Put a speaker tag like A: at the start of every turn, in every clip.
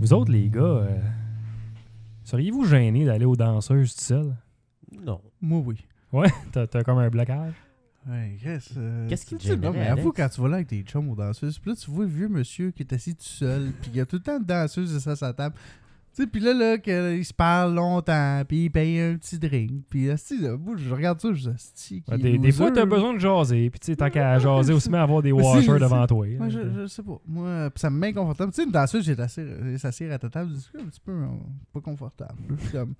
A: Vous autres, les gars, euh, seriez-vous gênés d'aller aux danseuses tout seul?
B: Non.
C: Moi, oui.
A: T'as t'as comme un blocage?
C: Ouais, Chris, euh,
B: Qu'est-ce qui te
C: tu sais,
B: gênerait,
C: non, mais avoue,
B: Alex?
C: quand tu vas là avec tes chums aux danseuses, puis là, tu vois le vieux monsieur qui est assis tout seul, puis il y a tout le temps de danseuses et ça à sa table. Tu sais, puis là, là, qu'ils se parlent longtemps, puis ils payent un petit drink, puis asti, là, moi, je regarde ça, je dis, asti,
A: Ouais,
C: qui
A: des, des fois,
C: loser.
A: t'as besoin de jaser. Puis, tu sais, tant qu'à
C: Ouais,
A: jaser, aussi,
C: c'est-
A: mais avoir des
C: Mais si,
A: washers
C: c'est-
A: devant toi.
C: Moi, je,
A: hein.
C: je sais pas. Moi, euh, pis ça me met inconfortable. Tu sais, une danseuse, j'ai assez s'assire à ta table, c'est un petit peu euh, pas confortable. Je suis comme.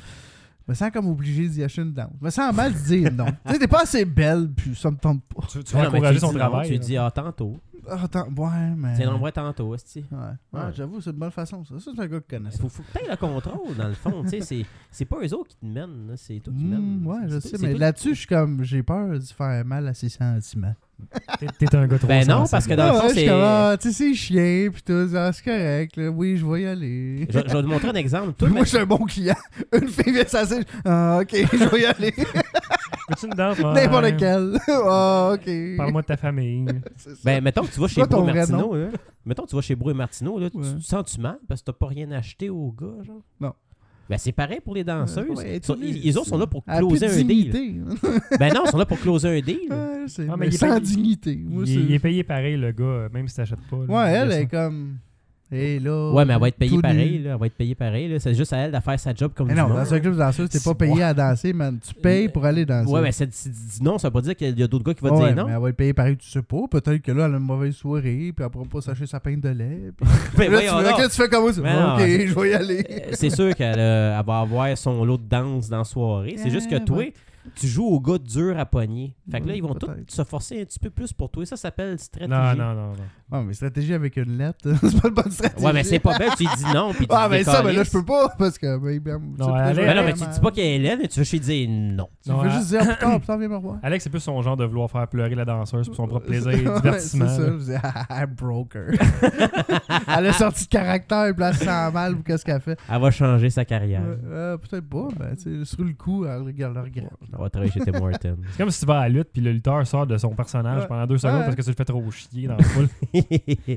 C: Je me sens comme obligé d'y acheter une danse. Je me sens mal de dire non. tu sais, t'es pas assez belle, puis ça me tombe pas.
A: Tu, tu
B: Non,
A: vas
B: mais tu
A: encourager
B: dis
A: son
B: non,
A: travail.
B: Tu
A: là.
B: dis, ah, tantôt.
C: Ah, attends, ouais, mais.
B: Tiens,
C: ouais.
B: l'envoie tantôt, esti.
C: Ouais,
B: Ouais.
C: j'avoue, c'est une bonne façon. Ça, ça c'est un gars qui connaît
B: Il
C: ça.
B: faut, faut que t'aies le contrôle, dans le fond. tu sais, c'est- c'est pas eux autres qui te mènent, là, c'est toi qui
C: Hmm,
B: mènes.
C: ouais,
B: C'est-
C: je
B: c'est
C: sais,
B: toi- c'est
C: mais
B: toi-
C: là-dessus, je suis comme. J'ai peur de faire mal à ses sentiments.
A: T'es- T'es un gars trop
B: Ben non,
A: sensible.
B: parce que dans- le
C: Ouais,
B: fond,
C: je suis
B: c'est-
C: comme, ah, tu sais, c'est chien, pis tout, ah, c'est correct, là. Oui, je vais y aller.
B: Je, je vais te montrer un exemple. Toi,
C: Moi,
B: mais-
C: je suis un bon client. Une fille vient s'asseoir. Ah, ok, je vais y aller.
A: Fais-tu une danse? Ouais.
C: N'importe quelle. Ah, ok.
A: Parle-moi de ta famille.
C: C'est ça.
B: ben, mettons que tu vas chez
C: quoi ton
B: Brou
C: vrai
B: Martineau, hein? là. Mettons que tu vas chez Brou et Martineau, là. tu-
C: Ouais.
B: Tu te sens-tu mal parce que t'as pas rien acheté au gars, genre?
C: Non.
B: Ben, c'est pareil pour les danseuses.
C: Ah, Ouais,
B: Ils sont-
C: tu-
B: ils, ils autres sont là pour
C: Elle a plus
B: closer
C: de
B: un deal.
C: dignité.
B: Ben non, ils sont là pour closer un deal.
C: Ouais, c'est-
A: Ah, mais
C: mais
A: il est
C: sans
A: pas-
C: dignité. Moi,
A: Il,
C: c'est-
A: il est payé pareil, le gars, même si t'achètes pas. là.
C: Ouais, elle
A: Il y a
C: est
A: ça.
C: comme. Et là.
B: Ouais, mais elle va être
C: tout
B: payée
C: nu.
B: pareil, là. Elle va être payée pareil, là. C'est juste à elle de faire sa job comme
C: Mais
B: du
C: non,
B: monde.
C: dans un club de danseuse, t'es
B: C'est
C: pas payé à danser, man. Tu payes pour aller danser.
B: Ouais, mais c'est c'est- dis non, ça veut pas dire qu'il y a d'autres gars qui vont
C: Ouais,
B: dire
C: mais
B: non.
C: elle va être payée pareil, tu sais pas. Peut-être que là, elle a une mauvaise soirée, puis elle pourra pas s'acheter sa pinte de lait. Puis
B: Ben,
C: là, tu,
B: voyons
C: là,
B: donc.
C: que tu fais comme ça.
B: Mais non,
C: ok,
B: c'est-
C: je vais y aller.
B: Euh, c'est sûr qu'elle euh, elle va avoir son lot de danse dans la soirée. C'est juste que
C: Eh,
B: toi,
C: ouais.
B: tu joues au gars dur à pogner. Fait que là,
C: Ouais,
B: ils vont tous
C: peut-être.
B: se forcer un petit peu plus pour toi. Ça s'appelle stratégie.
A: Non, non, non. non.
C: Ouais, mais stratégie avec une lettre, c'est pas une bonne stratégie.
B: Ouais, mais c'est pas belle. Tu lui dis non. Puis tu
C: Ah,
B: te
C: mais ça, mais là,
B: décalisses.
C: je peux pas, parce que. Ben, ben, tu sais,
A: elle
C: je
A: est-
C: vais
B: Ben non, mais tu
C: vraiment-
B: dis pas qu'elle est laide, mais tu veux juste lui dire non.
C: Tu
A: Non,
C: veux
A: elle-
C: juste dire, Ah, putain, putain, viens me revoir.
A: Alex, c'est plus son genre de vouloir faire pleurer la danseuse pour son propre plaisir et
C: Ouais,
A: divertissement.
C: C'est
A: là.
C: ça, je disais, Ah, ah, broker. elle a sorti de caractère, puis là, elle se sent mal pour qu'est-ce qu'elle fait.
B: Elle va changer sa carrière.
C: Euh, euh, Peut-être pas, ben, tu sais, sur le coup, elle regarde le regret.
B: On va travailler chez Tim Hortons.
A: C'est comme si tu vas à la lutte puis le lutteur sort de son personnage
C: Ouais.
A: pendant deux secondes
C: Ouais.
A: parce que ça le fait trop chier dans le foule.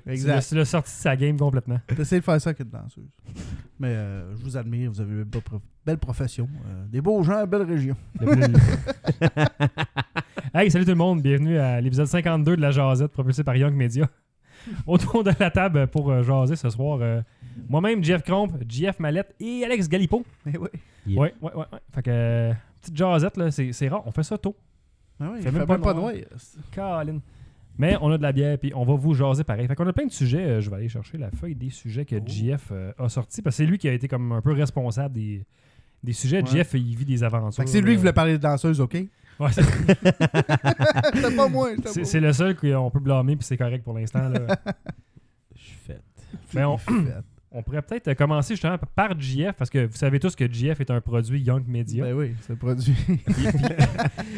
C: Exact.
A: C'est le sorti de sa game complètement.
C: T'essayes de faire ça avec une danseuse. Mais euh, je vous admire, vous avez une belle prof- belle profession, euh, des beaux gens, belle région.
A: hey, salut tout le monde, bienvenue à l'épisode 52 de la Jazette propulsée par Young Media. Autour de la table pour euh, jaser ce soir, euh, moi-même, Jeff Cromp, JF Mallette et Alex Galipo.
C: Mais oui.
B: Yeah.
A: Ouais, ouais, ouais, ouais. Fait que, euh, petite Jazette, là, c'est c'est rare, on fait ça tôt.
C: Mais oui,
A: Fait
C: fait
A: même
C: même
A: pas
C: pas, pas
A: noir.
C: noir.
A: Colin. Mais on a de la bière, puis on va vous jaser pareil. Fait qu'on a plein de sujets. Euh, Je vais aller chercher la feuille des sujets que
C: Oh.
A: JF euh, a sortis, parce que c'est lui qui a été comme un peu responsable des, des sujets.
C: Ouais.
A: JF, il vit des aventures.
C: Fait que c'est lui
A: là.
C: qui voulait parler de danseuse, ok?
A: Ouais, c'est-
C: C'était pas moi, c'était
A: c'est
C: pas
A: c'est le seul qu'on peut blâmer, puis c'est correct pour l'instant. là.
B: Je suis fait.
A: Mais on,
C: moi.
A: on pourrait peut-être euh, commencer justement par JF, parce que vous savez tous que JF est un produit Young Media.
C: Ben oui, c'est un produit.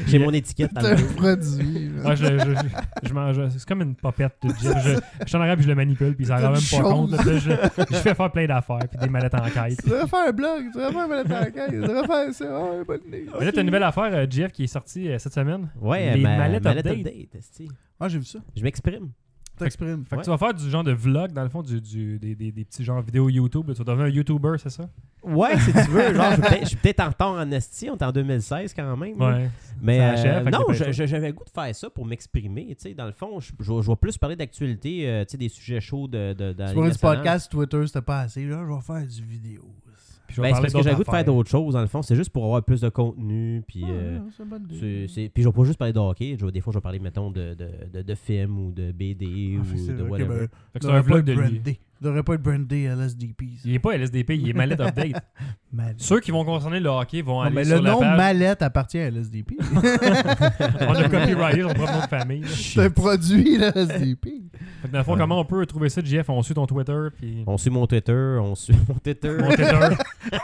B: J'ai mon étiquette dans
C: c'est
B: le
C: un produit. là.
A: Moi, Ah, je, je, je- je mange- c'est comme une popette de Jeff. Je, je suis en arabe, je le manipule, puis ça
C: T'as
A: rend même
C: du
A: pas compte.
C: chose.
A: là. Puis je, je fais faire plein d'affaires, puis des mallettes en quête.
C: Tu devrais faire un blog, tu devrais faire un malade enquête, tu devrais faire ça. Ah, un bonne idée.
A: Mais là, t'as une nouvelle affaire, euh, Jeff, qui est sortie euh, cette semaine.
B: Ouais,
A: Les
B: ma-
A: mallettes
B: mallette
A: update.
B: update, esti.
C: Ah, j'ai vu ça.
B: Je m'exprime.
C: T'exprimes.
A: Fait que
B: Ouais.
A: tu vas faire du genre de vlog, dans le fond, du, du- des, des- des petits genres vidéo YouTube. là. Tu vas devenir un YouTuber, c'est ça?
B: Ouais, si tu veux. Genre, je suis peut-être- je suis peut-être en retard en esti. On est en 2016 quand même. là. Mais
A: Ça achève,
B: euh,
A: fait que
B: non,
A: t'es pas
B: je-
A: étonné.
B: je- j'avais le goût de faire ça pour m'exprimer. tu sais, Dans le fond, je, je, je vais plus parler d'actualité, euh, tu sais, des sujets chauds de, de, de la Ligue
C: Tu vois du
B: nationale.
C: podcast Twitter, c'était pas assez. Là, je vais faire du vidéo.
A: Puis je vais
B: Ben, c'est
A: parler
B: parce que j'ai le goût de
A: d'autres
B: faire
A: affaires.
B: d'autres choses, dans le fond. C'est juste pour avoir plus de contenu. Puis, euh,
C: Ah, c'est une bonne
B: c'est-
C: idée.
B: c'est- puis je vais pas juste parler de hockey. Je vais- des fois, je vais parler, mettons, de, de, de, de films ou de BD
C: Ah,
B: ou
C: fait que c'est-
B: de
C: ok,
B: whatever.
C: ben,
A: Fait que c'est un
C: devrait pas
A: vlog de
C: être
A: lui.
C: brandé. Devrait pas être brandé LSDP. ça.
A: Il est pas LSDP, il est mallette update.
C: Mallette.
A: Ceux qui vont concerner le hockey vont
C: Non,
A: aller
C: mais
A: sur
C: le
A: la
C: nom
A: page.
C: Mallette appartient à LSDP.
A: On a copyrighté son propre nom de famille. là.
C: c'est un produit LSDP.
A: Fait que dans le fond, comment on peut trouver ça, Jeff? On suit ton Twitter, puis...
C: ben,
B: On suit mon Twitter, on suit mon Twitter.
A: Mon Twitter,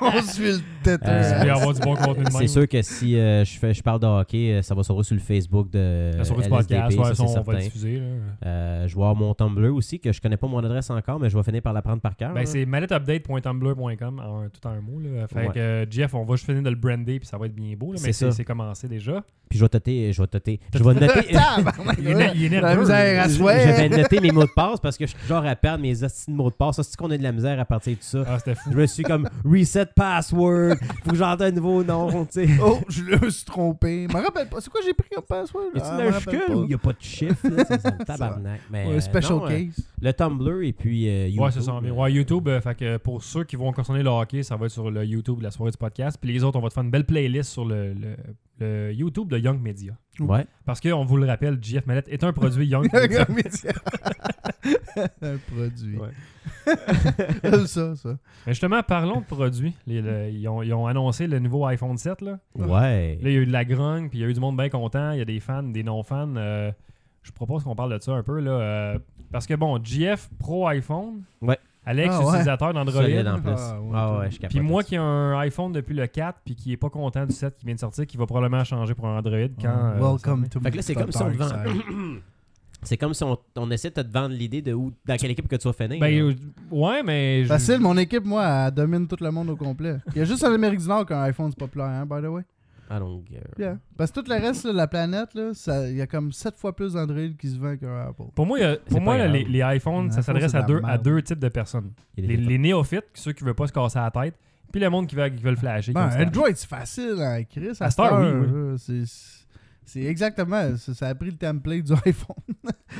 C: On suit le tête.
A: si vous voulez
B: Euh,
A: avoir du bon contenu de
B: C'est
A: même.
B: sûr que si euh, je, fais, je parle de hockey, euh, ça va se retrouver sur le Facebook de euh,
A: La soirée du
B: LSDP,
A: podcast, ouais,
B: ça,
A: ça,
B: c'est
A: on va le
B: certain.
A: diffuser. là.
B: Euh, je vais avoir mon Tumblr aussi,
C: Ah,
B: que je connais pas mon adresse encore, mais je vais finir par l'apprendre par cœur.
A: Ben,
B: là.
A: c'est malletteupdate.tumblr.com, en un- tout en un mot. là. là. Fait
B: Ouais.
A: que euh, Jeff, on va juste finir de le brander puis ça va être bien beau. Là, mais
B: C'est
A: c'est
B: ça.
A: c'est commencé déjà.
B: Puis je vais noter, je vais noter, je vais noter.
C: Tabarnak,
A: Il est, na- il est
C: la
A: nerveux.
C: misère à
B: Je
C: souhait.
B: vais noter mes mots de passe parce que je suis du genre à perdre mes hosties de mots de passe. Ça, C'est qu'on a de la misère à partir de ça.
A: Ah, c'était fou.
B: Je me suis comme reset password, faut que j'entende un nouveau nom, tu sais.
C: Oh, je me suis trompé. Je me rappelle pas. C'est quoi j'ai pris comme password?
B: Y a-t-il
C: Ah, je
B: un
C: me rappelle
B: chicken
C: pas.
B: ou y a pas de chiffre? là? C'est- c'est un Tabarnak. Mais,
C: Ouais,
B: euh,
C: special
B: non, euh,
C: case.
B: Le Tumblr et puis euh, YouTube.
A: Ouais, ça s'en vient. Ouais, YouTube, euh, fait que pour ceux qui vont consommer le hockey, ça va être sur le YouTube de la soirée du podcast. Puis les autres, on va te faire une belle playlist sur le, le- le YouTube de Young Media.
B: Ouais.
A: Parce qu'on vous le rappelle, JF Mallette est un produit Young Media.
C: un produit.
A: Ouais.
C: Comme ça, ça.
A: Mais justement, parlons de produits. Les- le- ils, ont, ils ont annoncé le nouveau iPhone 7. Là.
C: Ah.
B: Ouais.
A: Là, il y a eu de la grogne, puis il y a eu du monde bien content. Il y a des fans, des non-fans. Euh, je propose qu'on parle de ça un peu. Là, euh, parce que bon, JF pro iPhone.
B: Ouais.
A: Alex,
C: Ah ouais.
A: utilisateur d'Android.
B: Solide en plus.
C: Ah, ouais,
B: Ah
C: toi.
B: ouais, je capote.
A: Puis moi qui ai un iPhone depuis le 4 puis qui est pas content du 7 qui vient de sortir, qui va probablement changer pour un Android quand. euh,
C: Ah, Welcome
A: ça-
C: to
B: Fait que là, c'est
C: my
B: comme si on
C: dark
B: vend-
C: side.
B: C'est comme si on, on essaie de te vendre l'idée de où, dans quelle équipe que tu vas finir.
A: Ben,
B: là.
A: euh, ouais, mais. je-
C: Facile, mon équipe, moi, elle domine tout le monde au complet. Il y a juste en Amérique du Nord qu'un iPhone, c'est populaire, hein, by the way.
B: Ah, donc, euh,
C: Yeah. Parce que tout le reste là, de la planète, là, ça- il y a comme 7 fois plus d'Android qui se vend qu'un Apple.
A: Pour moi, il y a- pour
B: pas
A: moi là,
B: grave.
A: les, les iPhones,
C: Un
A: ça
C: iPhone,
A: s'adresse
C: c'est
A: à
C: de la
A: deux, à
C: merde.
A: deux types de personnes.
B: il y a
A: Les,
B: des
A: les néophytes, ceux qui veulent pas se casser la tête, puis le monde qui veut, qui veut le flasher.
C: Ben,
A: comme ça.
C: Android, c'est facile, hein, Chris.
A: À cette heure, oui,
C: heure,
A: oui.
C: là, c'est- C'est exactement, ça, ça a pris le template du iPhone.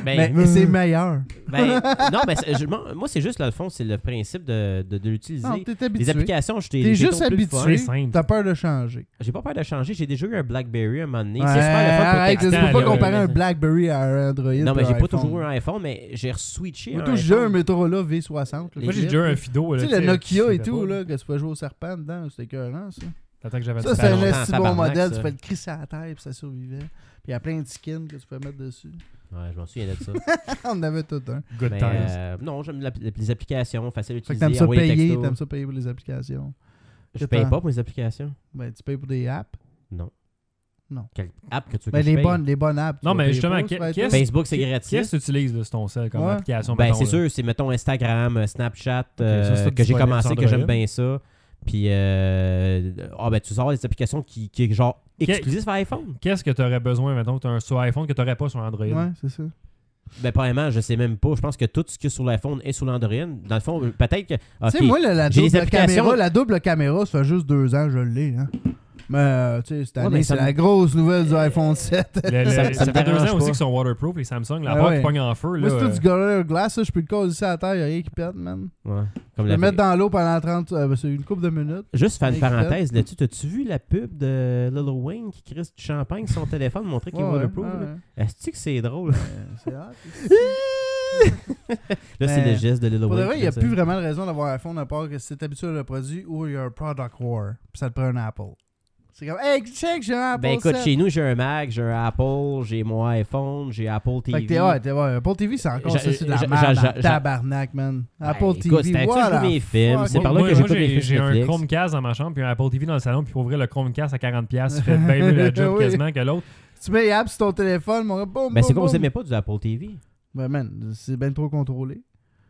B: Ben,
C: mais c'est meilleur.
B: ben, non, mais c'est- je m'en- moi, c'est juste, là, le fond, c'est le principe de, de, de l'utiliser.
C: Non, t'es
B: les
C: habitué.
B: applications, je t'ai
C: T'es
B: j'ai
C: juste
B: ton plus le fun.
A: C'est
C: habitué.
A: simple.
C: T'as peur de changer.
B: J'ai pas peur de changer. J'ai déjà eu un Blackberry à un moment donné.
C: Ouais,
B: c'est super le fun pour
C: arrête,
B: tes-
C: tu peux
A: Attends,
C: pas
A: là,
C: comparer
A: mais-
C: un BlackBerry à un Android.
B: Non, mais
C: puis
B: j'ai pas
C: iPhone.
B: toujours eu un iPhone, mais j'ai re-switché.
C: Moi,
B: un
C: tout, j'ai un
B: iPhone.
C: Motorola V60. là,
A: Moi, j'ai
C: legit,
A: déjà
C: là.
A: un Fido. là,
C: Tu sais, le Nokia et
A: c'était
C: tout,
A: pas-
C: là, que tu peux jouer au serpent dedans, c'était écœurant, ça.
A: Attends que j'avais
C: Ça,
A: dit
C: c'est
A: ça.
B: longtemps,
C: un si bon
B: tabarnak,
C: modèle.
B: ça.
C: Tu fais le crisser à la terre, puis ça survivait. Puis il y a plein de skins que tu peux mettre dessus.
B: Ouais, je m'en souviens de ça.
C: On en avait tout un.
A: Good
B: mais,
A: times.
B: euh, non, j'aime la- les applications, facile à
C: Fait que
B: utiliser.
C: t'aimes ça
B: envoyer des
C: payer,
B: textos.
C: t'aimes ça payer pour les applications.
B: Je
C: que
B: paye
C: t'en-
B: pas pour les applications.
C: Ben, tu payes pour des apps.
B: Non.
C: Non.
B: Quelle app que tu veux
C: Ben,
B: que je
C: les
B: paye?
C: bonnes, les bonnes apps. tu
A: Non,
C: vas
A: mais
C: payer
A: justement,
C: pour, ça
A: qu'est-
C: va être
A: qu'est-ce-
C: tout.
B: Facebook, c'est gratis.
A: Qu'est-ce que tu utilises de ton cell comme
C: Ouais.
A: application?
B: Ben,
A: mettons,
B: c'est
A: là?
B: sûr, c'est mettons Instagram, euh, Snapchat, euh,
A: ça, c'est tout
B: que j'ai
A: disponible
B: commencé,
A: sur
B: que j'aime
A: Android.
B: bien ça. Puis, euh, ah, ben, tu sors des applications qui, qui est genre
A: Que-
B: exclusives à iPhone.
A: Qu'est-ce que tu aurais besoin, mettons, que tu as un sur iPhone que tu n'aurais pas sur Android?
C: Ouais, c'est ça.
B: Ben, premièrement, je sais même pas. Je pense que tout ce qui est sur l'iPhone est sur l'Android. Dans le fond, euh, peut-être que. ok,
C: Tu sais, moi, la, la
B: J'ai des
C: double
B: applications-
C: caméra, la double caméra, ça fait juste deux ans, je l'ai. Hein. Mais, euh, tu sais, cette
B: Ouais,
C: année,
B: mais ça
C: c'est
B: me-
C: la grosse nouvelle du iPhone 7.
A: Le- le-
B: Ça-
A: ça,
B: ça me
A: fait deux
B: dérange
A: ans aussi
B: pas.
A: qu'ils sont waterproof, les Samsung. La
C: Ah
A: part
C: ouais.
A: qui pogne en feu, là.
C: Moi, c'est tout
A: euh,
C: du Gorilla Glass, là, je peux le causer ça à terre, il a rien qui pète, man.
B: Ouais, comme
C: Je
B: la-
C: le mettre dans l'eau pendant 30, euh, ben, c'est une couple de minutes.
B: Juste faire une
C: Hey, Fred.
B: parenthèse là-dessus. T'as-tu vu la pub de Lil Wayne qui crisse du champagne sur son téléphone montrer qu'il est
C: Ouais,
B: waterproof?
C: ouais,
B: là?
C: ouais.
B: Est-ce que c'est drôle?
C: Euh, C'est hot.
B: Là, c'est
C: Mais-
B: le geste de Lil Wayne.
C: Ben, Pour de vrai,
B: qui
C: il n'y a
B: fait ça.
C: plus vraiment de raison d'avoir un iPhone à part que si t'es habitué à le produit ou il y a un product war. Puis ça te prend un Apple. C'est comme, hey, check, j'ai un Apple.
B: Ben écoute,
C: 7.
B: chez nous, j'ai un Mac, j'ai un Apple, j'ai mon iPhone, j'ai Apple TV.
C: Fait que t'es ouais, t'es ouais. Apple TV, c'est encore
B: J'a-
C: ça, c'est de
B: j'a-
C: la merde.
B: j'a-
C: en
B: j'a-
C: Tabarnak, man.
B: Ben,
C: Apple
B: écoute,
C: TV,
B: c'est avec ça que je
C: voilà.
B: joue mes films, c'est
A: moi-
B: par là
A: moi-
B: que j'ai
A: moi,
B: pas mes
A: J'ai
B: fiches
A: un
B: Netflix.
A: Chromecast dans ma chambre, puis un Apple TV dans le salon, puis pour ouvrir le Chromecast à 40$, fait bien mieux la job
C: Oui.
A: quasiment que l'autre.
C: Tu mets les apps sur ton téléphone, mon gars, boum,
B: Ben c'est
C: boum,
B: quoi, vous
C: boum.
B: aimez pas du Apple TV?
C: Ben, man, c'est ben trop contrôlé.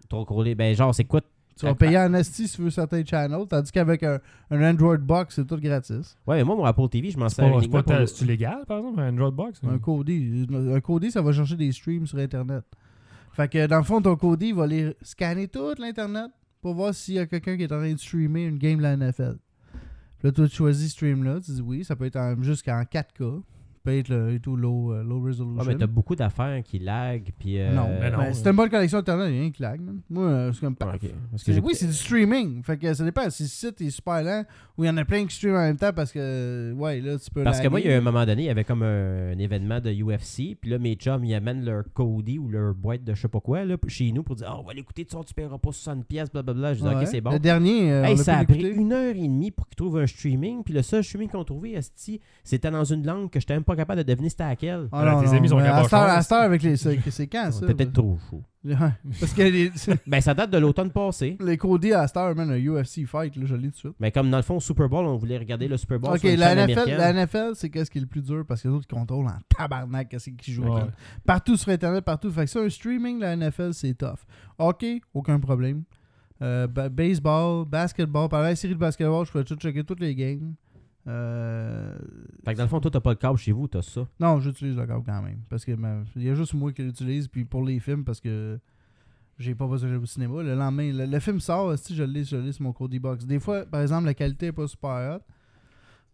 B: Trop collé. Ben genre, c'est quoi?
C: Tu vas
B: Ah,
C: payer en esti si tu veux certains channels, tandis qu'avec un, un Android box, c'est tout gratis.
B: Ouais, mais moi, mon Apple TV, je m'en
A: C'est
B: sers
A: pas- c'est
B: uniquement
A: pas
B: pour...
A: tant- c'est-tu légal, par exemple, un Dropbox?
C: Un codé, un codé, ça va chercher des streams sur Internet. Fait que dans le fond, ton codé, il va aller scanner tout l'Internet pour voir s'il y a quelqu'un qui est en train de streamer une game de la NFL. Puis là, toi, tu choisis stream là, tu dis oui, ça peut être en- jusqu'en 4K, peut être le, et tout low, euh, low
B: Ouais,
C: resolution.
B: Ah, mais t'as beaucoup d'affaires qui lag, puis... euh,
C: Non,
A: Ben non.
C: Ben, c'est une bonne connexion Internet, il y a rien qui lag, man. Moi, euh, c'est comme
B: Ah,
C: paf.
B: ok. Parce que
C: C'est-
B: j'ai-
C: Oui, c'est du streaming. Fait que ça dépend. Si le site est super lent ou il y en a plein qui stream en même temps parce que, ouais, là, tu peux.
B: Parce que
C: laguer.
B: moi, il y a un moment donné, il y avait comme un, un événement de UFC, puis là, mes chums, ils amènent leur Cody ou leur boîte de je sais pas quoi là, chez nous pour dire « Ah, on va l'écouter, tu sais, tu paieras pas 60$, pièces, blablabla. » Je dis
C: Ouais.
B: Ok, c'est bon.
C: Le dernier, euh,
B: Hey,
C: on a
B: ça
C: pu
B: a pris
C: l'écouter.
B: une heure et demie pour qu'ils trouvent un streaming. Puis le seul streaming qu'on trouvait, esti, c'était dans une langue que j'étais même pas capable de deviner c'était à quelle.
C: Ah,
A: Alors,
C: non,
A: Euh, tes
C: non,
A: amis sont
C: mais à
A: capables
C: cette heure-
A: de
C: à
A: chance.
C: cette heure avec les. C'est c'est quand ça
B: C'était peut-être trop chaud.
C: Ouais. Parce que les,
B: Ben, ça date de l'automne passé.
C: les codés à cette heure, man, un UFC fight, là, je l'ai tout de suite.
B: Mais comme dans le fond, Super Bowl, on voulait regarder le Super Bowl.
C: Ok,
B: sur une
C: la
B: chaîne
C: NFL,
B: américaine.
C: la NFL, c'est qu'est-ce qui est le plus dur parce que les autres ils contrôlent en tabarnak qu'est-ce qu'ils jouent.
A: Ouais.
C: Partout sur Internet, partout. Fait que ça, un streaming, la NFL, c'est tough. Ok, aucun problème. Euh, ba- baseball, basketball. Pendant la série de basketball, je pouvais tout checker toutes les games. Euh,
B: Fait que dans le fond, toi, t'as pas le câble chez vous, t'as ça.
C: Non, j'utilise le câble quand même. Parce que ma- il y a juste moi qui l'utilise. Puis pour les films, parce que j'ai pas besoin d'aller au cinéma. Le lendemain, le, le film sort, si je l'ai, je l'ai sur mon Cody Box. Des fois, par exemple, la qualité est pas super haute.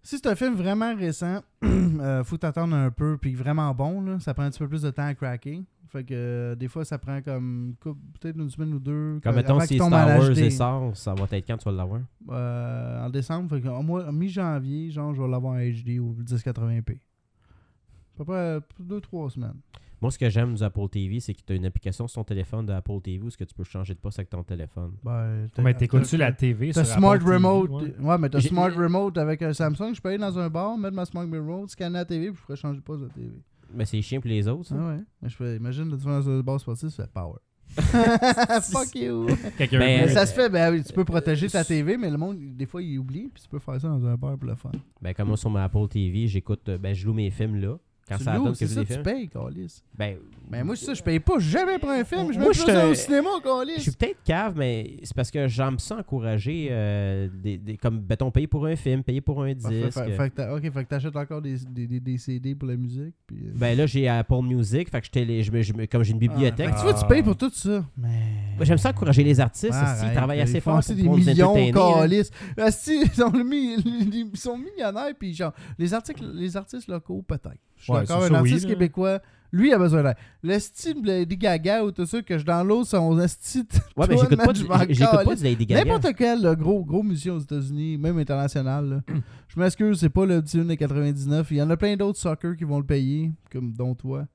C: Si c'est un film vraiment récent, euh, faut t'attendre un peu, puis vraiment bon, là, ça prend un petit peu plus de temps à craquer. Fait que euh, des fois, ça prend comme couple- peut-être une semaine ou deux.
B: Comme
C: que-
B: mettons,
C: avant
B: si
C: qu'il tombe à
B: Star Wars
C: l'HD.
B: et sort, ça va être quand tu vas l'avoir
C: Euh, en décembre, fait que, en mois- en mi-janvier, genre, je vais l'avoir en HD ou 1080p. À peu près 2-3 semaines.
B: Moi, ce que j'aime du Apple TV, c'est que tu as une application sur ton téléphone de Apple TV où ce que tu peux changer de poste avec ton téléphone.
C: Ben, t'as-
A: Mais t'écoutes-tu
C: t'as-
A: la TV
C: T'as
A: sur
C: Smart
A: Apple TV,
C: Remote.
A: ouais?
C: Ouais, mais t'as
B: J'ai-
C: Smart Remote avec un Samsung. Je peux aller dans un bar, mettre ma Smart Remote, scanner la TV, puis je pourrais changer de poste de TV.
B: Mais c'est chiant pour les autres, ça.
C: Ah ouais. Mais je fais, imagine, là, tu vas dans un bar sportif, tu fais power. Fuck you.
A: Quelqu'un
B: Ben,
C: Mais
A: plus.
C: ça se fait, ben, oui, tu peux protéger ta
B: Euh,
C: TV, mais le monde, des fois, il oublie, puis tu peux faire ça dans un bar pour le fun.
B: Ben, comme moi, sur ma Apple TV, j'écoute, euh, ben, je loue mes films là. Quand
C: tu
B: ça
C: loues,
B: donne
C: c'est
B: que je loue
C: ça,
B: des
C: tu
B: films.
C: payes, Calis.
B: Ben,
C: Mais moi, c'est ça, je paye pas jamais pour un film. Je
B: Moi,
C: me
B: je
C: suis
B: te-
C: au cinéma,
B: je suis
C: Calis.
B: peut-être cave, mais c'est parce que j'aime ça encourager euh, des, des- comme, béton payer pour un film, payer pour un
C: Fait,
B: disque.
C: fait- fait que t'as- ok, fait que t'achètes encore des, des, des, des CD pour la musique. Puis, euh,
B: Ben là, j'ai Apple Music, fait que je télé- je me- je me- comme j'ai une bibliothèque.
C: Ah, fait que tu vois, tu payes pour tout ça. Mais.
B: Ben, J'aime ça encourager les artistes.
C: Ah,
B: aussi, ils
C: arrête,
B: travaillent
C: là,
B: assez
C: ils font
B: fort
C: aussi
B: pour
C: des
B: pour nous hein.
C: millions,
B: entertainer, là.
C: calice. Asti, ils, sont mi- ils sont millionnaires, puis genre, les, articles, les artistes locaux, peut-être. Je suis
A: Ouais,
C: d'accord,
A: ça,
C: un
A: ça, oui,
C: artiste
A: là.
C: québécois, lui, il a besoin d'aide. Le style de Lady Gaga ou tout ça, que je dans l'eau, son asti.
B: Ouais, mais
C: toi,
B: j'écoute
C: man,
B: pas,
C: je
B: du-
C: m'en
B: j'écoute pas
C: calisse.
B: du Lady Gaga.
C: N'importe quel là, gros, gros musicien aux États-Unis, même international. là. Je m'excuse, c'est pas le petit 1 de 99. Il y en a plein d'autres soccer qui vont le payer, comme dont toi.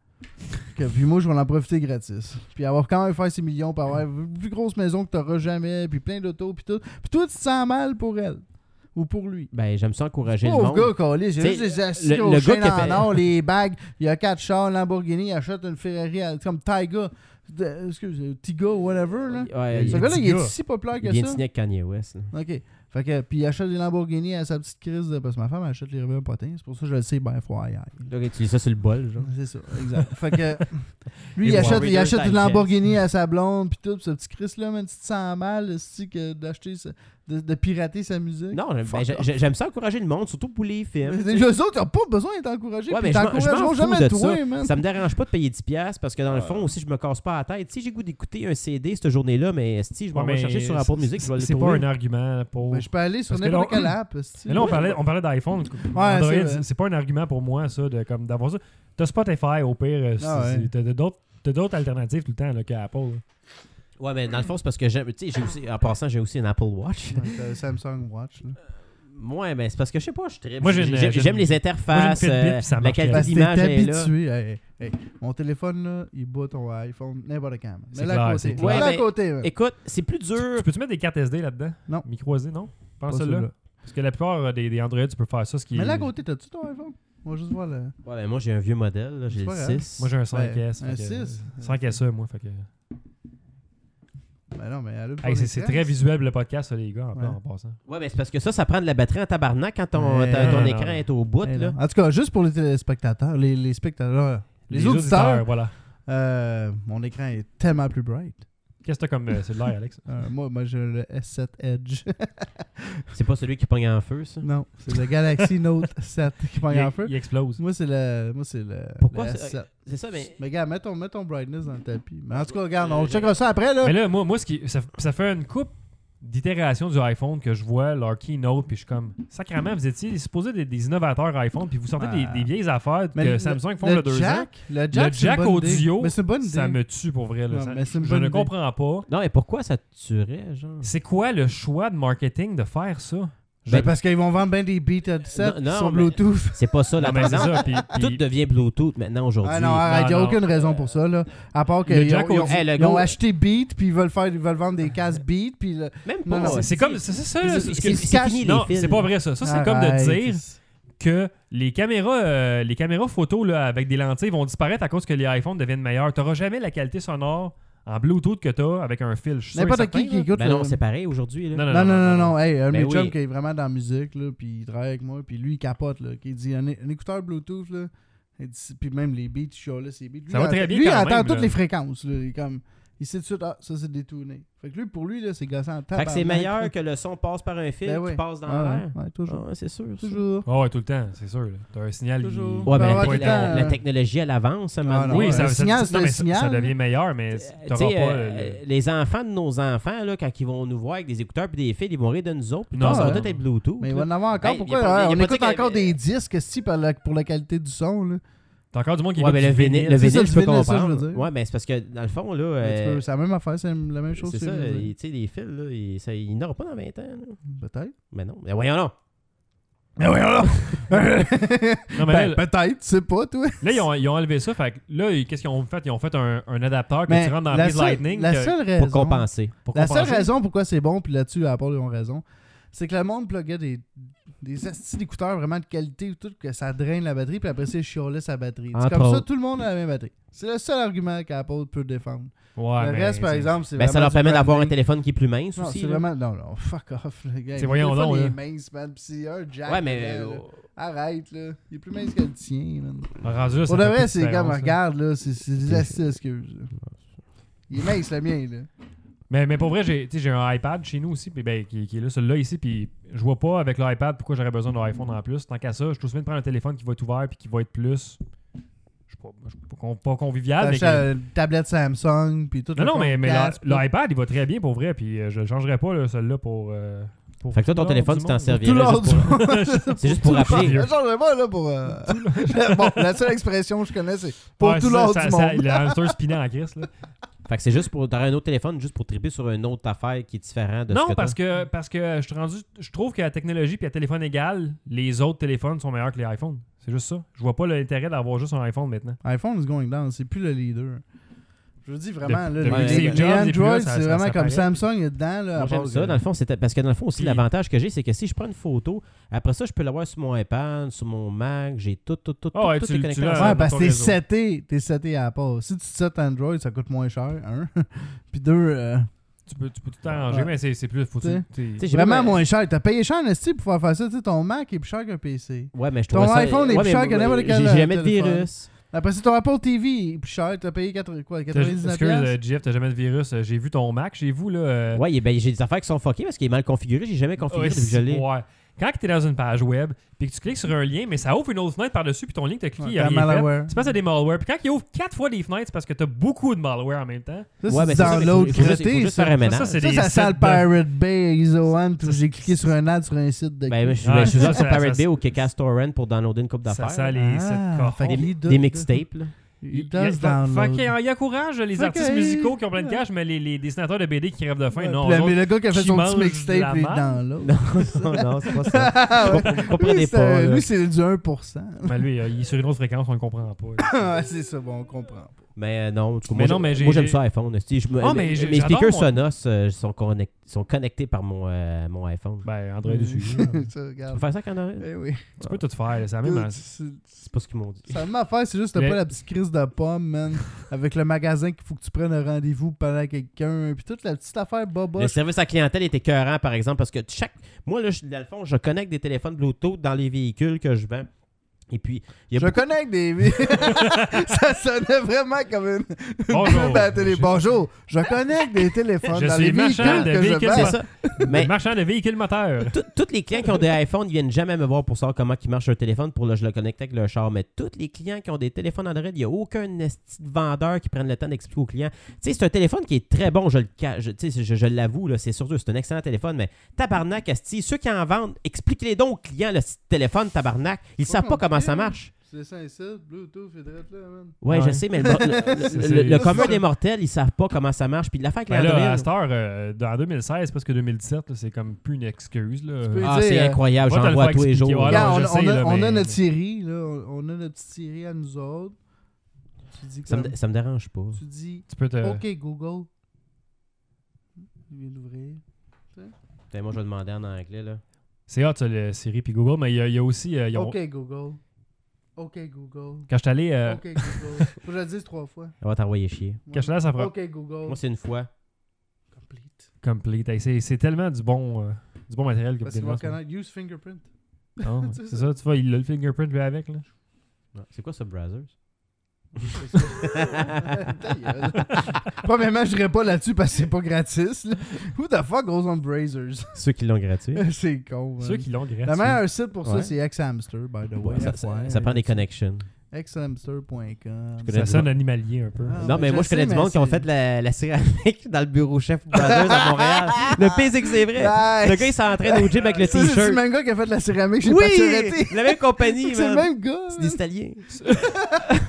C: Que, puis moi, je vais en profiter gratis. Puis avoir quand même fait ses millions, puis avoir la plus grosse maison que t'auras jamais, puis plein d'autos, puis tout. Puis toi, tu te sens mal pour elle. Ou pour lui.
B: Ben, j'aime ça encourager le
C: Pauvre
B: monde.
C: gars, Calis. Il y a
B: T'sais,
C: juste des assis
B: le-
C: aux
B: le gars
C: chaînes
B: qui a
C: en
B: fait-
C: or, les bagues. Il y a quatre chars, Lamborghini, il achète une Ferrari à- comme Taiga. De- excuse, Tiga, whatever. Là.
B: Ouais,
C: Ce
A: il-
C: gars-là, il est
A: Tiga.
C: si populaire
B: il
C: que
B: vient de
C: ça.
B: signer avec Kanye West. là.
C: OK. Fait que, puis il achète des Lamborghini à sa petite crise de. Parce que ma femme achète les revêtements potins. C'est pour ça que je le sais, ben, froid ailleurs.
B: Là, tu lis ça sur le bol, genre.
C: C'est ça, exact. fait que. Lui,
B: Et
C: il
B: voir
C: achète, il
B: Reader's
C: achète une
B: Digest.
C: Lamborghini à sa blonde, puis tout. Puis ce petit Chris-là, même, tu te sens mal, si que d'acheter, sa- de, de pirater sa musique.
B: Non, j'aime-
C: Fuck
B: ben, j'ai-
C: off.
B: j'aime ça encourager le monde, surtout pour les films.
C: Les autres, ils n'ont pas besoin d'être encouragés.
B: Ouais, mais
C: puis ils
B: je m'en- je m'en
C: t'encourageront
B: fous
C: jamais
B: de
C: toi,
B: ça.
C: man.
B: Ça me dérange pas de payer 10$ parce que
A: Ah.
B: dans le fond aussi, je me casse pas la tête. Si j'ai goût d'écouter un CD cette journée-là, mais si je m'en
A: Ouais,
B: vais
A: mais
B: chercher sur Apple
A: c'est-
B: Music, je vais le
A: C'est pas
B: trouver.
A: un argument pour.
C: Ben, je peux aller sur
A: Parce que
C: n'importe
A: là, on-
C: quelle app. esti.
A: Mais là, on parlait, on parlait d'iPhone. Android,
C: c'est vrai.
A: c'est- c'est pas un argument pour moi, ça, de, comme, d'avoir ça. T'as Spotify, au pire. euh, c'est-
C: Ah ouais.
A: c'est- T'as d'autres- t'as d'autres alternatives tout le temps là, qu'à Apple. là.
B: Ouais, mais dans le fond, c'est parce que j'aime. Tu sais, j'ai aussi- en passant, j'ai aussi une Apple Watch.
C: Ouais, t'as le Samsung Watch. là.
B: Ouais, mais c'est parce que je sais pas, je tripe.
A: Moi, j'ai une-
B: J'ai-
A: j'ai une-
B: J'aime les
A: moi,
B: interfaces,
A: j'ai une Fitbit,
B: euh,
A: puis ça
B: la
A: marche
B: qualité
A: bien.
C: Parce que t'es
B: d'image est là.
C: Ben, habitué. Hey, hey, hey. Mon téléphone, là, il bat ton iPhone n'importe quand.
A: C'est
C: Mais là,
A: clair,
C: à
A: c'est
C: côté.
A: clair.
C: Mets-le à
B: Ouais,
C: côté. man.
B: Écoute, c'est plus
A: Tu,
B: dur.
A: tu peux-tu mettre des cartes SD là-dedans
C: Non.
A: Micro SD, non
C: Pas
A: Pense celle-là.
C: celui-là.
A: Parce que la plupart euh, des, des Android, tu peux faire ça. Ce qui
C: Mais
A: est-
C: là, à côté, t'as-tu ton iPhone? On va juste voir le.
B: Ouais, ben, moi, j'ai un vieux modèle, là, j'ai
C: C'est
B: le
C: pas grave.
B: 6.
A: Moi, j'ai un 5S.
C: un
A: fait que,
C: 6.
A: euh, 5SE, moi. Fait que...
C: Ben non, mais elle a pas
A: Hey, c'est- c'est
C: d'écran.
A: très visuel le podcast, ça, les gars, en,
C: Ouais.
A: en passant.
B: Ouais, mais c'est parce que ça, ça prend de la batterie en tabarnak quand ton,
C: Mais
B: ta-
A: non,
B: ton
A: non,
B: écran
A: non.
B: est au bout.
C: Eh
B: là.
C: non. En tout cas, juste pour les téléspectateurs, les, les spectateurs, les, auditeurs,
A: Voilà.
C: euh, mon écran est tellement plus bright.
A: Qu'est-ce que t'as comme euh, cellulaire, Alex
C: Euh, moi, moi j'ai le S7 Edge.
B: C'est pas celui qui pogne en feu, ça.
C: non, c'est le Galaxy Note 7 qui prend
A: il,
C: un peu.
A: il explose.
C: Moi, c'est le, moi, c'est le,
B: Pourquoi
C: le
B: c'est-
C: S7.
B: C'est ça, mais.
C: Mais gars, mets ton, mets ton brightness dans le tapis. Mais en tout cas, regarde, on checkera ça après, là.
A: Mais là, moi, moi ce qui, ça, ça fait une coupe d'itération du iPhone que je vois leur keynote, puis je suis comme, sacrément, vous étiez supposé des, des innovateurs iPhone, puis vous sortez des,
C: Ah.
A: des vieilles affaires
C: Mais
A: que
C: le-
A: Samsung font
C: le
A: il y a deux ans.
C: jack, Le jack,
A: le
C: c'est une
A: jack
C: bonne idée.
A: audio,
C: Mais c'est une bonne idée.
A: Ça me tue pour vrai. là.
C: Non,
A: Ça-
C: mais c'est une
A: je
C: bonne
A: ne
C: idée.
A: comprends pas.
B: Non, mais pourquoi ça te tuerait, genre
A: C'est quoi le choix de marketing de faire ça? Je-
C: Ben, parce qu'ils vont vendre bien des beats à 17
B: Non, non,
C: qui sont
B: mais-
C: Bluetooth.
B: C'est pas ça, la
A: Non, mais c'est
B: présence.
A: ça. puis- puis-
B: Tout devient Bluetooth maintenant aujourd'hui.
C: Ah non, arrête, il n'y a
A: non.
C: aucune raison pour ça, là. À part
A: Le
C: qu'ils ont,
A: jack
C: ils ont-
B: audio- Eh, le
C: ils ont
B: gars-
C: acheté Beat, puis ils veulent, faire, ils veulent vendre des casques Beat, puis... le-
B: Même pas.
C: Non, non,
A: C'est- C'est comme. C'est c'est ça, là,
B: C'est-
A: ce
B: c'est-
A: que-
B: c'est fini, les
A: Non,
B: fils.
A: c'est pas vrai, ça. Ça, c'est comme de
C: Arrête.
A: dire que les caméras, euh, les caméras photo là, avec des lentilles vont disparaître à cause que les iPhones deviennent meilleurs. T'auras jamais la qualité sonore en Bluetooth que t'as avec un fil. Je suis sûr et
C: N'importe
A: certain,
C: qui qui
A: là.
C: écoute...
B: Ben
C: le-
B: non, c'est pareil aujourd'hui. là.
A: Non, non,
C: Non, non, non, non. Hey, un de
B: Ben
C: mes chums
B: oui.
C: qui est vraiment dans la musique, là, puis il travaille avec moi, puis lui, il capote, là, qui dit un, é- un écouteur Bluetooth, là, il dit- puis même les beats, je suis là, c'est beats. Lui,
A: Ça va
C: il
A: très
C: entend-
A: bien
C: Lui, il
A: quand
C: entend
A: même,
C: toutes
A: là.
C: les fréquences, là, il est comme... Il sait tout de suite, ah, ça c'est détourné. Fait que lui, pour lui, là, c'est gossant en
B: Fait que
C: tabarnak.
B: c'est meilleur que le son passe par un fil
C: Ben
B: qui
C: oui.
B: passe dans
C: Ouais,
B: l'air.
C: ouais, ouais, toujours.
B: Ah, c'est sûr. ça.
C: Toujours.
A: Ah ouais, tout le temps, c'est sûr. là. T'as un signal. qui-
C: Toujours.
B: Ouais,
C: Ben,
B: mais
C: ouais,
B: la,
C: tout le temps,
B: la
C: euh,
B: technologie, elle avance à un moment
C: Ah,
B: donné.
C: non,
A: Oui,
C: ouais.
A: ça,
C: Le
A: ça-
C: signal,
A: non,
C: c'est un
A: mais ça-
C: signal.
A: ça devient meilleur, mais
B: Euh,
A: t'auras
B: tu sais,
A: pas.
B: euh,
A: le-
B: Les enfants de nos enfants, là, quand ils vont nous voir avec des écouteurs puis des fils, ils vont rire de nous autres. Puis
A: Non,
B: non, ça va
C: ouais.
B: tout être Bluetooth.
C: euh, Mais il
B: là.
C: va en avoir encore.
B: Hey,
C: Pourquoi
B: y a pas-
C: ouais,
B: y a
C: on
B: pas
C: écoute
B: dit que-
C: encore des disques si, par la- pour la qualité du son? Là.
A: T'as encore du monde qui
B: Ouais, mais
A: écoute
B: le
A: du
B: vinyle,
A: vinyle.
B: le
C: C'est ça,
B: vinyle,
C: du
B: je peux
C: vinyle, ça, je veux
B: comprendre.
C: dire.
B: Ouais, mais c'est parce que, dans le fond, là.
C: Mais Ben, tu
B: euh,
C: peux- C'est la même affaire, c'est la même chose.
B: c'est
C: c'est-
B: ça,
C: c'est-
B: il- tu sais, les fils, là, il- ça- ils n'auront pas dans 20 ans. là.
C: Peut-être.
B: Mais non. Mais voyons, non.
A: Ben
C: Mais ouais, alors.
A: Non, mais
C: Ben,
A: là,
C: peut-être, tu sais pas, toi.
A: Là, ils ont, ils ont enlevé ça. Fait que là, ils- qu'est-ce qu'ils ont fait Ils ont fait un, un adapteur que
C: Mais
A: tu rentres dans la
C: Ben, la
A: prise
C: seule-
A: Lightning.
C: La
A: que-
C: seule raison.
B: Pour compenser.
A: pour
C: La seule
A: compenser.
C: raison pourquoi c'est bon, puis là-dessus, Apple, ils ont raison, c'est que le monde pluguait des, des astis d'écouteurs vraiment de qualité, tout, que ça draine la batterie, puis après, c'est chiolé sa batterie. C'est
B: Entre
C: comme ça,
B: autres.
C: tout le monde a la même batterie. C'est le seul argument qu'Apple peut défendre.
A: Ouais,
C: le
A: mais
C: reste, par
A: c'est-
C: exemple, c'est
B: Ben, ça
C: vraiment
B: leur
C: du
B: permet d'avoir un
C: branding.
B: téléphone qui est plus mince
C: Non,
B: aussi.
C: c'est
B: là.
C: vraiment. Non, non, fuck off, le gars.
A: C'est voyons
C: le
A: donc,
C: téléphone,
A: là.
C: Il est mince, man, puis c'est un jack.
B: Ouais, mais.
C: dedans, là.
B: euh,
C: Arrête, là. Il est plus mince que le tien, man.
A: Rendu là, ça fait plus
C: Pour le
A: de
C: vrai, c'est comme,
A: différence, là.
C: regarde, là, c'est c'est des astis, excuse. là. Il est mince, le mien, là.
A: Mais, mais pour vrai, j'ai tu sais, j'ai un iPad chez nous aussi, puis ben, qui, qui est là, celui-là ici, puis je vois pas avec l'iPad pourquoi j'aurais besoin d'un iPhone en plus. Tant qu'à ça, je trouve bien de prendre un téléphone qui va être ouvert puis qui va être plus. Je sais pas, je sais pas, con- pas convivial. Ah, Mais
C: T'achètes
A: que-
C: une tablette Samsung, puis tout.
A: Non,
C: le
A: non, mais, mais
C: Chromecast, puis
A: l'i- l'iPad, il va très bien pour vrai, puis euh, je le changerais pas, là, celui-là, pour, euh, pour.
B: Fait que toi, ton
A: tout le
B: téléphone,
A: monde
B: tu
A: du
B: t'en
A: monde.
B: servirais.
C: tout l'or
B: juste
C: du
B: pour-
C: monde.
B: C'est juste pour rappeler.
A: vieux.
C: Je changerai pas, là, pour... euh, bon, la seule expression que je connais, c'est pour
A: Ouais,
C: tout
A: ça,
C: l'or
A: ça-
C: du
A: ça-
C: monde.
A: Le hamster spinant en crise, là.
B: Fait que c'est juste pour. T'aurais un autre téléphone juste pour triper sur une autre affaire qui est différente de ce
A: Non,
B: que
A: parce
B: t'as.
A: que, parce que je, suis rendu, je trouve que la technologie et le téléphone égal, les autres téléphones sont meilleurs que les iPhones. C'est juste ça. Je vois pas l'intérêt d'avoir juste un iPhone maintenant.
C: iPhone is going down, c'est plus le leader. Je vous dis vraiment, là,
A: Depuis
B: que
C: les,
B: Steve
A: Jobs est
C: les
A: plus là,
C: Android,
A: ça-
C: c'est
A: ça-
C: vraiment
A: ça
C: comme
A: paraît.
C: Samsung est dedans. Là, à
B: Moi, j'aime
C: part
B: ça.
C: que-
B: Dans le fond, c'était parce que dans le fond aussi,
A: Puis-
B: l'avantage que j'ai, c'est que si je prends une photo, après ça, je peux l'avoir sur mon iPad, sur mon Mac, j'ai tout, tout, tout,
A: Ah
B: tout,
A: ouais,
B: tout
A: tu-
B: est
A: tu
B: connecté
A: l'as-
B: ensemble.
C: Ouais,
A: dans
C: parce
A: ton
C: que t'es
A: réseau.
C: seté, t'es seté à Apple. Si tu setes Android, ça coûte moins cher, un. Puis deux, euh,
A: Tu peux, tu peux tout arranger,
C: Ouais.
A: mais c'est c'est plus. Faut tu,
C: T'sais.
A: t'es-
B: Tu sais, j'ai
C: vraiment
B: même-
C: moins cher. T'as payé cher en esti pour pouvoir faire ça. Tu sais, ton Mac est plus cher qu'un PC.
B: Ouais, mais je
C: Ton
B: trouve ça...
C: iPhone est
B: ouais,
C: plus
B: mais
C: cher que
B: moi,
C: n'importe quel,
B: J'ai
C: euh,
B: jamais de
C: téléphone.
B: virus.
C: Après ça, ton Apple TV est plus cher. T'as payé 4, quoi,
A: t'as-
C: 99
A: Excuse,
C: piastres?
A: euh, Jeff, t'as jamais de virus. Euh, J'ai vu ton Mac chez vous, là. euh,
B: Ouais, et ben, j'ai des affaires qui sont fuckées parce qu'il est mal configuré. J'ai jamais configuré
A: OS,
B: depuis que je l'ai.
A: Ah ouais. Quand tu es dans une page web, puis que tu cliques sur un lien, mais ça ouvre une autre fenêtre par-dessus, puis ton lien que tu cliqué,
C: Ouais,
A: il y a
C: t'as
A: rien fait.
C: malware.
A: Tu passes à des malware. Puis quand il ouvre quatre fois des fenêtres, c'est parce que t'as beaucoup de malware en même temps.
C: Ça,
B: Ouais, mais c'est
C: c'est
B: ça,
C: dans
B: mais
C: l'autre
B: faut- faut juste- faut
C: côté.
B: juste
C: Ça,
B: faire un ménage.
A: ça, c'est
C: ça,
A: des
C: ça
A: sites
C: sent le
A: de-
C: Pirate Bay, ISO One, puis
A: Ça,
C: j'ai cliqué sur un ad sur un site de.
B: Ben, moi, je suis
A: Ouais,
B: ben, je suis
A: Ah, ça,
B: sur
A: ça-
B: Pirate
A: ça-
B: Bay ou Kickass Torrent pour downloader une coupe
A: Ça
B: d'affaires.
A: sent
B: là.
A: les
C: Ah,
A: sites cochons.
C: fait que-
B: Des,
C: Il
B: des
C: doute-
B: mixtapes, là.
C: Il
A: Il- il-
C: does
A: fait- fait
C: download.
A: qu'il il encourage les
C: Fait
A: artistes
C: qu'il-
A: musicaux qui ont plein de cash, mais les, les dessinateurs de BD qui crèvent de faim,
C: Ouais,
A: non.
C: puis
A: eux
C: le, mais
A: autres-
C: le gars qui a fait
A: qui
C: son
A: mange
C: petit
A: de
C: mixtape,
A: la
C: il est
A: merde.
C: dans l'autre.
B: Non, non, c'est pas ça.
C: Ah, ouais.
B: Vous comprenez
C: Lui,
B: pas,
C: c'est-
B: là.
C: Lui, c'est du 1%.
A: Mais lui, euh, il est sur une autre fréquence, on ne comprend pas. là.
C: Ah, c'est ça, bon, on comprend. pas.
B: Mais euh, non, en tout cas,
A: Mais
B: moi,
A: non,
B: j'ai-
A: mais j'ai-
B: moi, j'aime
A: j'ai-
B: ça iPhone. hostie. Je me-
A: Ah, mais
B: mes,
A: j'ai-
B: mes
A: j'adore
B: speakers
A: mon-
B: Sonos euh, sont, connect- sont connectés par mon, euh, mon iPhone.
A: Ben, André dessus. Tu
C: ça,
B: Tu peux
C: regarde.
B: faire ça quand on
A: euh,
B: aurait-
C: Eh oui.
A: peux tout faire, là, c'est la même.
C: Dude, c'est-
B: C'est pas ce qu'ils m'ont dit.
C: Ça m'a affaire, c'est juste que t'as
A: Mais-
C: pas la petite crise de pomme, man. Avec le magasin qu'il faut que tu prennes un rendez-vous pendant quelqu'un. Puis toute la petite affaire boba.
A: bah,
B: Le service à clientèle est écœurant, par exemple, parce que chaque. Moi, là, je, dans le fond, je connecte des téléphones Bluetooth dans les véhicules que je vends. Et puis, il y a
C: Je
B: beaucoup-
C: connecte des. ça sonnait vraiment comme une.
A: Bonjour.
C: pub à la télé. Bonjour. Je connecte des téléphones
A: Je
C: dans
A: suis
C: les véhicules
A: marchand de
C: que je
A: véhicules,
C: vends.
B: C'est ça. Mais
A: Marchand de véhicules moteurs.
B: tout- tous les clients qui ont des iPhones, ils viennent jamais me voir pour savoir comment qui marche leur téléphone pour là, je le connecte avec leur char. Mais tous les clients qui ont des téléphones Android, il n'y a aucun esti de vendeur qui prenne le temps d'expliquer aux clients. Tu sais, c'est un téléphone qui est très bon, je le ca- je, tu sais, je, je l'avoue, là, c'est sûr, c'est un excellent téléphone, mais tabarnak, esti, ceux qui en vendent, expliquez-les donc aux clients le esti de téléphone, tabarnak. Ils
C: Pas
B: savent pas comment ça
C: compliqué.
B: marche.
C: C'est ça, et ça, Bluetooth et direct là, man.
B: Ouais,
A: Ouais.
B: je sais, mais le, le- le- le- le commun des mortels, ils savent pas comment ça marche. Puis l'affaire avec
A: Ben là, à cette
B: l'Android.
A: heure, euh, dans 2016, parce que 2017, là, c'est comme plus une excuse. Là.
C: Tu peux-
B: Ah, c'est
C: euh,
B: incroyable,
A: va te
B: j'en
A: le
B: vois
A: faire
B: tous les
A: expliquer,
B: jours.
A: ouais,
B: là.
A: non,
C: Regarde,
A: je
C: on, on
A: sais,
C: a,
A: là,
C: on a
A: mais-
C: notre Siri, là. On, on a notre petit Siri à nous autres. Tu dis,
B: Ça
C: comme-
B: me, ça me dérange pas.
C: tu dis
A: Tu peux te.
C: OK, Google. Il vient d'ouvrir.
B: Putain, moi, je vais demander en anglais, là.
A: C'est hot, ça, le Siri puis Google, mais il y, a- il y a aussi. euh, ils ont-
C: OK, Google. OK, Google.
A: Quand je suis allé, euh,
C: OK, Google. Faut que je le dise trois fois.
B: On va t'envoyer chier.
C: Ouais.
A: quand je suis allé à San Fran-
C: OK, Google.
B: Moi, c'est une fois.
C: Complete.
A: Complete. Hey, c'est, c'est tellement du bon, euh, du bon matériel que
C: Parce qu'il
A: Bill
C: va
A: Gates,
C: reconnaître Use Fingerprint.
A: Ah, non, C'est ça, tu vois, il a le fingerprint lui avec. Là.
B: Ah. Ouais. C'est quoi ça, Brazzers?
C: Ta gueule. Premièrement, je n'irai pas là-dessus parce que c'est pas gratis. là. Who the fuck goes on Brazers?
B: Ceux qui l'ont gratuit.
C: c'est con. man.
A: Ceux qui l'ont gratuit.
C: Le meilleur site pour ça,
B: Ouais.
C: c'est Xhamster, by the way.
B: Ouais, ça, ça- ça prend des connexions.
C: Xhamster.com.
B: connais-
A: Ça sonne animalier un peu.
C: Ah,
B: non, mais
C: mais
B: moi,
C: je
B: je connais
C: sais,
B: du monde
C: mais
B: qui ont
C: c'est-
B: fait la, la céramique dans le bureau chef Brothers à Montréal. Le pire, c'est que c'est vrai.
C: Nice.
B: Le gars, il s'entraîne au gym avec le
C: Ça, C'est le
B: t-shirt.
C: même gars qui a fait de la céramique chez
B: Oui!
C: Pacioretty.
B: La même compagnie,
C: C'est le
B: man.
C: même gars.
B: C'est des Italiens.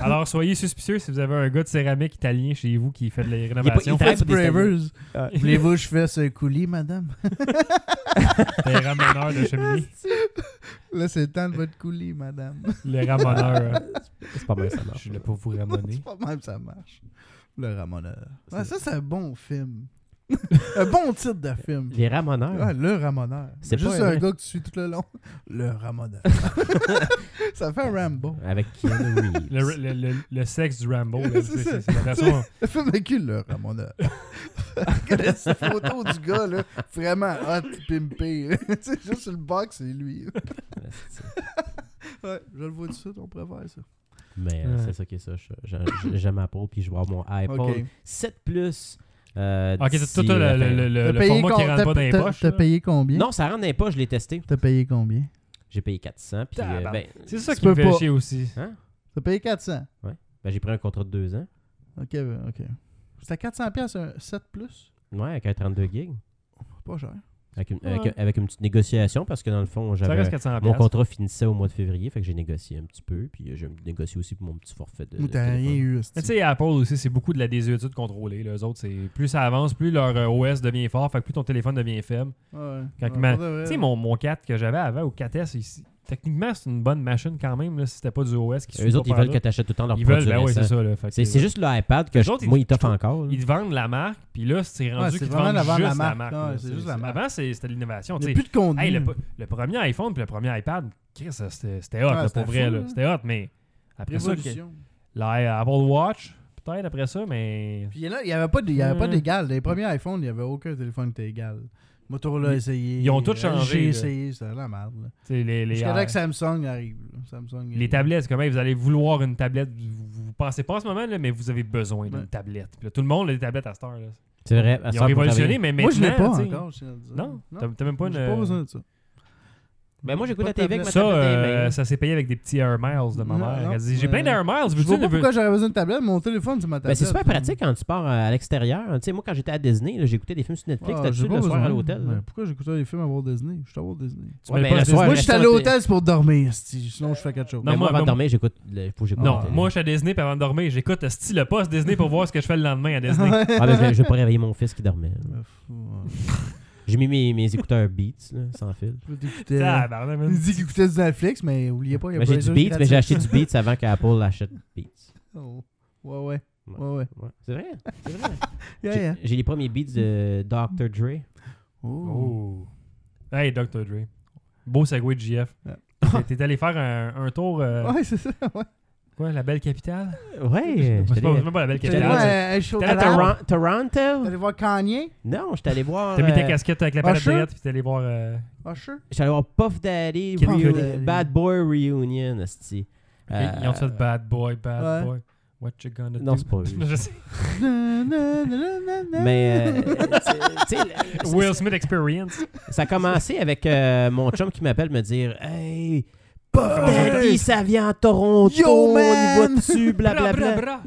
A: Alors, soyez suspicieux si vous avez un gars de céramique italien chez vous qui fait de la
B: pas-
A: rénovation.
B: il travaille
C: Fats
B: pour des Italiens.
C: Bravers. Voulez-vous que je fasse un coulis, madame?
A: Les ramoneurs de cheminée.
C: Là, c'est le temps de votre coulis, madame.
A: Les ramoneurs. euh,
B: C'est pas mal, ça
A: Je
B: marche.
A: suis là pour vous ramoner.
C: C'est pas mal, ça marche. Le Ramoneur. Ouais, ça, c'est un bon film. un bon titre de film.
B: Les ramoneurs.
C: Ouais, Ah, le Ramoneur.
B: C'est
C: juste
B: pas
C: un
B: vrai.
C: gars que tu suis tout le long. Le Ramoneur. ça fait un Rambo.
B: Avec Keanu Reeves.
A: Le, le, le- le sexe du Rambo. là,
C: C'est
A: C'est c'est-
C: ça.
A: c'est la façon.
C: Le film de cul, le Ramoneur. Regardez cette photo du gars, là. Vraiment hot, pimpé. tu sais, juste sur le box, c'est lui. Ouais, je le vois tout de suite, on pourrait faire ça.
B: Mais euh,
A: Ouais.
B: c'est ça qui est ça. je- je- je- J'aime Apple, puis je vais avoir mon iPhone
C: Ok.
B: 7 Plus. euh,
A: Ok,
B: d'ici,
A: c'est tout le,
B: euh,
A: le,
B: fin-
A: le, le,
C: T'as
A: le
C: payé
A: format qui
C: com-
A: rentre
C: t'as-
A: pas dans les
C: t'as-
A: poches.
C: T'as
A: là.
C: payé combien?
B: Non, ça rentre dans les poches, je l'ai testé.
C: T'as payé combien?
B: J'ai payé 400, puis euh,
C: Tabarnak.
B: ben, hein?
A: C'est ça
C: Tu
A: qui me
C: peux
A: fait
C: pas.
A: chier aussi.
C: T'as payé 400.
B: ben, j'ai pris un contrat de 2 ans.
C: Ok, ben, ok. C'était 400 pièces un 7 plus.
B: Ouais, avec un 32 gigs.
C: Pas cher.
B: Avec une,
A: Ouais.
B: avec, avec une petite négociation, parce que dans le fond,
A: Ça reste
B: j'avais.
A: 400
B: Mon contrat finissait au mois de février, fait que j'ai négocié un petit peu, puis euh, j'ai négocié aussi pour mon petit forfait de.
C: Ou t'as
B: téléphone.
C: rien eu,
A: Mais tu
C: hostie.
A: sais, Apple aussi, c'est beaucoup de la désuétude contrôlée. là. Eux autres, c'est plus ça avance, plus leur euh, OS devient fort, fait que plus ton téléphone devient faible.
C: Ouais.
A: Quand
C: Ouais,
A: il m'a-
C: pour de vrai.
A: Tu sais, mon, mon 4 que j'avais avant, ou 4S, il- techniquement, c'est une bonne machine quand même, là, si c'était pas du OS qui suit
B: Eux autres,
A: pas
B: ils
A: par
B: veulle
A: là.
B: que tu achètes tout le temps leurs
A: Ils veulent,
B: produits
A: ben oui, c'est
B: récents.
A: ça. là. Fait que
B: C'est c'est juste l'iPad que
A: Eux
B: je-
A: autres, ils-
B: moi, ils
A: je
B: t'offrent
A: trouve-
B: encore. là.
A: Ils te vendent la marque, puis là, c'est rendu
C: c'est
A: qu'ils te
C: vraiment
A: vendent
C: la
A: juste
C: vendre la
A: la marque.
C: marque.
A: là.
C: Ouais, c'est juste la marque.
A: Avant, c'est- c'était l'innovation.
C: Il
A: tu
C: n'y a
A: sais.
C: plus de contenu.
A: Hey, le, le premier iPhone puis le premier iPad, Chris, ça, c'était c'était hot,
C: Ouais,
A: là,
C: c'était
A: pour vrai.
C: fou,
A: là.
C: là.
A: C'était hot, mais après ça, que-
C: Révolution.
A: la euh, Apple Watch, peut-être après ça, mais.
C: Puis là, il n'y avait pas de- il y avait pas
A: Hmm.
C: d'égal. Les premiers iPhones, il n'y avait aucun téléphone qui était égal. Motorola a
A: Ils-
C: essayé.
A: ils ont tous
C: euh,
A: changé,
C: J'ai
A: là.
C: essayé, c'était la merde. là.
A: tu sais, Les, les,
C: Jusqu'à là que Samsung arrive. là. Samsung
A: les tablettes, c'est comme hey, vous allez vouloir une tablette. Vous, vous pensez pas en ce moment, là, mais vous avez besoin d'une
C: Ouais.
A: tablette. Puis là, tout le monde a des tablettes à cette heure. Là.
B: C'est vrai. à
A: Ils
B: ça,
A: ont
B: pour
A: révolutionné,
B: travailler.
A: mais maintenant.
C: Moi, je l'ai pas
A: tu sais,
C: encore, je tiens à dire.
A: Non,
C: Non,
A: t'as t'as même pas une.
C: j'ai pas besoin de ça.
B: Ben, moi, j'écoute
C: Pas
B: la
C: de
B: TV avec ma
A: Ça,
B: tablette. dans les
A: euh,
B: mains.
A: ça s'est payé avec des petits Air Miles de ma
C: Non,
A: mère.
C: non,
A: Elle dit J'ai
C: mais-
A: plein d'Air Miles,
C: Je
A: veux-tu
C: vois pas
A: veux-
C: pourquoi j'aurais besoin de tablette. Mon téléphone, c'est ma
B: Ben,
C: tablette.
B: c'est super
C: là.
B: pratique quand tu pars euh, à à l'extérieur. Tu sais, moi, quand j'étais à Disney, là, j'écoutais des films sur Netflix
C: Ah,
B: là-dessus
C: j'ai pas
B: le soir
C: besoin.
B: à l'hôtel. là.
C: Ben, Pourquoi j'écoutais les films à Walt Disney Je suis à Walt Disney.
A: Tu
B: Ouais,
A: mets
B: ben,
A: pas
B: le
A: à
B: soir,
C: Moi,
A: Disney.
C: je suis allé à l'hôtel c'est pour dormir, sti. sinon je fais quelque chose.
A: Non,
B: Mais
A: moi,
B: moi, avant de
A: moi-
B: dormir, j'écoute. le- Faut que j'écoute.
A: Non,
B: la télé.
A: moi, je suis à Disney, puis avant de dormir, j'écoute le style le poste Disney pour voir ce que je fais le lendemain à Disney.
C: Ouais.
B: Ah, ben, je vais- je vais pas réveiller mon fils qui dormait. là.
C: Ouais.
B: J'ai mis mes, mes écouteurs Beats, là, sans fil.
A: Ah,
C: T'écoutais-
A: Tabarnak, man.
C: Il dit qu'il écoutait du Netflix, mais oubliez pas, il y a
B: Ben,
C: pas
B: j'ai
C: les
B: du
C: autres
B: Beats, mais
C: gratuits.
B: j'ai acheté du Beats avant qu'Apple achète Beats.
C: Oh. Ouais, ouais. Ouais, ouais.
B: Ouais, c'est vrai. C'est vrai.
C: Yeah,
B: J'ai-
C: yeah.
B: J'ai les premiers beats de Dr. Dre.
C: Oh.
A: Oh. Hey, Dr. Dre. Beau segway de JF.
C: Ouais.
A: T'es- T'es allé faire un, un tour. euh,
B: Oh.
C: Ouais, c'est ça, ouais.
A: Quoi, la belle capitale
B: Ouais.
A: C'est pas, même pas la belle
C: T'es allé voir
A: capitale.
C: un- un show de
A: T'es allé
C: rap?
A: Toronto.
C: T'es allé
B: Toronto?
C: voir Kanye?
B: Non, j'étais allé voir.
A: T'as mis ta
B: euh,
A: casquette avec la
C: Usher?
A: palette de rette, puis t'es allé voir. euh,
C: Usher?
B: J'étais allé voir Puff Daddy,
C: Kid
B: Reuni-
C: Cudi.
B: Bad Boy Reunion, esti. Euh,
A: Ils ont fait Bad Boy, Bad
C: ouais.
A: Boy. What you gonna do
B: Non, c'est pas eux.
A: Je sais.
C: Na, na, na, na, na.
B: Mais, euh, tu sais,
A: Will Smith Experience.
B: ça a commencé avec euh, mon chum qui m'appelle me dire Hey, Puff
C: Puff Daddy.
B: Daddy, ça vient à Toronto,
C: Yo,
B: on y va
C: man.
B: dessus, blablabla.
A: bra.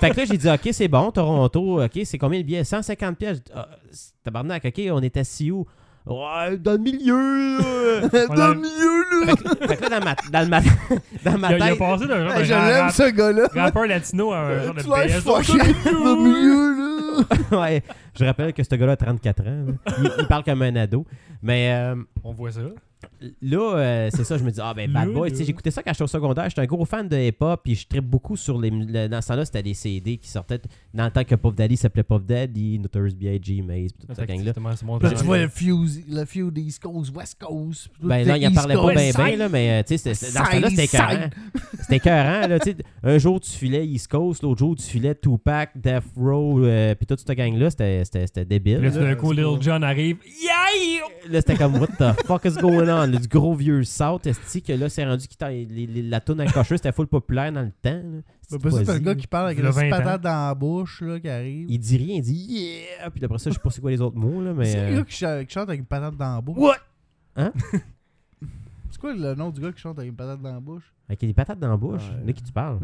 B: Fait que là, j'ai dit, OK, c'est bon, Toronto, OK, c'est combien le billet? 150 pièces. J'ai dit, Ah, c'est tabarnak, OK, on était si où? Ouais, dans le milieu, là.
A: Voilà.
C: Dans le milieu, là!
B: fait que là, dans ma, dans le ma- dans ma
A: Il a, il a
B: tête,
A: passé d'un genre
C: Hey,
A: de
C: Je
A: ra-
C: l'aime,
A: rap-
C: ce gars-là!
A: rappeur latino à un genre de
C: Tu l'as
A: BS.
C: fucké dans le milieu, là!
B: ouais, je rappelle que ce gars-là a 34 ans. là. Il, il parle comme un ado. Mais euh,
A: On voit ça.
B: là, euh, c'est ça, je me dis, ah ben, Bad
A: Là,
B: Boy,
A: là.
B: tu sais, j'écoutais ça quand j'étais au secondaire. J'étais un gros fan de hip-hop, puis je trippe beaucoup sur les. le- dans ce temps-là, c'était des CD qui sortaient dans le temps que Puff Daddy s'appelait Puff Daddy, Notorious B.I.G., Maze, puis toute cette gang-là.
A: Justement, c'est mon
C: Puis là,
A: genre.
C: tu vois le fuse, le feud East Coast, West Coast. puis tout
B: Ben
C: était
B: non, il en
C: East
B: parlait pas
C: Coast.
B: bien, bien, là, mais euh, tu sais, c'était- c'était- dans ce temps-là, c'était
C: Side, side.
B: écœurant. C'était écœurant, là, tu sais. Un jour, tu filais East Coast, l'autre jour, tu filais Tupac, Death Row, euh, puis toute cette gang-là, c'était c'était- c'était
A: Puis là,
B: débile.
A: tout d'un coup, Lil John arrive.
B: Là, c'était comme, what the fuck is going non, le- du gros vieux South, est que là, c'est rendu qui la toune à cocher, c'était full populaire dans le temps. là.
C: Ben,
B: C'est-tu
C: pas ça, t'as le
B: vas-y,
C: gars
B: là.
C: qui parle avec
A: Il a
C: une
A: 20 ans.
C: patate dans la bouche, là, qui arrive.
B: Il dit rien, il dit yeah! Puis après ça, je sais pas c'est quoi les autres mots, là, mais.
C: C'est le
B: euh,
C: gars qui, ch- qui chante avec une patate dans la bouche.
B: What? Hein?
C: C'est quoi le nom du gars qui chante avec une patate dans la bouche?
B: Avec des patates dans la bouche,
C: Ouais.
B: de qui tu parles?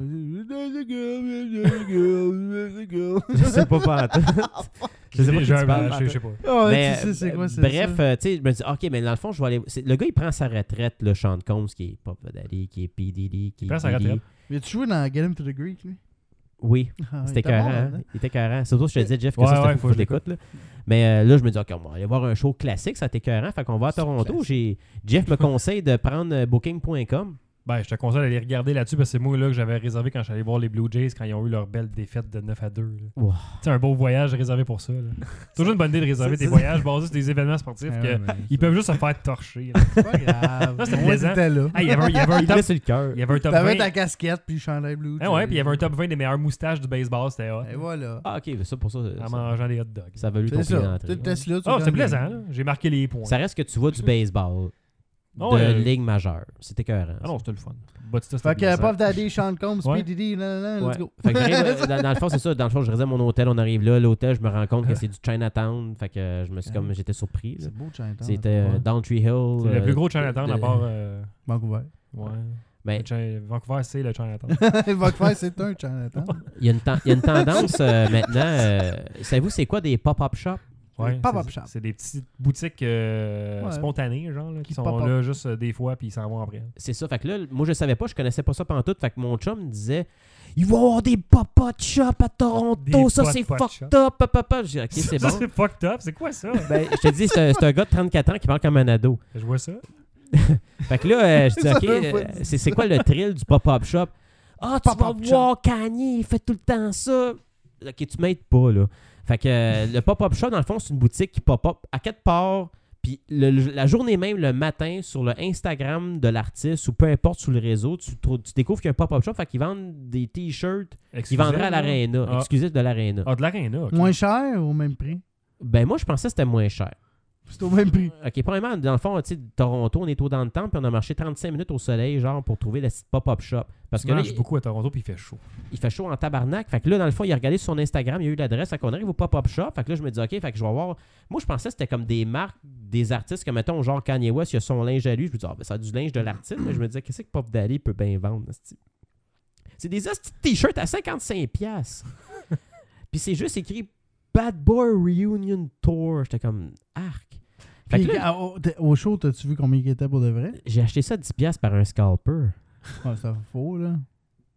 C: Je
B: Je sais pas pas Je sais pas qui
A: J'ai-
B: tu parles.
A: Je je sais pas.
C: Oh,
B: Mais,
C: tu sais c'est quoi, c'est
B: bref,
C: ça.
B: euh, tu sais, je me dis, OK, mais dans le fond, je vais aller. c'est- Le gars, il prend sa retraite, le Sean Combs, qui est Pop Daddy, qui est P. Diddy, qui est.
A: prend sa
B: Diddy.
A: retraite.
C: Mais tu jouais dans Get Him to the Greek, lui?
B: Oui,
C: Ah, il
B: c'était
C: était bon,
B: écœurant. hein.
C: là-dedans.
B: Il était écœurant. Surtout, je te disais, Jeff, que
A: Ouais,
B: ça,
A: ouais,
B: c'était faut que je l'écoute. là. Mais euh, là, je me dis, OK, on va aller voir un show classique, ça t'est écœurant. Fait qu'on va à
C: C'est
B: Toronto.
C: classique.
B: J'ai... Jeff me conseille de prendre euh, booking.com.
A: Ben, je te conseille d'aller regarder là-dessus parce que c'est moi là, que j'avais réservé quand je suis allé voir les Blue Jays quand ils ont eu leur belle défaite de 9 à 2. là.
B: Wow.
A: C'est un beau voyage réservé pour ça. là. C'est toujours une bonne idée de réserver
B: C'est-
A: tes
B: c'est-
A: voyages basés sur des événements sportifs
C: Ah,
A: que
C: ouais, mais
A: ils peuvent juste se faire torcher. là.
C: C'est pas grave.
A: Non, c'était
C: Moi,
A: plaisant.
C: j'étais là.
A: Ah, il y avait, il y avait un
B: Il
A: top,
B: met sur le cœur.
A: il y avait un top
C: T'avais
A: 20.
C: ta casquette puis le chandail blue.
A: Ah ouais, puis il y avait un top 20 des meilleurs moustaches du baseball, c'était hot.
C: Et voilà.
B: Ah, OK, mais ça, pour ça,
A: En
B: ça,
A: mangeant des hot dogs.
B: ça a valu ton
C: C'est
B: prix
C: ça.
B: d'entrée.
C: Tu testes là, tu
A: Oh, c'est
C: gagnes.
A: plaisant. là. J'ai marqué les points.
B: Ça reste que tu vois du baseball
A: Ah
B: de
A: ouais.
B: ligue majeure. C'était écœurant.
A: Ah non, c'était le fun. Bautista, c'était
C: Fait que
A: bien.
C: Puff Daddy, Sean Combs,
A: Ouais.
C: PDD, nan, nan, nan,
B: Ouais.
C: let's go.
B: Fait que j'arrive, euh, dans, dans le fond, c'est ça. Dans le fond, je réserve mon hôtel, on arrive là. L'hôtel, je me rends compte que c'est du Chinatown. Fait que euh, je me suis comme j'étais surpris. là.
C: C'est beau, hein. Chinatown.
B: C'était euh,
C: Ouais.
B: Downtree Hill.
A: hein? C'est
B: euh,
A: le plus gros Chinatown
B: de-
A: à part. euh,
C: Vancouver.
A: Ouais.
B: Mais
A: Le Chi- Vancouver, c'est le Chinatown.
C: Vancouver, c'est un Chinatown.
B: il y, a une ten- il y a une tendance euh, maintenant. euh, savez-vous, c'est quoi des pop-up shops?
A: Ouais,
C: Pop-up
A: c'est-
C: shop.
A: C'est des petites boutiques euh,
C: Ouais.
A: spontanées, genre, là, qui,
C: Qui
A: sont
C: pop-up.
A: là juste euh, des fois, puis ils s'en vont après.
B: C'est ça. Fait que là, moi, je savais pas, je connaissais pas ça pendant tout. Fait que mon chum me disait Il va y avoir des pop-up shops à Toronto.
A: Des
B: ça, c'est
A: pop-up
B: fucked up. papa. J'ai dit Ok, c'est
A: Ça,
B: bon.
A: C'est fucked up, c'est quoi ça?
B: Ben, je te dis, c'est un, c'est un gars de 34 ans qui parle comme un ado.
A: Je vois ça.
B: Fait que là, euh, je dis,
C: Ça
B: OK,
C: veut pas
B: euh,
C: dire
B: c'est c'est quoi le thrill du pop-up shop? Ah, tu vas
C: Pop-up
B: voir Kanye, il fait tout le temps ça. OK, tu m'aides pas, là. Fait que euh, le pop-up shop, dans le fond, c'est une boutique qui pop-up à quatre parts. Puis le- le- la journée même, le matin, sur le Instagram de l'artiste ou peu importe sur le réseau, tu, trou- tu découvres qu'il y a un pop-up shop. Fait qu'ils vendent des t-shirts qu'ils
A: Excusez,
B: vendraient à
A: là.
B: l'arena,
A: Ah.
B: exclusifs de l'arena.
A: Ah, de l'aréna, ok.
C: Moins cher ou au même prix?
B: Ben moi, je pensais que c'était moins cher.
C: C'est au même prix.
B: OK, premièrement, dans le fond, tu sais, Toronto, on est au dans le temps, puis on a marché 35 minutes au soleil, genre, pour trouver la petite pop-up shop. Parce
A: Tu
B: que là,
A: manges
B: il,
A: beaucoup à Toronto, puis il fait chaud.
B: il fait chaud en tabarnak. Fait que là, dans le fond, il a regardé sur son Instagram, il a eu l'adresse. Fait qu'on arrive au pop-up shop. Fait que là, je me dis, OK, fait que je vais voir. Moi, je pensais que c'était comme des marques, des artistes, comme mettons, genre Kanye West, il a son linge à lui. Je me dis, ah, ben, ça a du linge de l'artiste. Mais je me disais, qu'est-ce que Pop Daddy peut bien vendre, esti? C'est des petits t-shirts à 55$. piastres. Puis c'est juste écrit Bad Boy Reunion Tour. J'étais comme, arc. Fait
C: Puis,
B: que là,
C: à- au, t'es- au show, t'as-tu vu combien il était pour de vrai?
B: J'ai acheté ça 10$ piastres par un scalper.
C: Ouais, c'est faux, là.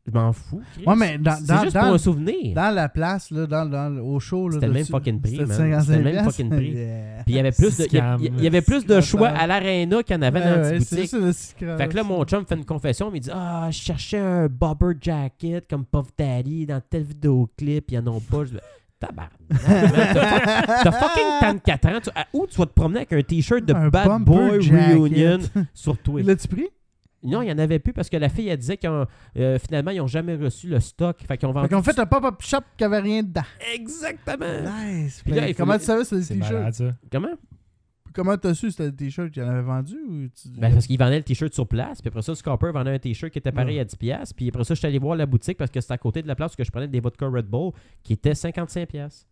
B: Je m'en fous. Chris.
C: Ouais, mais dans,
B: c'est
C: dans,
B: juste pour
C: dans,
B: un souvenir.
C: dans la place, là, dans, dans, au show, là.
B: C'était le même
C: t'as-tu-
B: fucking prix,
C: c'était
B: man.
C: 55
B: C'était le même
C: piastres?
B: fucking prix.
C: Yeah.
B: Puis il y avait plus de, il y a-
A: Scam.
B: il y avait plus de
C: Scam.
B: choix à l'arena qu'il y en avait
C: Ouais,
B: dans la
C: ouais,
B: petite
C: c'est
B: boutique.
C: ça, le secret.
B: Fait que là, mon chum fait une confession, il me dit Ah, je cherchais un bobber jacket comme Puff Daddy dans tel vidéoclip, ils en ont pas. Je dis, Tabarnak. man, T'as t'as fucking 34 ans. Tu, à où tu vas te promener avec un t-shirt de
C: Un
B: Bad
C: bumper
B: Boy
C: jacket.
B: Reunion sur Twitch?
C: L'as-tu pris?
B: Non, il n'y en avait plus parce que la fille, elle disait qu'ils ont- euh, finalement, ils n'ont jamais reçu le stock. Fait qu'ils ont vendu.
C: Fait qu'on fait un pop-up shop qui avait rien dedans.
B: Exactement.
C: Nice.
B: Puis là,
C: Ben,
B: il
C: comment
B: faut-
C: tu savais que c'était
A: C'est
C: le t-shirt?
A: malade, ça.
B: Comment?
C: Comment t'as su que c'était le t-shirt qu'il en avait vendu? Ou tu...
B: Ben, parce qu'ils vendaient le t-shirt sur place, puis après ça, Scalper vendait un t-shirt qui était pareil à 10$, puis après ça, je suis allé voir la boutique parce que c'était à côté de la place où que je prenais des vodka Red Bull qui étaient 55$.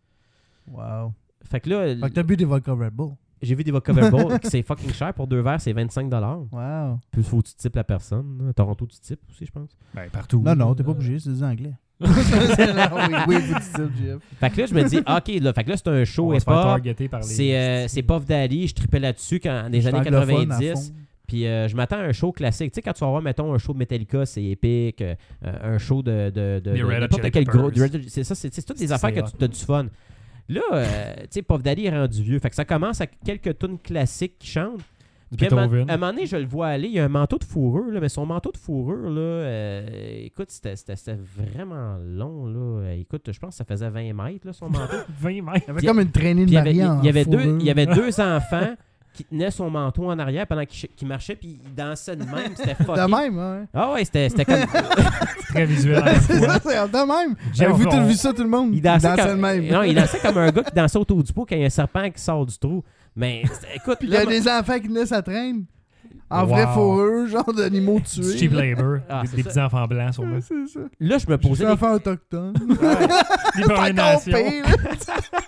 C: Wow.
B: Fait que là,
C: Fait que t'as bu des vodka Red Bull.
B: j'ai vu des vodka Red Bull qui c'est fucking cher pour deux verres, c'est 25$.
C: Wow.
B: Puis faut que tu types la personne. là. À Toronto, tu types aussi, je pense.
A: Ben, partout.
C: Non, non, t'es pas obligé, c'est des anglais. oui, oui, vous dites ça, Jeff.
B: Fait que là, je me dis, ok, là, fait que là, c'est un
A: On
B: show
A: va
B: et
A: se faire
B: pas.
A: targeter par les-
B: C'est euh, c'est Puff Daddy, je tripais là-dessus quand dans les années
C: C'est anglophone à
B: 90.
C: fond.
B: Puis euh, je m'attends à un show classique. Tu sais, quand tu vas voir, mettons, un show de Metallica, c'est épique. euh, euh, un show de. de, de,
A: Des
B: de-
A: Red Hot
B: n'importe
A: Chili
B: quel gros.
A: Peppers.
B: Red Hot- C'est ça, c'est c'est toutes des
A: C'est
B: affaires
A: hot.
B: que tu as du fun. Là, euh, tu sais, Puff Daddy est rendu vieux. Fait que ça commence à quelques tunes classiques qui chantent.
A: Du
B: Puis à, un moment-
A: Beethoven.
B: à un moment donné, je le vois aller. Il y a un manteau de fourrure, là, mais son manteau de fourrure, là, euh, écoute, c'était c'était- c'était vraiment long. Là. Euh, Écoute, je pense que ça faisait 20 mètres, là, son manteau.
A: 20 Euh, mètres.
C: Il y avait
B: Puis
C: comme une traînée de
B: Puis il y avait,
C: Marie en
B: il y avait deux,
C: fourrure.
B: il y avait deux enfants qui tenaient son manteau en arrière pendant qu'il qu'il marchait, puis ils dansaient de même. C'était fucké.
C: De même, ouais.
B: Ah ouais, c'était c'était comme.
A: Très visuel.
B: Ah,
A: à la
C: c'est
A: fois.
C: ça, c'est de même.
A: Jeff,
C: Avez-vous
A: on-
C: tout vu ça, tout le monde?
B: Il dansait,
C: Dans
B: comme...
C: le même.
B: Non, il dansait comme un gars qui dansait autour du pot quand il y a un serpent qui sort du trou. Mais c'est- écoute,
C: Puis il y
B: là,
C: a des enfants qui naissent à traîne. en vrai
A: Wow.
C: fourreux, genre d'animaux
A: Du
C: tués.
A: cheap labor.
B: Ah,
A: des
B: c'est
A: des
B: ça.
A: petits enfants blancs, sûrement.
C: Ouais, c'est ça.
B: Là, je me
C: Des
B: posais des
C: enfants autochtones. Pas
A: L'hyperménation.
C: compris, là.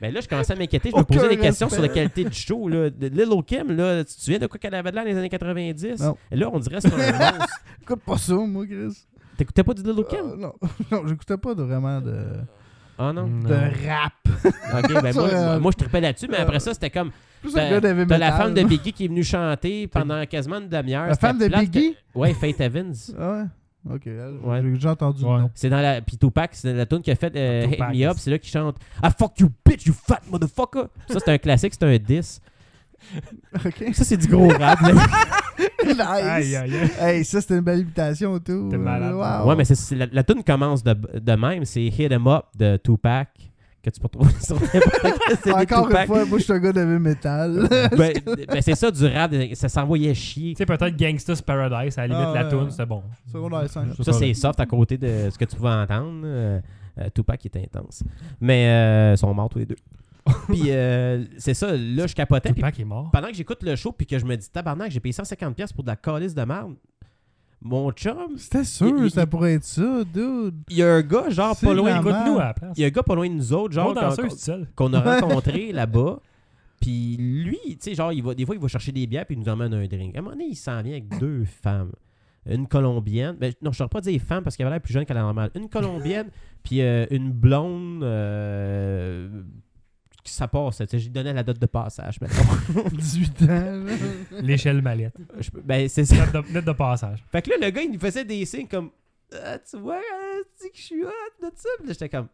B: Mais là, je commençais à m'inquiéter. Je me
C: Aucun
B: posais des questions
C: respect.
B: sur la qualité du show. Là. De Lil Kim, là, tu te souviens de quoi qu'elle avait de l'air dans les années 90?
C: Non.
B: Et là, on dirait que c'est un monstre.
C: Écoute pas ça, moi, Chris.
B: T'écoutais pas du Lil Kim?
C: Euh, non, non j'écoutais pas de, vraiment de,
B: Ah non?
A: Non.
C: de rap.
B: Ok, ben
C: Sur, mm. euh,
B: moi, moi, je trippais là-dessus, mais après ça, c'était comme.
C: Plus un
B: T'as
C: gars d'heavy
B: Ben, t'as la
C: metal,
B: femme de
C: là.
B: Biggie qui est venue chanter pendant quasiment une demi-heure.
C: La
B: C'était
C: femme de
B: plate que-
C: Biggie?
B: Ouais, Faith Evans.
C: Ah ouais? Ok, elle,
B: Ouais.
C: j'ai déjà entendu
A: Ouais.
C: le nom.
B: C'est dans la. Puis Tupac, c'est la tune qui a fait euh, Hit
A: Tupac,
B: Me Up,
A: c'est-
B: c'est là qu'il chante I fuck you bitch, you fat motherfucker. Ça, c'est un classique, c'est un 10.
C: Ok.
B: Ça, c'est du gros rap. là.
C: nice!
A: Aïe, aïe, aïe.
C: Hey, ça, c'était une belle imitation, tout.
A: T'es malade.
C: Wow.
B: Ouais, mais c'est- c'est la, la tune commence de, de même, c'est Hit 'em Up de Tupac, que tu peux trouver sur n'importe quel CD
C: Encore une
B: Tupac.
C: fois, moi, je suis un gars d'heavy metal.
B: Ben, ben, c'est ça du rap, ça s'envoyait chier.
A: Tu sais, peut-être Gangsta's Paradise, à la limite,
C: Ah,
A: la
C: ouais, ouais.
A: toune, c'était bon.
C: Secondaire 5.
B: Ça, c'est soft à côté de ce que tu pouvais entendre. Euh, euh, Tupac est intense. Mais euh, ils sont morts tous les deux. Puis euh, c'est ça, là, je capotais. puis
A: Tupac est mort.
B: pendant que j'écoute le show puis que je me dis tabarnak, j'ai payé 150$ piastres pour de la calice de merde. Mon chum,
C: C'était
B: Il-
C: sûr,
B: il-
C: ça pourrait être ça, dude.
B: il y a un gars genre
C: C'est
B: pas loin.
C: la-
A: Écoute-nous à la place.
B: Il y a un gars pas loin de nous autres, genre
A: Bon
B: qu'on
A: danseur, c'est seul.
B: qu'on a rencontré là-bas. Puis lui, tu sais, genre, il va, des fois, il va chercher des bières puis il nous emmène un drink. À un moment donné, il s'en vient avec deux femmes. Une colombienne, ben, non, je ne pas dire femme parce qu'elle avait l'air plus jeune qu'elle la normale. Une colombienne, puis euh, une blonde, euh, ça passe. tu sais, Je lui donnais la date de passage. Mais
C: 18 ans. là.
A: L'échelle mallette.
B: je peux- ben, c'est ça.
A: Note de, note de passage.
B: Fait que là, le gars, il nous faisait des signes comme Ah, Tu vois, euh, tu dis que je suis hot, tout ça. Puis là, j'étais comme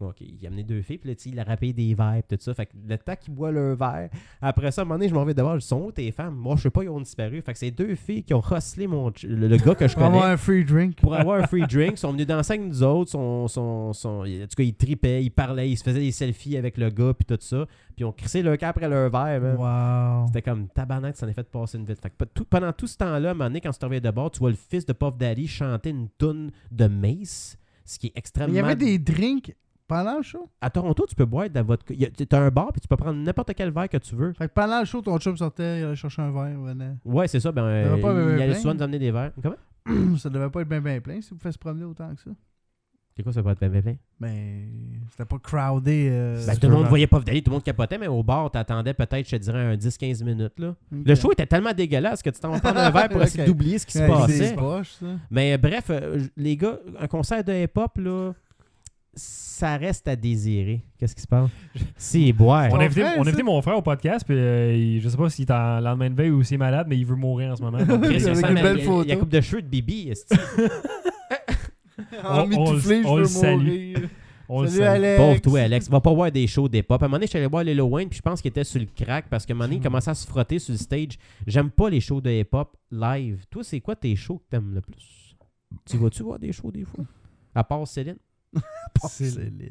B: Ok, il a amené deux filles, puis là, tu sais, il a rappelé des verres, puis tout ça. Fait que le temps qu'ils boivent leur verre, après ça, à un moment donné, je m'en vais devant, je dis Sont où tes femmes Moi, je sais pas, ils ont disparu. Fait que c'est deux filles qui ont hustlé mon ch- le, le gars que je
C: Pour avoir
B: connais.
C: un free drink.
B: Pour avoir un free drink, sont venus danser avec nous autres, sont, sont, sont- en tout cas, ils tripaient, ils parlaient, ils se faisaient des selfies avec le gars, puis tout ça, puis ils ont crissé leur camp après leur verre, man.
C: Wow.
B: C'était comme tabarnak, ça en est fait passer une vite. Fait que pe- tout- pendant tout ce temps-là, à un moment donné, quand tu te reviens de bord, tu vois le fils de Puff Daddy chanter une toune de Mace, ce qui est extrêmement.
C: Il y avait des drinks pendant le show.
B: À Toronto, tu peux boire de la vodka. Tu as un bar, puis tu peux prendre n'importe quel verre que tu veux.
C: Fait que pendant le show, ton chum sortait, il allait chercher un verre, il revenait.
B: Ouais, c'est ça. Ben, euh,
C: avait pas
B: il,
C: un
B: allait
C: plein?
B: souvent nous amener des verres. Comment
C: ça devait pas être bien, bien plein si vous faites se promener autant que ça.
B: C'est quoi, ça va être bien, bien, bien?
C: Mais c'était pas crowdé. euh,
B: Ben, tout le monde voyait Puff Daddy, tout le monde capotait, mais au bar, t'attendais peut-être, je te dirais, un 10-15 minutes. là. Le
C: Ok.
B: show était tellement dégueulasse que tu t'en vas prendre un verre pour
C: Ok.
B: essayer d'oublier ce qui se
C: Ouais,
B: passait.
C: C'est poche, ça.
B: Mais euh, bref, euh, j- les gars, un concert de hip-hop, là, ça reste à désirer. Qu'est-ce qui se passe? C'est boire.
A: On
C: Ton
A: a, invité,
C: frère,
A: on a
C: ça?
A: invité mon frère au podcast, puis euh, il- je sais pas s'il est en lendemain de veille ou s'il est malade, mais il veut mourir en ce moment. Donc,
B: Chris,
A: euh,
B: ça
C: Avec
B: sent
C: une
B: la-
C: belle
B: la-
C: photo.
B: La coupe de cheveux de Bibi. esti.
A: On-
C: En mitouflé, je
A: on le
C: veux
A: salue.
C: mourir.
A: on le
C: Salut,
A: salue.
C: Alex.
B: Pauvre toi, Alex. Va pas voir des shows d'époque. À un moment donné, je suis allé voir Lilo Wayne, puis je pense qu'il était sur le crack parce qu'à un moment donné, il commençait à se frotter sur le stage. J'aime pas les shows de hip-hop live. Toi, c'est quoi tes shows que t'aimes le plus? Tu vas-tu voir des shows des fois? À part Céline?
C: Oh, Céline.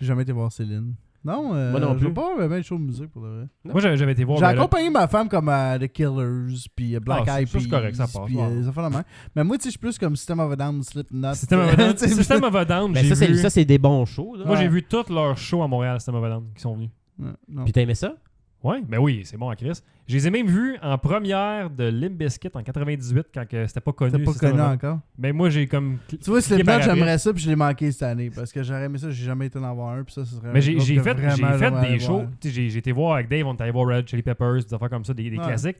C: J'ai jamais été voir Céline. Non, euh,
B: Moi non
C: Je
B: plus.
C: vais pas vraiment être chaud de musique pour le vrai.
A: Moi, j'avais j'avais été voir.
C: J'ai
A: ben, là-
C: accompagné ma femme comme à The Killers, puis euh, Black
A: Ah, ça,
C: Eyed
A: ça,
C: Peas,
A: c'est correct, ça passe,
C: puis
A: ouais.
C: euh, les affaires de même. Mais moi, tu sais, je suis plus comme System of a Down, Slipknot.
A: euh, System of a Down.
C: Tu sais,
A: System of a Down,
B: Mais
A: j'ai
B: Ben, ça, c'est-
A: vu-
B: ça, c'est des bons shows. Là.
A: Moi, j'ai
C: Ouais.
A: vu tous leurs shows à Montréal, System of a Down, qui sont venus.
C: Ouais, non.
B: Puis t'aimais ça?
A: Ouais, ben oui, c'est bon à Chris. Je les ai même vus en première de Limp Bizkit en 98 quand que c'était pas connu.
C: T'as pas
A: System of a
C: connu
A: Down.
C: encore.
A: Ben moi, j'ai comme.
C: Tu vois,
A: par
C: Slipknot,
A: après.
C: j'aimerais ça, puis je l'ai manqué cette année, parce que j'aurais aimé ça, j'ai jamais été en avoir un, puis ça, ce serait un
A: Mais ben, j'ai
C: groupe
A: j'ai
C: que
A: fait, j'ai
C: vraiment
A: fait
C: j'aimerais
A: des
C: voir.
A: shows. Tu sais, J'ai j'ai été voir avec Dave, on est allé voir Red Chili Peppers, des affaires comme ça, des, des
C: Ouais.
A: classiques.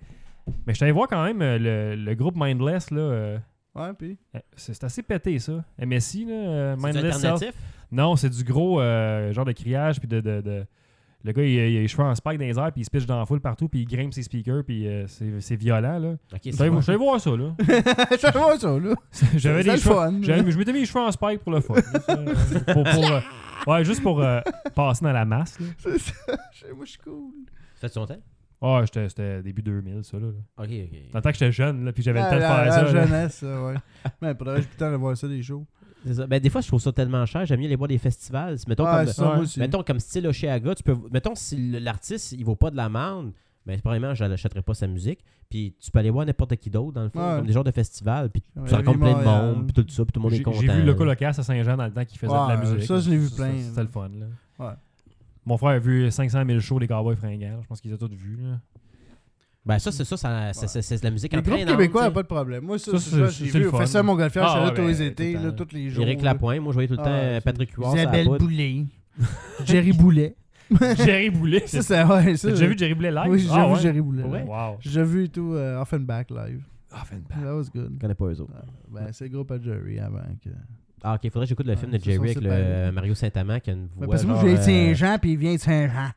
A: Mais je suis allé voir quand même euh, le, le groupe Mindless, là. euh,
C: Ouais, puis...
A: euh, c'est c'est assez pété, ça. MSI, là. euh,
B: C'est
A: Mindless Self.
B: alternatif?
A: Non, c'est du gros euh, genre de criage, puis de. de- de- le gars, il, a- il a les cheveux en spike dans les airs, puis il se pitche dans la foule partout, puis il grimpe ses speakers, puis euh, c'est c'est violent, là.
B: Ok,
A: Je
B: c'est
A: suis allé-
B: bon.
A: je suis allé voir ça, là.
C: J'aimerais voir ça, là.
A: J'avais
C: C'est
A: des
C: le
A: cheveux.
C: fun.
A: j'avais- Je m'étais mis les cheveux en spike pour le fun. Juste, euh, pour, pour, euh, ouais, juste pour euh, passer dans la masse. là.
C: C'est ça, Chez moi, je suis cool.
B: Ça fait longtemps?
A: Ah, j'étais- c'était début 2000, ça. Là.
B: Ok, ok.
A: Dans le temps que j'étais jeune, là, puis j'avais le
C: Ah,
A: temps de
C: la-
A: faire
C: la
A: ça. là.
C: jeunesse, euh, ouais. Mais pour de vrai, j'ai plus le temps de voir ça, des shows.
B: C'est ça. Ben, des fois, je trouve ça tellement cher. J'aime mieux les voir des festivals. C'est- Mettons,
C: Ah,
B: comme,
C: ça, moi
A: ouais.
C: aussi.
B: mettons comme style Oshiaga, tu peux. Mettons si le- l'artiste il vaut pas de la merde, ben premièrement, je n'achèterai pas sa musique. Puis tu peux aller voir n'importe qui d'autre dans le fond,
C: Ouais.
B: comme des genres de festivals. Puis
C: Ouais, euh,
B: tu rencontres plein de
C: Montréal.
B: monde, puis tout ça, puis tout le monde est
A: J'ai
B: content.
A: j'ai vu
B: là.
A: le colocasse à Saint-Jean dans le temps qui faisait de la
C: Ouais,
A: musique.
C: ça, je l'ai vu plein, là.
A: C'était le fun. Là.
C: Ouais.
A: Mon frère a vu 500 000 shows des Cowboys fringants. Je pense qu'ils ont tous vu. Là.
B: Ben, ça, c'est ça, ça- c'est- c'est c'est de la musique
C: Le groupe
B: entraînante,
C: québécois n'a
B: tu sais.
C: pas de problème. Moi, ça,
A: Ça,
C: c'est
A: c'est-
C: ça, j'ai
A: c'est
C: vu.
A: le
C: Au
A: fun.
C: Festival Montgolfière,
A: Ah,
C: j'étais là
A: ouais,
C: tous les
A: ben,
C: étés,
A: tout le
C: là,
A: temps.
C: tous les jours.
B: Éric
C: là.
B: Lapointe, moi, je voyais tout le temps
C: Ah,
B: euh,
C: c'est-
B: Patrick Huard. ça a
C: Isabelle
B: pas de-
C: Boulay. Jerry Boulet.
A: Jerry Boulet.
C: Ça, c'est ouais, ça.
A: T'as déjà vu Jerry Boulet live?
C: Oui, j'ai
A: Ah
C: déjà vu
A: ouais?
C: Jerry Boulet. Ah,
A: Ouais.
C: live.
A: Wow.
C: J'ai déjà vu et tout euh, Offenbach live.
A: Offenbach.
C: That was good.
B: Je connais pas eux autres.
C: Ah, Ben, c'est le groupe à Jerry avant que.
B: Ah, ok, faudrait que j'écoute le
C: Ouais,
B: film de
C: ils se sont
B: Jerry avec le euh,
C: séparés.
B: Mario Saint-Amand qui a une voix.
C: Ben, parce que moi,
B: genre,
C: j'ai
B: euh,
C: Saint-Jean, puis il vient de Saint-Jean.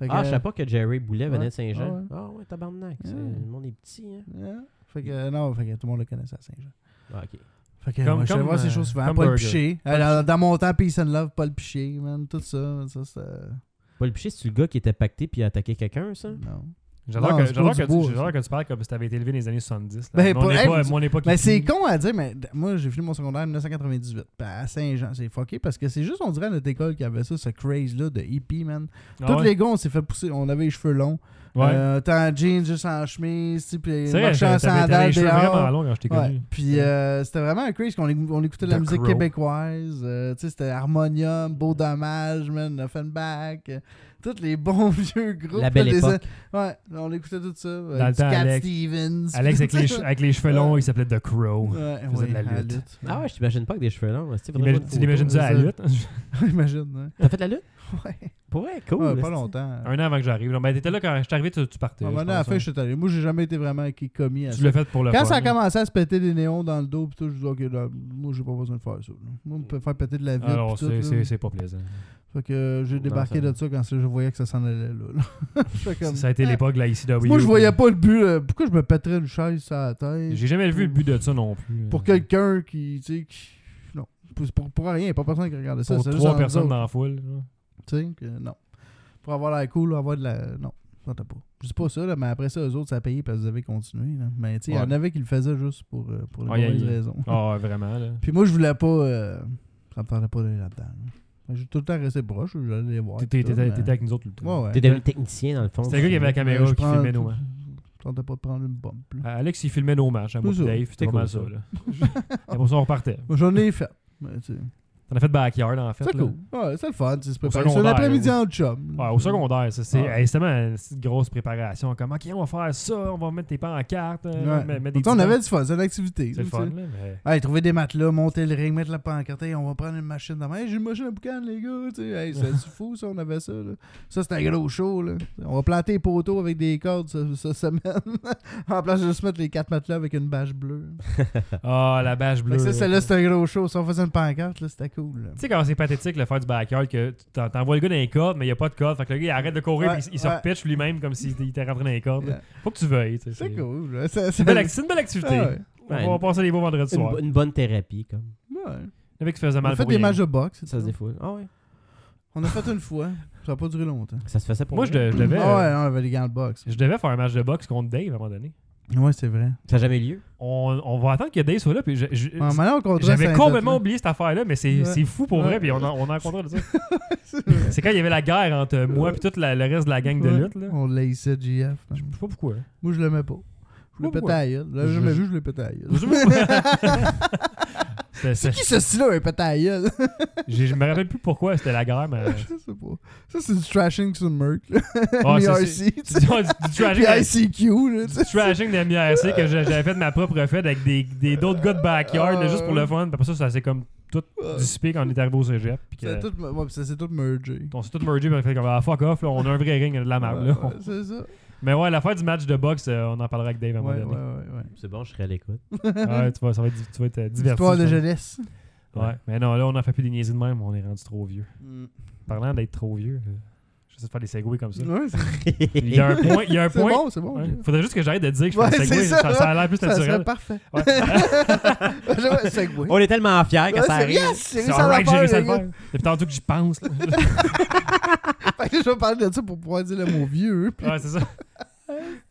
C: Fait que,
B: Ah, je savais pas que Jerry Boulet venait
C: Ouais.
B: de Saint-Jean.
C: Ah
B: Ah ouais, tabarnak. c'est-
C: Ouais.
B: Le monde est petit, hein.
C: euh, hein? Fait que, non, fait que tout le monde le connaissait à Saint-Jean.
B: Ah, ok.
C: Fait que,
A: Comme-
C: moi, je vais
A: comme,
C: voir ces
A: euh,
C: choses souvent.
A: comme
C: Paul
A: Burger.
C: Piché. Euh, dans, dans mon temps, Peace and Love, Paul Piché, man, tout ça. ça c'est, euh,
B: Paul Piché, c'est le gars qui était pacté puis a attaqué quelqu'un, ça?
C: non.
A: J'adore
C: Non,
A: que,
C: c'est
A: j'adore
C: pas du
A: que
C: bois,
A: tu, j'adore
C: ça.
A: que tu parles comme si t'avais été élevé dans les années 70. là.
C: Ben,
A: Mon
C: pas-
A: époque-
C: hey,
A: mon époque
C: Mais
A: hippie.
C: c'est con à dire, mais d- moi j'ai fini mon secondaire en 1998. Ben, à Saint-Jean, c'est fucké parce que c'est juste, on dirait à notre école qu'il y avait ça, ce craze-là de hippie, man.
A: Ah
C: Tous
A: ouais?
C: les gars, on s'est fait pousser, on avait les cheveux longs.
A: Ouais.
C: Euh, t'es en jeans, juste en chemise, tu sais, puis
A: C'est
C: on
A: vrai,
C: marchait
A: j'avais
C: en
A: t'avais- t'avais les
C: sandales
A: cheveux vraiment
C: dehors.
A: longs quand je t'ai
C: Ouais.
A: connu.
C: Puis euh, c'était vraiment un craze qu'on éc- on écoutait de la
A: The
C: musique
A: Crow.
C: québécoise. euh, tu sais, c'était Harmonium, Beau Dommage, man, Offenbach, euh, tous les bons vieux groupes.
B: La belle
C: là, des-
B: époque.
C: Ouais, on écoutait tout ça. euh,
A: Dans le
C: du
A: temps,
C: Cat
A: Alex-
C: Stevens.
A: Alex avec les, che- avec les cheveux longs,
C: Ouais.
A: il s'appelait The Crow.
C: Ouais,
A: faisait de la
C: ouais, à
A: lutte.
B: Ah ouais, je t'imagine pas avec des cheveux longs. c'est-tu, faudrait
A: T'imagines-
B: voir
A: Tu
B: une
A: l'imagines
B: photo.
A: ça à la lutte?
C: Imagine, ouais.
B: T'as fait de la lutte?
C: Ouais.
B: Pour vrai, cool.
C: Ouais,
B: esti.
C: pas longtemps.
A: Un an avant que j'arrive. Genre, Ben, t'étais là quand je suis arrivé, tu, tu partais.
C: À un
A: je
C: moment donné, à la
A: pense,
C: fin,
A: hein.
C: je suis allé. Moi, j'ai jamais été vraiment qui- commis à
A: Tu
C: ça.
A: l'as fait pour le
C: Quand
A: fun, hein?
C: ça a
A: là.
C: commencé à se péter des néons dans le dos, pis tout, je dis, ok, là, moi, j'ai pas besoin de faire ça. là. Moi, me faire péter de la vie.
A: Alors,
C: pis tout,
A: Ah c'est-
C: là.
A: c'est c'est pas plaisant.
C: Fait que euh, j'ai
B: Non,
C: débarqué
B: ça-
C: de ça quand je voyais que ça s'en allait là. là. J'étais comme,
A: Ça a été
C: ah.
A: l'époque de la ICW.
C: Moi, je voyais pas le but. là. Pourquoi je me pèterais une chaise sur la tête
A: J'ai jamais vu le but de ça non plus. hein.
C: pour
A: quelques
C: quelqu'un qui, tu sais, qui- Non. Pour, pour, pour rien, pas personne qui regardait ça.
A: Pour
C: c'est juste
A: trois
C: entre
A: personnes
C: nous
A: dans la foule. là.
C: Tu sais, que non. Pour avoir l'air cool, avoir de la. Non, ça t'as pas. Je dis pas ça, là, mais après ça, eux autres, ça a payé parce qu'ils avaient continué. Là. Mais tu sais, il y en
A: Ouais.
C: avait qui le faisaient juste pour, euh, pour les
A: Ah, y a-
C: mauvaises
A: y a-
C: raisons.
A: Ah, vraiment, là.
C: Puis moi, je voulais pas. euh, ça me tentait pas d'aller là-dedans. là. Fait que J'ai tout le temps resté proche, j'allais les voir.
A: T'étais
C: puis tout,
A: t'étais-
C: mais-
A: t'étais avec nous autres tout le temps.
C: Ouais, ouais.
B: T'es devenu technicien, dans le fond.
A: C'était le gars qui avait la caméra
C: Ouais, je
A: qui
C: prends-
A: filmait nos matchs.
C: Ça me tentait pas de prendre une bombe. là.
A: Euh, Alex, il filmait nos matchs à moi
C: C'est
A: pis
C: ça.
A: Dave, c'était
B: C'est
A: pas mal ça.
B: cool,
A: Là. Et pour ça, on repartait.
C: Moi, J'en ai fait. mais tu sais,
A: T'en as fait backyard, en fait.
C: C'est
A: là.
C: cool. Ouais, c'est le fun. tu sais, se préparer. C'est un
A: secondaire,
C: après-midi
A: oui.
C: en chum.
A: Ouais, au secondaire, ça, c'est
C: Ah.
A: hey, c'est tellement une petite grosse préparation. Comme, OK, on va faire ça, on va mettre tes euh, pas en carte.
C: Ouais. Tu sais, on avait du fun, c'est une activité.
A: C'est le
C: tu sais.
A: fun, là, mais.
C: Hey, trouver des matelas, monter le ring, mettre la pancarte, hey, on va prendre une machine dans Hey, j'ai une machine à boucan, les gars. tu sais. Hey, c'est c'est fou, ça, on avait ça. Là. Ça, c'était un gros show. Là. On va planter les poteaux avec des cordes ce- cette semaine. en place, de juste mettre les quatre matelas avec une bâche bleue.
A: Ah, la bâche
C: Fait
A: bleue.
C: que ça,
A: là.
C: celle-là, c'était un gros show. Si on faisait une pancarte, là, c'était cool. là.
A: Tu sais, quand c'est pathétique le faire du backyard, que tu t'en- t'envoies le gars dans les cordes, mais il n'y a pas de corde. Fait que le gars, il arrête de courir
C: Ouais,
A: puis il, il se
C: ouais.
A: repitche lui-même comme s'il était- il était rentré dans les cordes.
C: Yeah.
A: Faut que tu veuilles. tu sais,
C: C'est cool. là. Ça-
A: C'est
C: ça-
A: une belle ac- c'est une belle activité.
C: Ah ouais.
B: Ouais,
A: On va passer des beaux vendredis
B: une,
A: soir.
B: bo- une bonne thérapie, comme.
C: Ouais.
A: Le mec qui se faisait
C: On
A: mal
C: a fait
A: pour
C: des
A: rien.
C: matchs de boxe. c'est
B: Ça se
C: tout.
B: défoule. Ah ouais.
C: On a fait une fois. Ça n'a pas duré longtemps.
B: Ça se faisait pour
A: Moi, je,
B: vrai?
A: de- je devais,
C: Ah ouais,
A: euh,
C: non, on avait des gants de boxe.
A: je devais faire un match de boxe contre Dave à un moment donné.
C: Ouais, c'est vrai.
B: Ça n'a jamais eu lieu.
A: On, on va attendre que Dave soit là. Puis je- je-
C: Ouais, maintenant, on comptera cette
A: J'avais
C: anecdote-là.
A: complètement oublié cette affaire-là, mais c'est
C: Ouais.
A: c'est fou pour
C: Ouais.
A: vrai. Puis on en, on en comptera de ça. c'est quand il y avait la guerre entre moi et tout la- le reste de la gang de
C: Ouais.
A: lutte. Là.
C: On l'a ici, JF. man.
A: Je sais pas pourquoi.
C: Moi, je l'aimais pas. Je l'ai
A: Pourquoi?
C: pété à la gueule. Je l'ai
A: Je-
C: jamais vu, je l'ai pété à la gueule.
A: Je sais pas. C'était-
C: C'est
A: c'était-
C: qui ce style-là, un pété à la gueule?
A: j'ai- Je me rappelle plus pourquoi c'était la guerre, mais.
C: Je sais pas. Ça, c'est du trashing sur Merc.
A: Ah, ça, c'est-
C: MRC, tu
A: Tu
C: sais.
A: dis, oh, du- du
C: Puis
A: trashing de-
C: ICQ, là, tu sais.
A: du trashing de MIRC que j'a- j'avais fait de ma propre fête avec des des- d'autres gars de backyard là, juste pour
C: Ah.
A: le fun. Puis Après ça, ça s'est comme tout dissipé quand on est arrivé au cégep. Puis que-
C: Ça a tout- ouais, puis Ça s'est tout mergé.
A: on s'est tous mergé et on a fait comme ah, fuck off, là, on a un vrai ring il y a de la merde. là.
C: Ouais, ouais, C'est ça.
A: Mais ouais, l'affaire du match de boxe, euh, on en parlera avec Dave à un moment
C: Ouais, ouais,
A: donné.
C: ouais. ouais.
B: C'est bon, je serais à l'écoute.
A: Ouais, tu vas, ça va être, tu vas être euh, diverti.
C: Histoire de
A: je pense.
C: jeunesse.
A: Ouais. Mais non, là, on a fait plus des niaiseries de même, on est rendu trop vieux. Parlant d'être trop vieux, euh, j'essaie de faire des segways comme ça.
C: Ouais, c'est-
A: Il y a un point. Il y a un
C: c'est
A: point
C: bon, c'est bon.
A: Ouais. Faudrait juste que j'arrête de dire que je
C: Ouais,
A: fais un segway.
C: c'est ça,
A: Ça, ça a l'air plus
C: Ça
A: naturel.
C: serait parfait.
A: Ouais.
C: J'aimerais un segway.
B: On est tellement fiers que
C: Ouais,
B: ça
C: c'est-
B: arrive.
C: yes, j'ai
A: C'est
C: réussi à
A: alright,
C: la
A: j'ai
C: faire,
A: réussi à
C: les
A: le
C: gars.
A: faire. Depuis tantôt que j'y pense. là.
C: Fait que Je vais parler de ça pour pouvoir dire le mot vieux. puis,
A: ouais, c'est ça.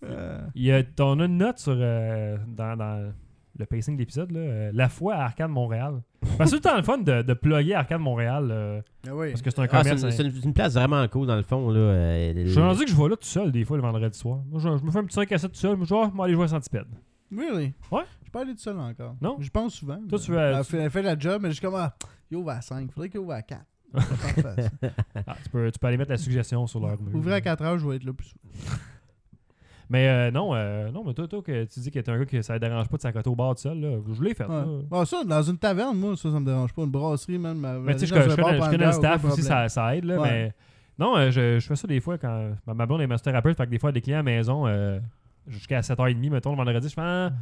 C: euh,
A: Il y a, on a une note sur, euh, dans, dans le pacing de l'épisode, là, euh, la foi à Arcade Montréal. Parce que c'est tout le temps le fun de, de plugger Arcade Montréal euh, parce que c'est un
B: Ah, c'est
A: commerce.
B: une,
A: hein.
B: c'est une- c'est une place vraiment cool, dans le fond. Là. euh,
A: Je suis rendu que je vois là tout seul des fois le vendredi soir. Moi, je, je me fais un petit 5 à 7 tout seul. Moi, je vais moi, aller jouer à Centipède.
C: Really?
A: Ouais.
C: Je peux aller tout seul encore.
A: Non?
C: Je pense souvent. mais-
A: Toi, tu vas-
C: Elle fait, elle fait la job, mais je suis comme, ah, il ouvre à 5. Faudrait qu'il ouvre à 4.
A: Ah, tu, peux, tu peux aller mettre la suggestion sur leur mur.
C: Ouvrir à 4 heures, je vais être là plus souvent.
A: Mais euh, non, euh, non, mais toi, toi que tu dis que t'es un gars que ça ne dérange pas de s'accoter au bar tout seul, là, je l'ai fait.
C: Ouais.
A: là.
C: Bon, ça, dans une taverne, moi, ça, ça me dérange pas. Une brasserie, même.
A: Mais tu sais, je, je connais, je connais le staff aussi, ça, ça aide, là,
C: Ouais.
A: mais non, euh, je, je fais ça des fois quand ma, ma blonde est master thérapeute, fait que des fois, des clients à la maison, euh, jusqu'à 7h30, mettons, le vendredi, je fais, ah,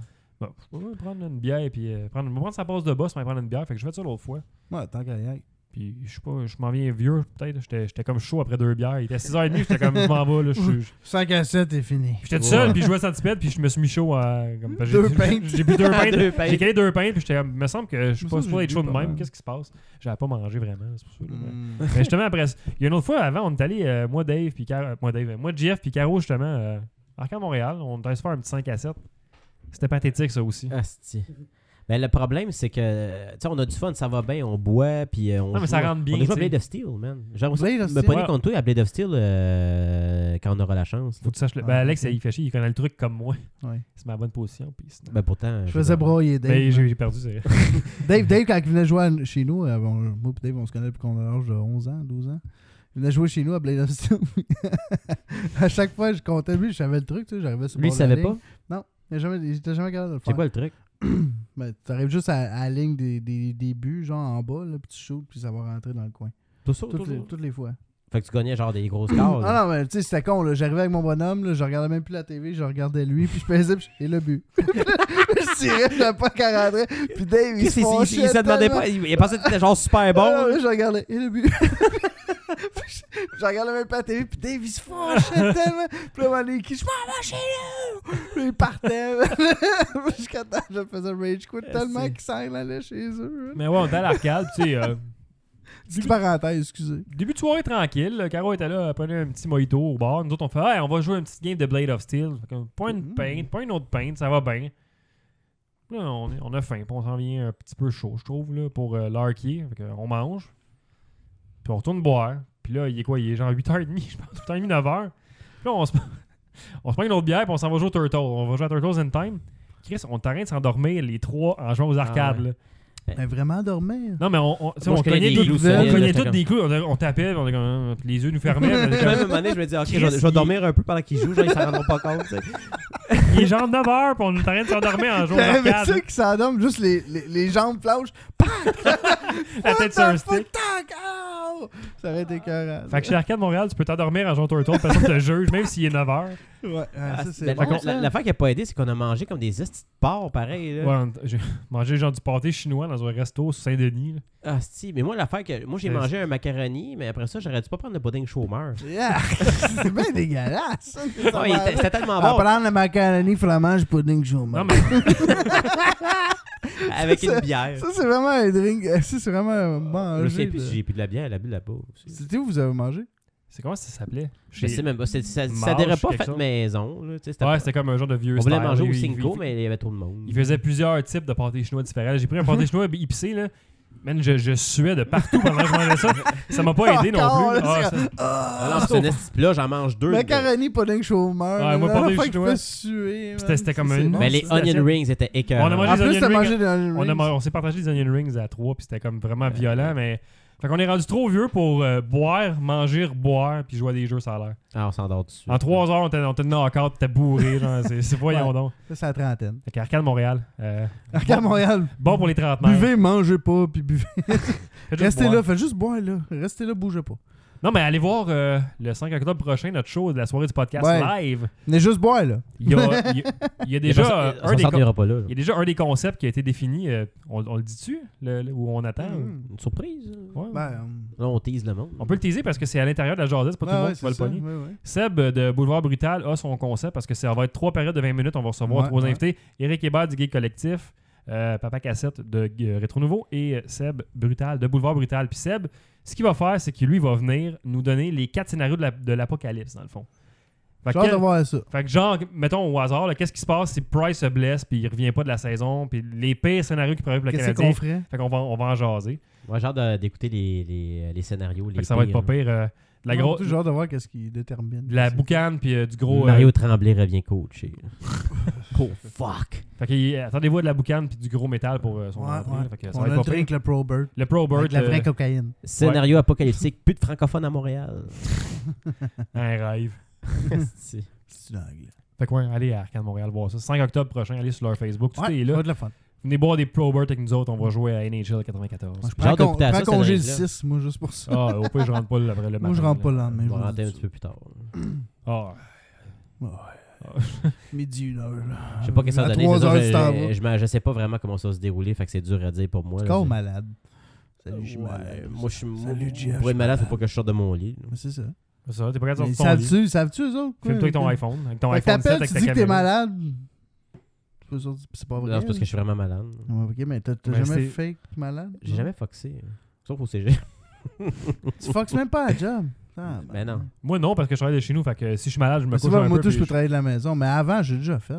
A: bon, je peux prendre une bière, puis euh, prendre, me prendre sa pause de boss, mais prendre une bière, fait que je fais ça l'autre fois.
C: Ouais, tant qu'à y aller.
A: Puis je sais pas, je m'en viens vieux, peut-être, j'étais j'étais comme chaud après deux bières, il était 6h30, j'étais comme, je m'en vais, là, je suis-
C: 5 à 7, t'es fini.
A: J'étais tout
B: Ouais.
A: seul, puis je jouais à Centipede, puis je me suis mis chaud à. Comme, parce que
C: Deux
A: j'ai-
C: pintes.
A: J'ai bu deux pintes.
B: Deux pintes.
A: J'ai calé deux pintes, puis j'étais comme, me semble que je suis
C: Me
A: pas
C: semble
A: supposé
C: que
A: être
C: j'ai
A: chaud
C: bu
A: de
C: pas
A: même.
C: mal.
A: Qu'est-ce qui se passe J'avais pas mangé vraiment, c'est pour ça. là, mais-
C: Mm.
A: Mais ben, justement, après. Il y a une autre fois, avant, on est allé, euh, moi, Dave, puis Car... euh, moi, Dave, euh, moi, Jeff, puis Caro, justement, euh, Arcade Montréal, on est allé se faire un petit 5 à 7. C'était pathétique, ça aussi.
C: Euh,
B: Asti. Ben, le problème, c'est que, tu sais, on a du fun, ça va bien, on boit, puis euh, on.
A: Non, mais
B: joue-
A: ça rentre bien,
B: On a joué à
A: tu sais.
B: Blade of Steel, man. J'aimerais ça
C: Blade of
B: me
C: Steel.
B: pogner
A: Ouais.
B: contre toi à Blade of Steel euh, quand on aura la chance.
A: Faut que tu saches. le- Ben,
C: Ah,
A: Alex,
C: ok.
A: il fait chier, il connaît le truc comme moi.
C: Ouais.
A: C'est ma bonne position, puis sinon.
B: Ben, pourtant.
C: Je faisais broyer Dave.
A: Mais
C: man.
A: j'ai j'ai perdu, c'est vrai.
C: Dave, Dave, quand il venait jouer à- chez nous, euh, bon, moi et Dave, on se connaît depuis qu'on a l'âge de 11 ans, 12 ans. Il venait jouer chez nous à Blade of Steel. à chaque fois, je comptais lui, je savais le truc, tu sais, j'arrivais sur le
B: Lui, il
C: bord de la
B: savait
C: ligne.
B: pas.
C: Il était jamais, il était jamais capable de le
B: C'est
C: faire.
B: quoi le truc?
C: Mais t'arrives juste à, à la ligne des, des, des buts, genre en bas, là, puis tu shoots, puis ça va rentrer dans le coin.
B: Tout ça,
C: Toutes,
B: tout ça.
C: les, toutes les fois.
B: Fait que tu gagnais genre des grosses cartes.
C: Ah non, mais tu sais, c'était con, là. J'arrivais avec mon bonhomme, là, je regardais même plus la TV, je regardais lui, puis je pesais, puis je- et le but. je tirais, je pas qu'à rentrer. Puis Dave, il
B: Qu'est-ce
C: se
B: qu'il il- il
C: fâchait
B: se demandait
C: tellement.
B: pas? Il, il pensait que t'étais genre super bon.
C: Ah,
B: là.
C: ouais, je regardais. Et le but. je, je regardais même pas la télé, puis Dave, il se fâchait tellement. Puis là, il qui, je m'en vais chez nous. Puis il partait. Jusqu'à temps, je faisais rage quit tellement
B: c'est-
C: qu'il s'en allait chez eux.
A: Mais ouais, on était à l'arcade, tu sais. euh,
C: Petite parenthèse, excusez.
A: Début de soirée tranquille, là, Caro était là, elle prenait un petit mojito au bar. Nous autres, on fait Hey, on va jouer une petite game de Blade of Steel. Fait que, Pas une
C: Mhm.
A: peinte, pas une autre peinte, ça va bien. Là, on, est- on a faim, puis on s'en vient un petit peu chaud, je trouve, là, pour euh, l'heure qui est. Fait que, euh, on mange, puis on retourne boire. Puis là, il est quoi Il est genre 8h30, je pense, 8h30, 9h. Puis là, on se, on se prend une autre bière, puis on s'en va jouer au Turtle. On va jouer à Turtles in Time. Chris, on t'arrête de s'endormir les trois en jouant aux arcades.
B: ouais.
A: là.
C: Mais vraiment dormir.
A: Non, mais on, on, tu sais,
B: Moi,
A: on
B: je connais
A: cognait
B: des
A: toutes-
B: clous
A: on
B: solides,
A: cognait
B: là,
A: tous
B: fait
A: des clous. On, on tapait, on est comme, hein, puis les yeux nous fermaient. on était
B: Même à un
A: comme,
B: moment donné, je me dis, ok, je
A: Chris,
B: vais- je vais
A: il-
B: dormir un peu pendant qu'ils jouent, genre, ils s'en rendront pas compte. tu sais.
A: il est genre 9h, puis on est en train de s'endormir en jouant
C: J'avais
A: d'arcade.
C: ça qui s'endorment, juste les, les, les jambes planchent.
A: La tête sur un stick.
C: Ça aurait été écœurant.
A: Fait que chez Arcade Montréal, tu peux t'endormir en jouant au Turtle, personne te juge, même s'il est 9h.
C: Ouais, ouais,
B: Ah,
C: ça, c'est
B: ben,
C: bon,
B: la-
C: ça.
B: la- L'affaire qui a pas aidé, c'est qu'on a mangé comme des estis de porc, pareil.
A: Ouais,
B: Là.
A: on- j'ai mangé genre du pâté chinois dans un resto sur Saint-Denis. là.
B: Ah, si, mais moi, l'affaire que. Moi, j'ai
A: C'est-
B: mangé un macaroni, mais après ça, j'aurais dû pas prendre le pudding chômeur.
C: Yeah. c'est bien dégueulasse. ça, Ah, cette
B: Ouais, il était-
C: affaire-là.
B: C'était tellement
C: À
B: Ah bon.
C: prendre le macaroni, fromage, pudding, chômeur.
A: Non, mais
B: Avec
C: Ça,
B: une bière.
C: Ça, c'est vraiment un drink. euh, Ça, c'est vraiment un
B: Je sais
C: manger.
B: plus
C: de-
B: si j'ai plus de la bière, elle a bu de la peau aussi.
C: C'était où vous avez mangé?
A: c'est comment ça s'appelait
B: Je sais même pas. c'est- Ça ça
A: Marge,
B: dirait pas
A: quelque
B: fait
A: chose.
B: maison. Là, tu sais, c'était
A: Ouais,
B: pas-
A: c'était comme un genre de vieux
B: on voulait
A: style,
B: manger
A: là.
B: au
A: Il- il-
B: Cinco,
A: il-
B: mais il y avait trop de monde.
A: Il faisait plusieurs types de pâté chinois différents. J'ai pris un pâté chinois épicé, là. Man, je, je suais de partout pendant que je mangeais ça. Ça m'a pas aidé non
C: Encore,
A: plus.
C: là,
A: Ah,
C: c'est
A: ça-
B: Ah non, c'est une esti de plat, j'en mange deux. dedans.
C: Macaroni, pudding, chômeur.
A: Ouais, moi,
C: la
A: pudding
C: fois qu'il
A: chinois.
C: fait suer.
A: C'était-
C: man.
A: c'était comme
C: Ça, c'est
A: une-
C: bon,
B: Mais
A: Non,
B: les
A: Ah, c'est des
B: onion
A: assiettes.
B: rings étaient écœurants.
A: On a mangé
C: En
A: les
C: plus,
A: onion
C: t'as
A: rings,
C: mangé des onion
A: On, a
C: rings.
A: mar- on s'est partagé des onion rings à trois, puis c'était comme vraiment violent, mais. Fait qu'on est rendu trop vieux pour euh, boire, manger, boire, puis jouer à des jeux, ça a l'air.
B: Ah, on s'endort dessus.
A: En trois heures, on était on était knock-out, t'étais bourré, genre, c'est c'est voyons
C: Ouais.
A: donc.
C: Ça, c'est la trentaine.
A: Fait qu'Arcade Montréal, euh,
C: Regarde
A: bon,
C: Montréal.
A: bon pour les trentenaires.
C: Buvez, mangez pas, puis buvez.
A: Faites juste
C: Restez
A: boire.
C: là, faites juste boire, là. Restez là, bougez pas.
A: Non, mais allez voir euh, le 5 octobre prochain, notre show de la soirée du podcast
C: Ouais.
A: live.
C: Mais juste boire, là.
A: Il y a, il y a- il y a déjà, euh,
B: On
A: un des
B: s'en
A: co-
B: sortira pas là. là.
A: il y a déjà un des concepts qui a été défini. euh, on, on le dit-tu le- le- Ou on attend
C: Mm.
B: Une surprise. là.
A: ou- ouais.
C: Ben,
B: Là, on tease le monde.
A: On peut le teaser parce que c'est à l'intérieur de la jardine, c'est pas tout le
C: ouais,
A: monde qui va le
C: c'est ça,
A: pogner.
C: ouais, ouais.
A: Seb de Boulevard Brutal a son concept parce que ça va être trois périodes de 20 minutes. On va recevoir
C: Ouais,
A: trois
C: ouais.
A: invités. Eric Hébert du Geek Collectif, euh, Papa Cassette de euh, Rétro Nouveau et euh, Seb Brutal de Boulevard Brutal. Puis Seb, ce qu'il va faire, c'est que lui va venir nous donner les quatre scénarios de la- de l'apocalypse, dans le fond. Fait
C: J'ai
A: que,
C: hâte de
A: quel-
C: voir ça.
A: fait que genre, mettons au hasard, là, qu'est-ce qui se passe si Price se blesse puis il revient pas de la saison, puis les pires scénarios qui pourraient arriver pour le
C: Qu'est-ce
A: Canadien.
C: qu'on ferait?
A: Fait qu'on va, on va en jaser.
B: Moi, j'ai hâte de- d'écouter les, les, les scénarios.
A: Fait
B: Les
A: que ça va être
B: pires,
A: pas
B: là.
A: pire. euh, de la
C: Non,
A: grosse.
C: j'ai hâte de voir qu'est-ce qui détermine.
A: De la
C: C'est-
A: boucane puis euh, du gros. euh,
B: Mario Tremblay revient coacher. oh fuck.
A: Fait que euh, attendez-vous à de la boucane puis du gros métal pour euh, son
C: Ouais,
A: entrée.
C: ouais.
A: Fait que ça
C: On
A: va
C: a
A: être
C: le
A: pas pire.
C: drink, le Probert.
A: Le Pro Bird,
C: Avec la vraie
A: euh,
C: cocaïne.
B: Scénario apocalyptique, plus de francophones à Montréal.
A: un rêve.
B: Asti.
C: C'est anglais.
A: Fait que ouais, allez à Arcade Montréal voir ça. 5 octobre prochain, allez sur leur Facebook. Tout
C: Ouais,
A: est
C: ça va
A: là.
C: être le fun.
A: Venez boire des Probert avec nous autres. On va jouer à NHL 94.
C: Moi, je
B: J'ai hâte
C: prends con-
B: d'écouter à
C: prends
B: ça, cette
C: congé le
B: année-là.
C: 6, moi, juste pour ça.
A: Ah, au pire, je rentre pas le, après le matin.
C: moi, je rentre pas le
A: là.
C: lendemain.
B: On va rentrer
C: je
B: un
C: vous
B: petit
C: dis
B: peu plus tard.
A: Ah,
C: ça. Midi, une heure. là.
B: Je sais pas qu'est-ce que ça
C: À
B: va donner.
C: 3
B: c'est ça,
C: heures,
B: je-
C: tu t'en
B: je-
C: vas.
B: je me- Je sais pas vraiment comment ça va se dérouler, fait que c'est dur à dire pour moi. là.
C: Encore
B: C'est-
C: malade. Salut, je suis
B: Ouais,
C: malade.
B: Moi, je suis. moi,
C: Salut, Jeff,
B: Pour
C: je
B: être malade,
C: suis
B: faut pas que je sorte de mon lit.
C: Mais c'est ça.
A: c'est ça, t'es pas capable
C: Ils
A: de sortir ton lit.
C: savent-tu, ils savent-tu, eux autres? quoi?
A: Filme-toi avec ton iPhone. Avec ton
C: Fait que
A: iPhone 7
C: t'appelles,
A: avec
C: tu
A: ta
C: dis que t'es
A: caméra.
C: malade. Tu peux sortir, puis C'est pas vrai. hein.
B: Non, c'est parce que je suis vraiment malade.
C: Ah Ouais, Ok, mais t'as t'as
A: Mais
C: jamais
A: c'est-
C: fake malade?
B: J'ai
C: non?
B: jamais foxé. hein. Sauf au CG.
C: Tu foxes même pas à la job. Ah,
B: Mais Ben non.
A: Moi, non, parce que je travaille de chez nous. Fait que si je suis malade, je me
C: C'est
A: couche
C: pas,
A: un
C: moi,
A: peu.
C: tout, je
A: puis
C: peux
A: je-
C: travailler de la maison. Mais avant, j'ai déjà fait.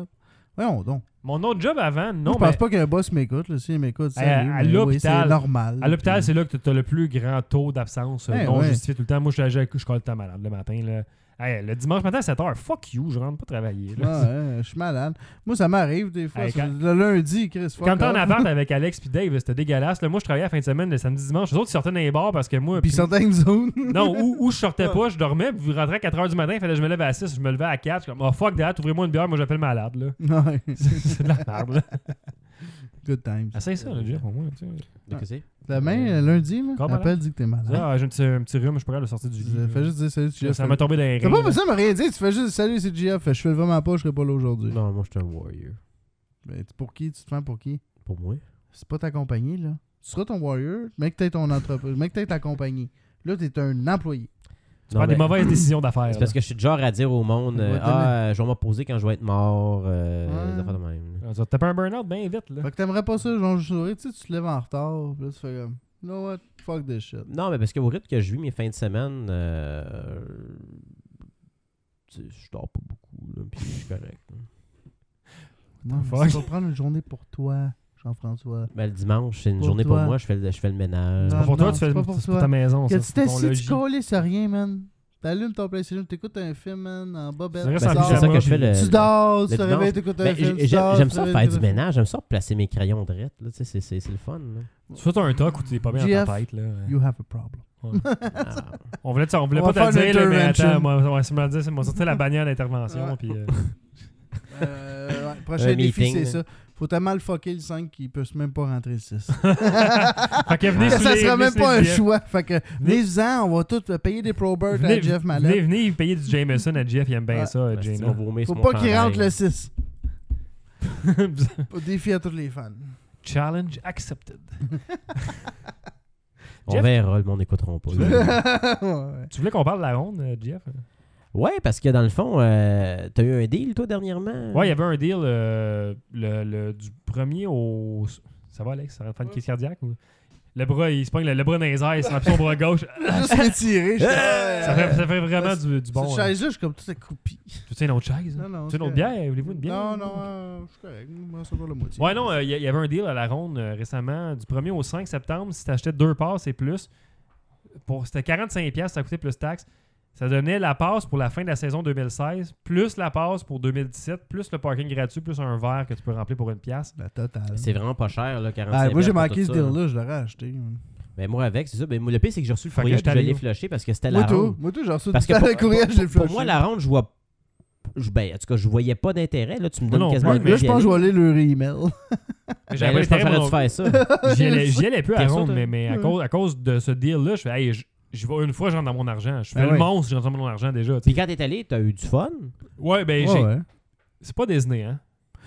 C: Voyons donc.
A: Mon autre job avant,
C: Non,
A: non,
C: je
A: mais
C: pense pas qu'un boss m'écoute. là. S'il m'écoute,
A: À-
C: salut,
A: à
C: mais oui,
A: l'hôpital-
C: c'est normal.
A: à l'hôpital, c'est là que t'as le plus grand taux d'absence euh,
C: Eh,
A: non
C: ouais.
A: justifié tout le temps. Moi, je suis allé- je colle le temps malade le matin. Là. Hey, le dimanche matin à 7h, fuck you, je rentre pas travailler.
C: Puis,
A: là.
C: ah, ouais, je suis malade. Moi, ça m'arrive des fois.
A: Hey,
C: c'est-
A: quand-
C: Le lundi, Chris.
A: Quand t'es en
C: avant.
A: appart avec Alex puis Dave, c'était dégueulasse. Là, moi, je travaillais la fin de semaine, le samedi, dimanche. Les autres, ils sortaient dans les bars parce que moi.
C: Puis ils
A: puis-
C: sont dans une zone.
A: Non, ou, ou je sortais pas, je dormais, puis vous rentrez à 4h du matin, il fallait que je me lève à 6, je me levais à 4. Je suis comme, oh fuck, date, ouvrez-moi une bière, moi j'appelle malade. là.
C: Ouais.
A: C'est de la merde. Là.
C: Good times.
A: Essaye ça, le Jeff, au moins. tu sais.
B: De que c'est?
C: Demain, euh, lundi, là,
A: Encore malade?
C: appelle, dit que t'es
A: Dis,
C: malade.
A: Ah, j'ai un petit, un petit rhume, je suis pas capable de sortir du lit.
C: Je-
A: là.
C: Fais juste dire salut, tu
A: Ça m'a tombé dans les
C: T'as
A: reins.
C: pas
A: là.
C: besoin de me rien dire, tu fais juste salut, c'est JF. Je fais vraiment pas, je serai pas là aujourd'hui.
B: Non, moi, je suis un warrior.
C: Mais t- pour qui Tu te prends pour qui
B: Pour moi.
C: C'est pas ta compagnie, là. Tu seras ton warrior, mais que t'es ton entreprise, mais que t'es ta compagnie. Là, t'es un employé.
A: Tu prends des
B: mais-
A: mauvaises décisions d'affaires.
B: C'est parce
A: là.
B: que je suis du genre à dire au monde
C: Ouais,
B: euh,
C: t'as
B: Ah, euh, je vais m'opposer quand je vais être mort. euh,
C: Ouais.
B: Des affaires de même. là.
A: Tu vas te taper un burn-out bien vite. Là.
C: Fait que t'aimerais pas ça, genre, je souris, tu sais, tu te lèves en retard, puis là, tu fais comme, you know what, fuck this shit.
B: Non, mais parce que au rythme que je vis mes fins de semaine, euh, tu sais, je dors pas beaucoup. Là, puis je suis correct. là.
C: Non,
A: fuck?
C: mais tu vas prendre une journée pour toi, Jean-François.
B: Mais Ben, le dimanche, c'est une
C: Pour
B: journée
C: toi.
B: pour moi. Je fais le, je fais le ménage.
A: C'est pas pour
C: Ah, Non,
A: toi, tu
C: c'est
A: fais
C: pas pour
A: c'est pour
C: toi.
A: ta maison. ça,
C: Que tu
A: c'est pour ton
C: t'assieds, tu
A: logis.
C: colles, c'est rien, man. T'allumes ton PlayStation, t'écoutes un film, man, en bobette.
A: Ça reste
C: tu
A: en
B: Ben,
C: dors.
B: c'est ça
A: pyjama,
B: que je fais le.
C: Tu dors,
B: le
C: tu te
B: dimanche.
C: réveilles, t'écoutes un
B: Ben,
C: film.
B: j'ai-
C: tu
B: J'aime
C: dors,
B: j'aime
C: tu
B: ça
C: te
B: faire
C: réveilles,
B: du ménage, j'aime ça placer mes crayons droits. là, tu sais, C'est c'est- c'est le fun. là.
A: Tu fais un toc où tu es pas bien dans ta
C: GF,
A: tête. Là.
B: Ben.
C: You have a problem.
B: Ah.
A: On voulait, on voulait
C: On
A: pas
C: va
A: te
C: faire
A: le
C: une
A: dire, là, mais
C: intervention.
A: attends, moi, moi, ça me l'a dit, ça m'a sorti la bannière d'intervention.
C: Ouais.
A: puis, euh,
C: Euh, ouais, prochain
B: Un
C: défi,
B: meeting,
C: c'est
B: là.
C: ça. Faut tellement le fucker le 5 qu'il peut même pas rentrer le 6.
A: Fait que venez
C: ça
A: sous les-
C: sera
A: venez
C: même
A: sous
C: pas un
A: les GF.
C: choix. Fait que,
A: Venez-
C: venez-en, on va tous payer des Probert à
A: Venez,
C: Jeff
A: venez,
C: Mallet.
A: venez payer du Jameson à Jeff, il aime bien
C: Ouais.
A: ça, euh,
B: Ben, c'est-tu,
A: Jaina.
B: on va vomir
C: Faut
B: sur mon
C: pas qu'il
B: chandail.
C: rentre le 6. Défi à tous les fans.
A: Challenge accepted.
B: On
A: Jeff-
B: verra, le monde n'écouteront pas.
C: Ouais.
A: Tu voulais qu'on parle de la ronde, euh, Jeff?
B: ouais, parce que dans le fond, euh, t'as eu un deal, toi, dernièrement?
A: Ouais, il y avait un deal euh, le, le- du premier au. Ça va, Alex? Ça va faire une crise cardiaque? ou- Le bras, il se pogne le, le bras dans les airs, il se rend sur son bras gauche.
C: Juste m'étirer. je-
A: Ça fait, ça fait vraiment
C: Euh,
A: du, du bon.
C: Cette
A: hein.
C: chaise-là, je suis comme toute accroupie.
A: Tu veux une autre chaise? hein.
C: Non, non,
A: tu veux une autre
C: c'est-
A: bière? Voulez-vous une bière?
C: Non, non, euh, je suis correct. Moi, ça va la moitié.
A: Ouais, non, euh, il y, il y avait un deal à la ronde euh, récemment, du 1er au 5 septembre, si tu achetais deux passes et plus, pour c'était 45$, piastres, ça coûtait plus taxes. Ça donnait la passe pour la fin de la saison 2016, plus la passe pour 2017, plus le parking gratuit, plus un verre que tu peux remplir pour une pièce.
C: La totale.
B: C'est vraiment pas cher, là, 45
C: Ah, moi, j'ai
B: piastres pour
C: manqué
B: tout
C: ce
B: ça, là.
C: deal-là, je l'aurais acheté. Moi,
B: Mais moi, avec, c'est ça. Mais le pire, c'est que j'ai reçu le
A: Fait que
B: courrier,
A: je
B: puis je l'ai
A: t'allais-
B: flashé parce que c'était la
C: tout,
B: ronde.
C: moi, tout, j'ai reçu
B: Parce
C: tout
B: que
C: le temps
B: pour,
C: le courrier, je l'ai
B: pour- pour
C: flashé.
B: moi, la ronde, je vois. je- ben, en tout cas, je voyais pas d'intérêt. Là, tu me
A: Moi
B: donnes
A: non
B: quasiment
A: plus,
B: le
A: mais
B: goût
C: Là, je
B: d'y
C: pense que
B: aller.
C: je vais aller leur email.
A: Mais
B: Ben, là, je
A: intérêt,
B: préférais
A: moi,
B: de faire ça.
A: non- J'y allais, j'y allais plus à
B: T'es
A: la
B: sûr,
A: ronde,
B: toi?
A: mais, mais à,
C: Ouais.
A: cause, à cause de ce deal-là, je fais, hey, j- j'y vais une fois, je rentre dans mon argent. Je fais
C: Ben
A: le
C: ouais.
A: monstre, je rentre dans mon argent déjà. tu
B: Puis
A: sais.
B: quand t'es allé, t'as eu du fun.
A: Ouais, ben,
C: Ouais,
A: j'ai-
C: ouais.
A: c'est pas Disney, hein.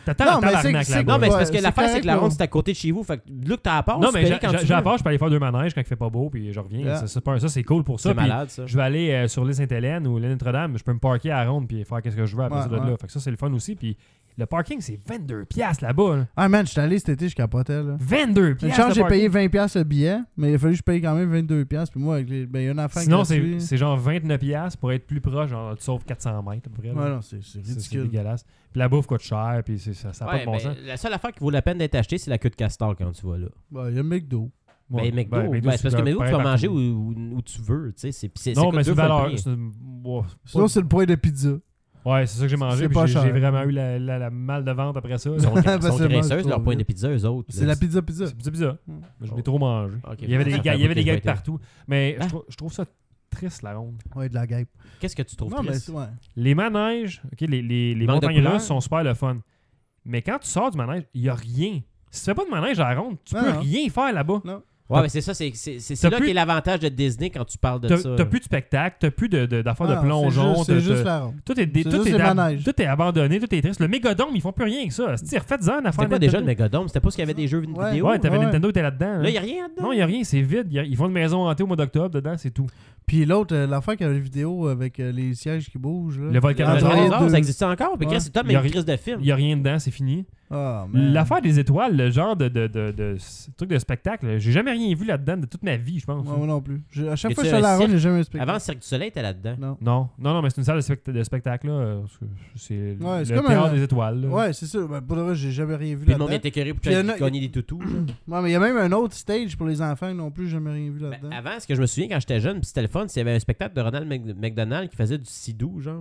A: T'attends
C: Non,
A: t'attends
C: mais c'est-
A: l'arnaque
C: c'est-
A: là-bas.
B: Non, mais c'est parce
C: Ouais,
B: que
C: c'est
B: l'affaire, c'est
C: correct,
B: que la
C: là.
B: ronde, c'est à côté de chez vous. Fait que là que t'as la part,
A: Non,
B: tu
A: mais
B: peux
A: j'ai
B: aller quand tu
A: j'ai la
B: veux.
A: part, je peux aller faire deux manèges quand il fait pas beau, puis je reviens.
C: Yeah.
A: Ça, c'est pas- ça, c'est cool pour ça.
B: C'est
A: puis
B: malade, ça.
A: je vais aller euh, sur l'île Sainte-Hélène ou l'île Notre-Dame, je peux me parker à la ronde puis faire qu'est-ce que je veux à partir
C: Ouais,
A: de là.
C: ouais.
A: Fait que ça, c'est le fun aussi. Puis le parking, c'est 22 pièces là-bas. là.
C: Ah, man, je suis allé cet été, je capotais, là.
A: 22
C: Une
A: pièces.
C: chance, j'ai payé 20$ piastres le billet, mais il a fallu que je paye quand même 22$. piastres, Puis moi, avec les... ben, il y a une affaire
A: Sinon, c'est
C: gratuite.
A: c'est genre 29 pièces pour être plus proche, genre tu sauves 400 mètres à peu près. là.
C: Ouais, non, c'est
A: C'est-
C: c'est
A: c'est
C: ridicule.
A: dégueulasse. Puis la bouffe coûte cher, puis c'est- ça n'a pas de
B: Ouais,
A: bon
B: ben,
A: sens.
B: la seule affaire qui vaut la peine d'être achetée, c'est la queue de castor quand tu vas là.
C: Bah, il y a McDo.
A: Ouais.
B: ben, McDo,
A: Ben,
B: ben, c'est parce que
A: un
B: McDo, tu
A: pareil
B: vas manger où,
A: partout.
B: où- où tu veux. tu sais, c'est- puis c'est- ça
A: Non,
B: coûte
A: mais c'est une
B: deux fois le
A: valeur.
B: prix.
A: c'est une- ouais, c'est
C: Sinon,
A: pas-
C: c'est le point de pizza.
A: Ouais, c'est ça que j'ai mangé.
C: c'est
A: puis
C: pas
A: J'ai j'ai
C: cher.
A: vraiment eu la, la- la mal de vente après ça.
B: Ils sont, ils
C: Parce
B: sont
C: que moi, je
B: graisseuses,
C: trouve-
B: leur point de pizza, eux autres.
C: C'est la pizza pizza.
A: C'est bizarre.
C: Mm.
A: Je l'ai trop mangé.
B: Hmm. Oh. Ok.
A: il y avait des,
B: Ça fait
A: ga-
B: un
A: il y
B: bout
A: avait des
B: que je
A: gags
B: vais être là.
A: partout. Mais je,
B: Ah.
A: trou- je trouve ça triste, la ronde.
C: Ouais, de la guêpe.
B: Qu'est-ce que tu trouves
C: Non, mais
B: triste?
C: c'est- ouais.
A: Les manèges, ok, les, les, les
B: Manque de
A: montagnes
B: couleurs.
A: russes sont super le fun. Mais quand tu sors du manège, il n'y a rien. Si tu fais pas de manège à la ronde, tu
C: Non,
A: peux
C: Ah non.
A: rien faire là-bas.
B: Ouais, mais c'est ça, c'est c'est- c'est- c'est
A: T'as
B: là
A: plus-
B: qu'est l'avantage de Disney quand tu parles de
A: T'as
B: ça.
A: t'as plus de spectacle, t'as plus de- de- d'affaires de,
C: Ah,
A: plongeon.
C: C'est juste, c'est
A: t'as- t'as-
C: juste la ronde.
A: Tout est, dé-
C: C'est
A: tout,
C: juste
A: est
C: des
A: ab-
C: manèges.
A: tout est abandonné, tout est triste. Le Megadome, ils font plus rien que ça. C'est-à-dire, Faites-en une affaire.
B: C'était quoi
A: Nintendo.
B: déjà le Megadome? C'était pas ce qu'il y avait des jeux
C: Ouais.
B: vidéo?
A: Ouais, t'avais
C: Ouais.
A: Nintendo, t'es là-dedans.
B: Là,
A: hein.
B: il n'y a rien dedans.
A: Non, il n'y a rien, c'est vide. Y a- Ils font une maison hantée au mois d'octobre dedans, c'est tout.
C: Puis l'autre, euh, l'affaire qui a une vidéo avec euh, les sièges qui bougent. Là.
A: Le volcan
C: Ah,
B: Le
A: Entre
C: les
B: dinosaure,
C: deux.
B: ça existait encore? Puis
C: Ouais.
B: c'est top,
A: Il y
B: mais
A: a
B: une
A: ri-
B: crise de
A: Il
B: film.
A: n'y a rien dedans, c'est fini.
C: Ah, man.
A: L'affaire des étoiles, le genre de, de, de, de- ce truc de spectacle, j'ai jamais rien vu là-dedans de toute ma vie, je pense.
C: Moi moi non plus. Je- à chaque
B: Y
C: fois que je
B: a-tu
C: suis à
B: un
C: la ronde,
B: cirque?
C: j'ai jamais expliqué.
B: Avant, le Cirque du Soleil était là-dedans.
C: Non.
A: Non, non, non, mais c'est une salle de, spect- de spectacle, là. euh, parce que C'est
C: Ouais,
A: le
C: c'est comme
A: théâtre
C: un-
A: des étoiles. là.
C: Ouais, c'est sûr. Ben, pour le reste, j'ai jamais rien vu
B: Puis le monde
C: là-dedans.
B: était curé pour
C: Puis il y en a-
B: gagner des toutous. genre.
C: Ouais, mais il y a même un autre stage pour les enfants non plus, j'ai jamais rien vu
B: Ben,
C: là-dedans.
B: avant, ce que je me souviens quand j'étais jeune, puis c'était le fun, c'est qu'il y avait un spectacle de Ronald Mc- McDonald qui faisait du sidou, genre.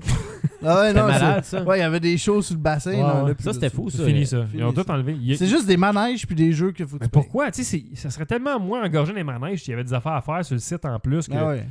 C: Ah ouais,
B: C'était
C: non,
B: malade,
C: c'est-
B: ça.
C: Ouais, il y avait des shows sur le bassin.
A: Ouais,
C: non,
A: ouais.
C: là, plus
B: ça,
C: de
B: c'était fou, ça.
A: C'est fini, ça.
C: fini,
A: Ils ont tout
C: ça.
A: enlevé. Il y a-
C: C'est juste des manèges puis des jeux qu'il faut que
A: Mais
C: tu
A: pourquoi? Tu sais, c'est- ça serait tellement moins engorgé dans les manèges s'il y avait des affaires à faire sur le site en plus que
C: payes. Ah ouais.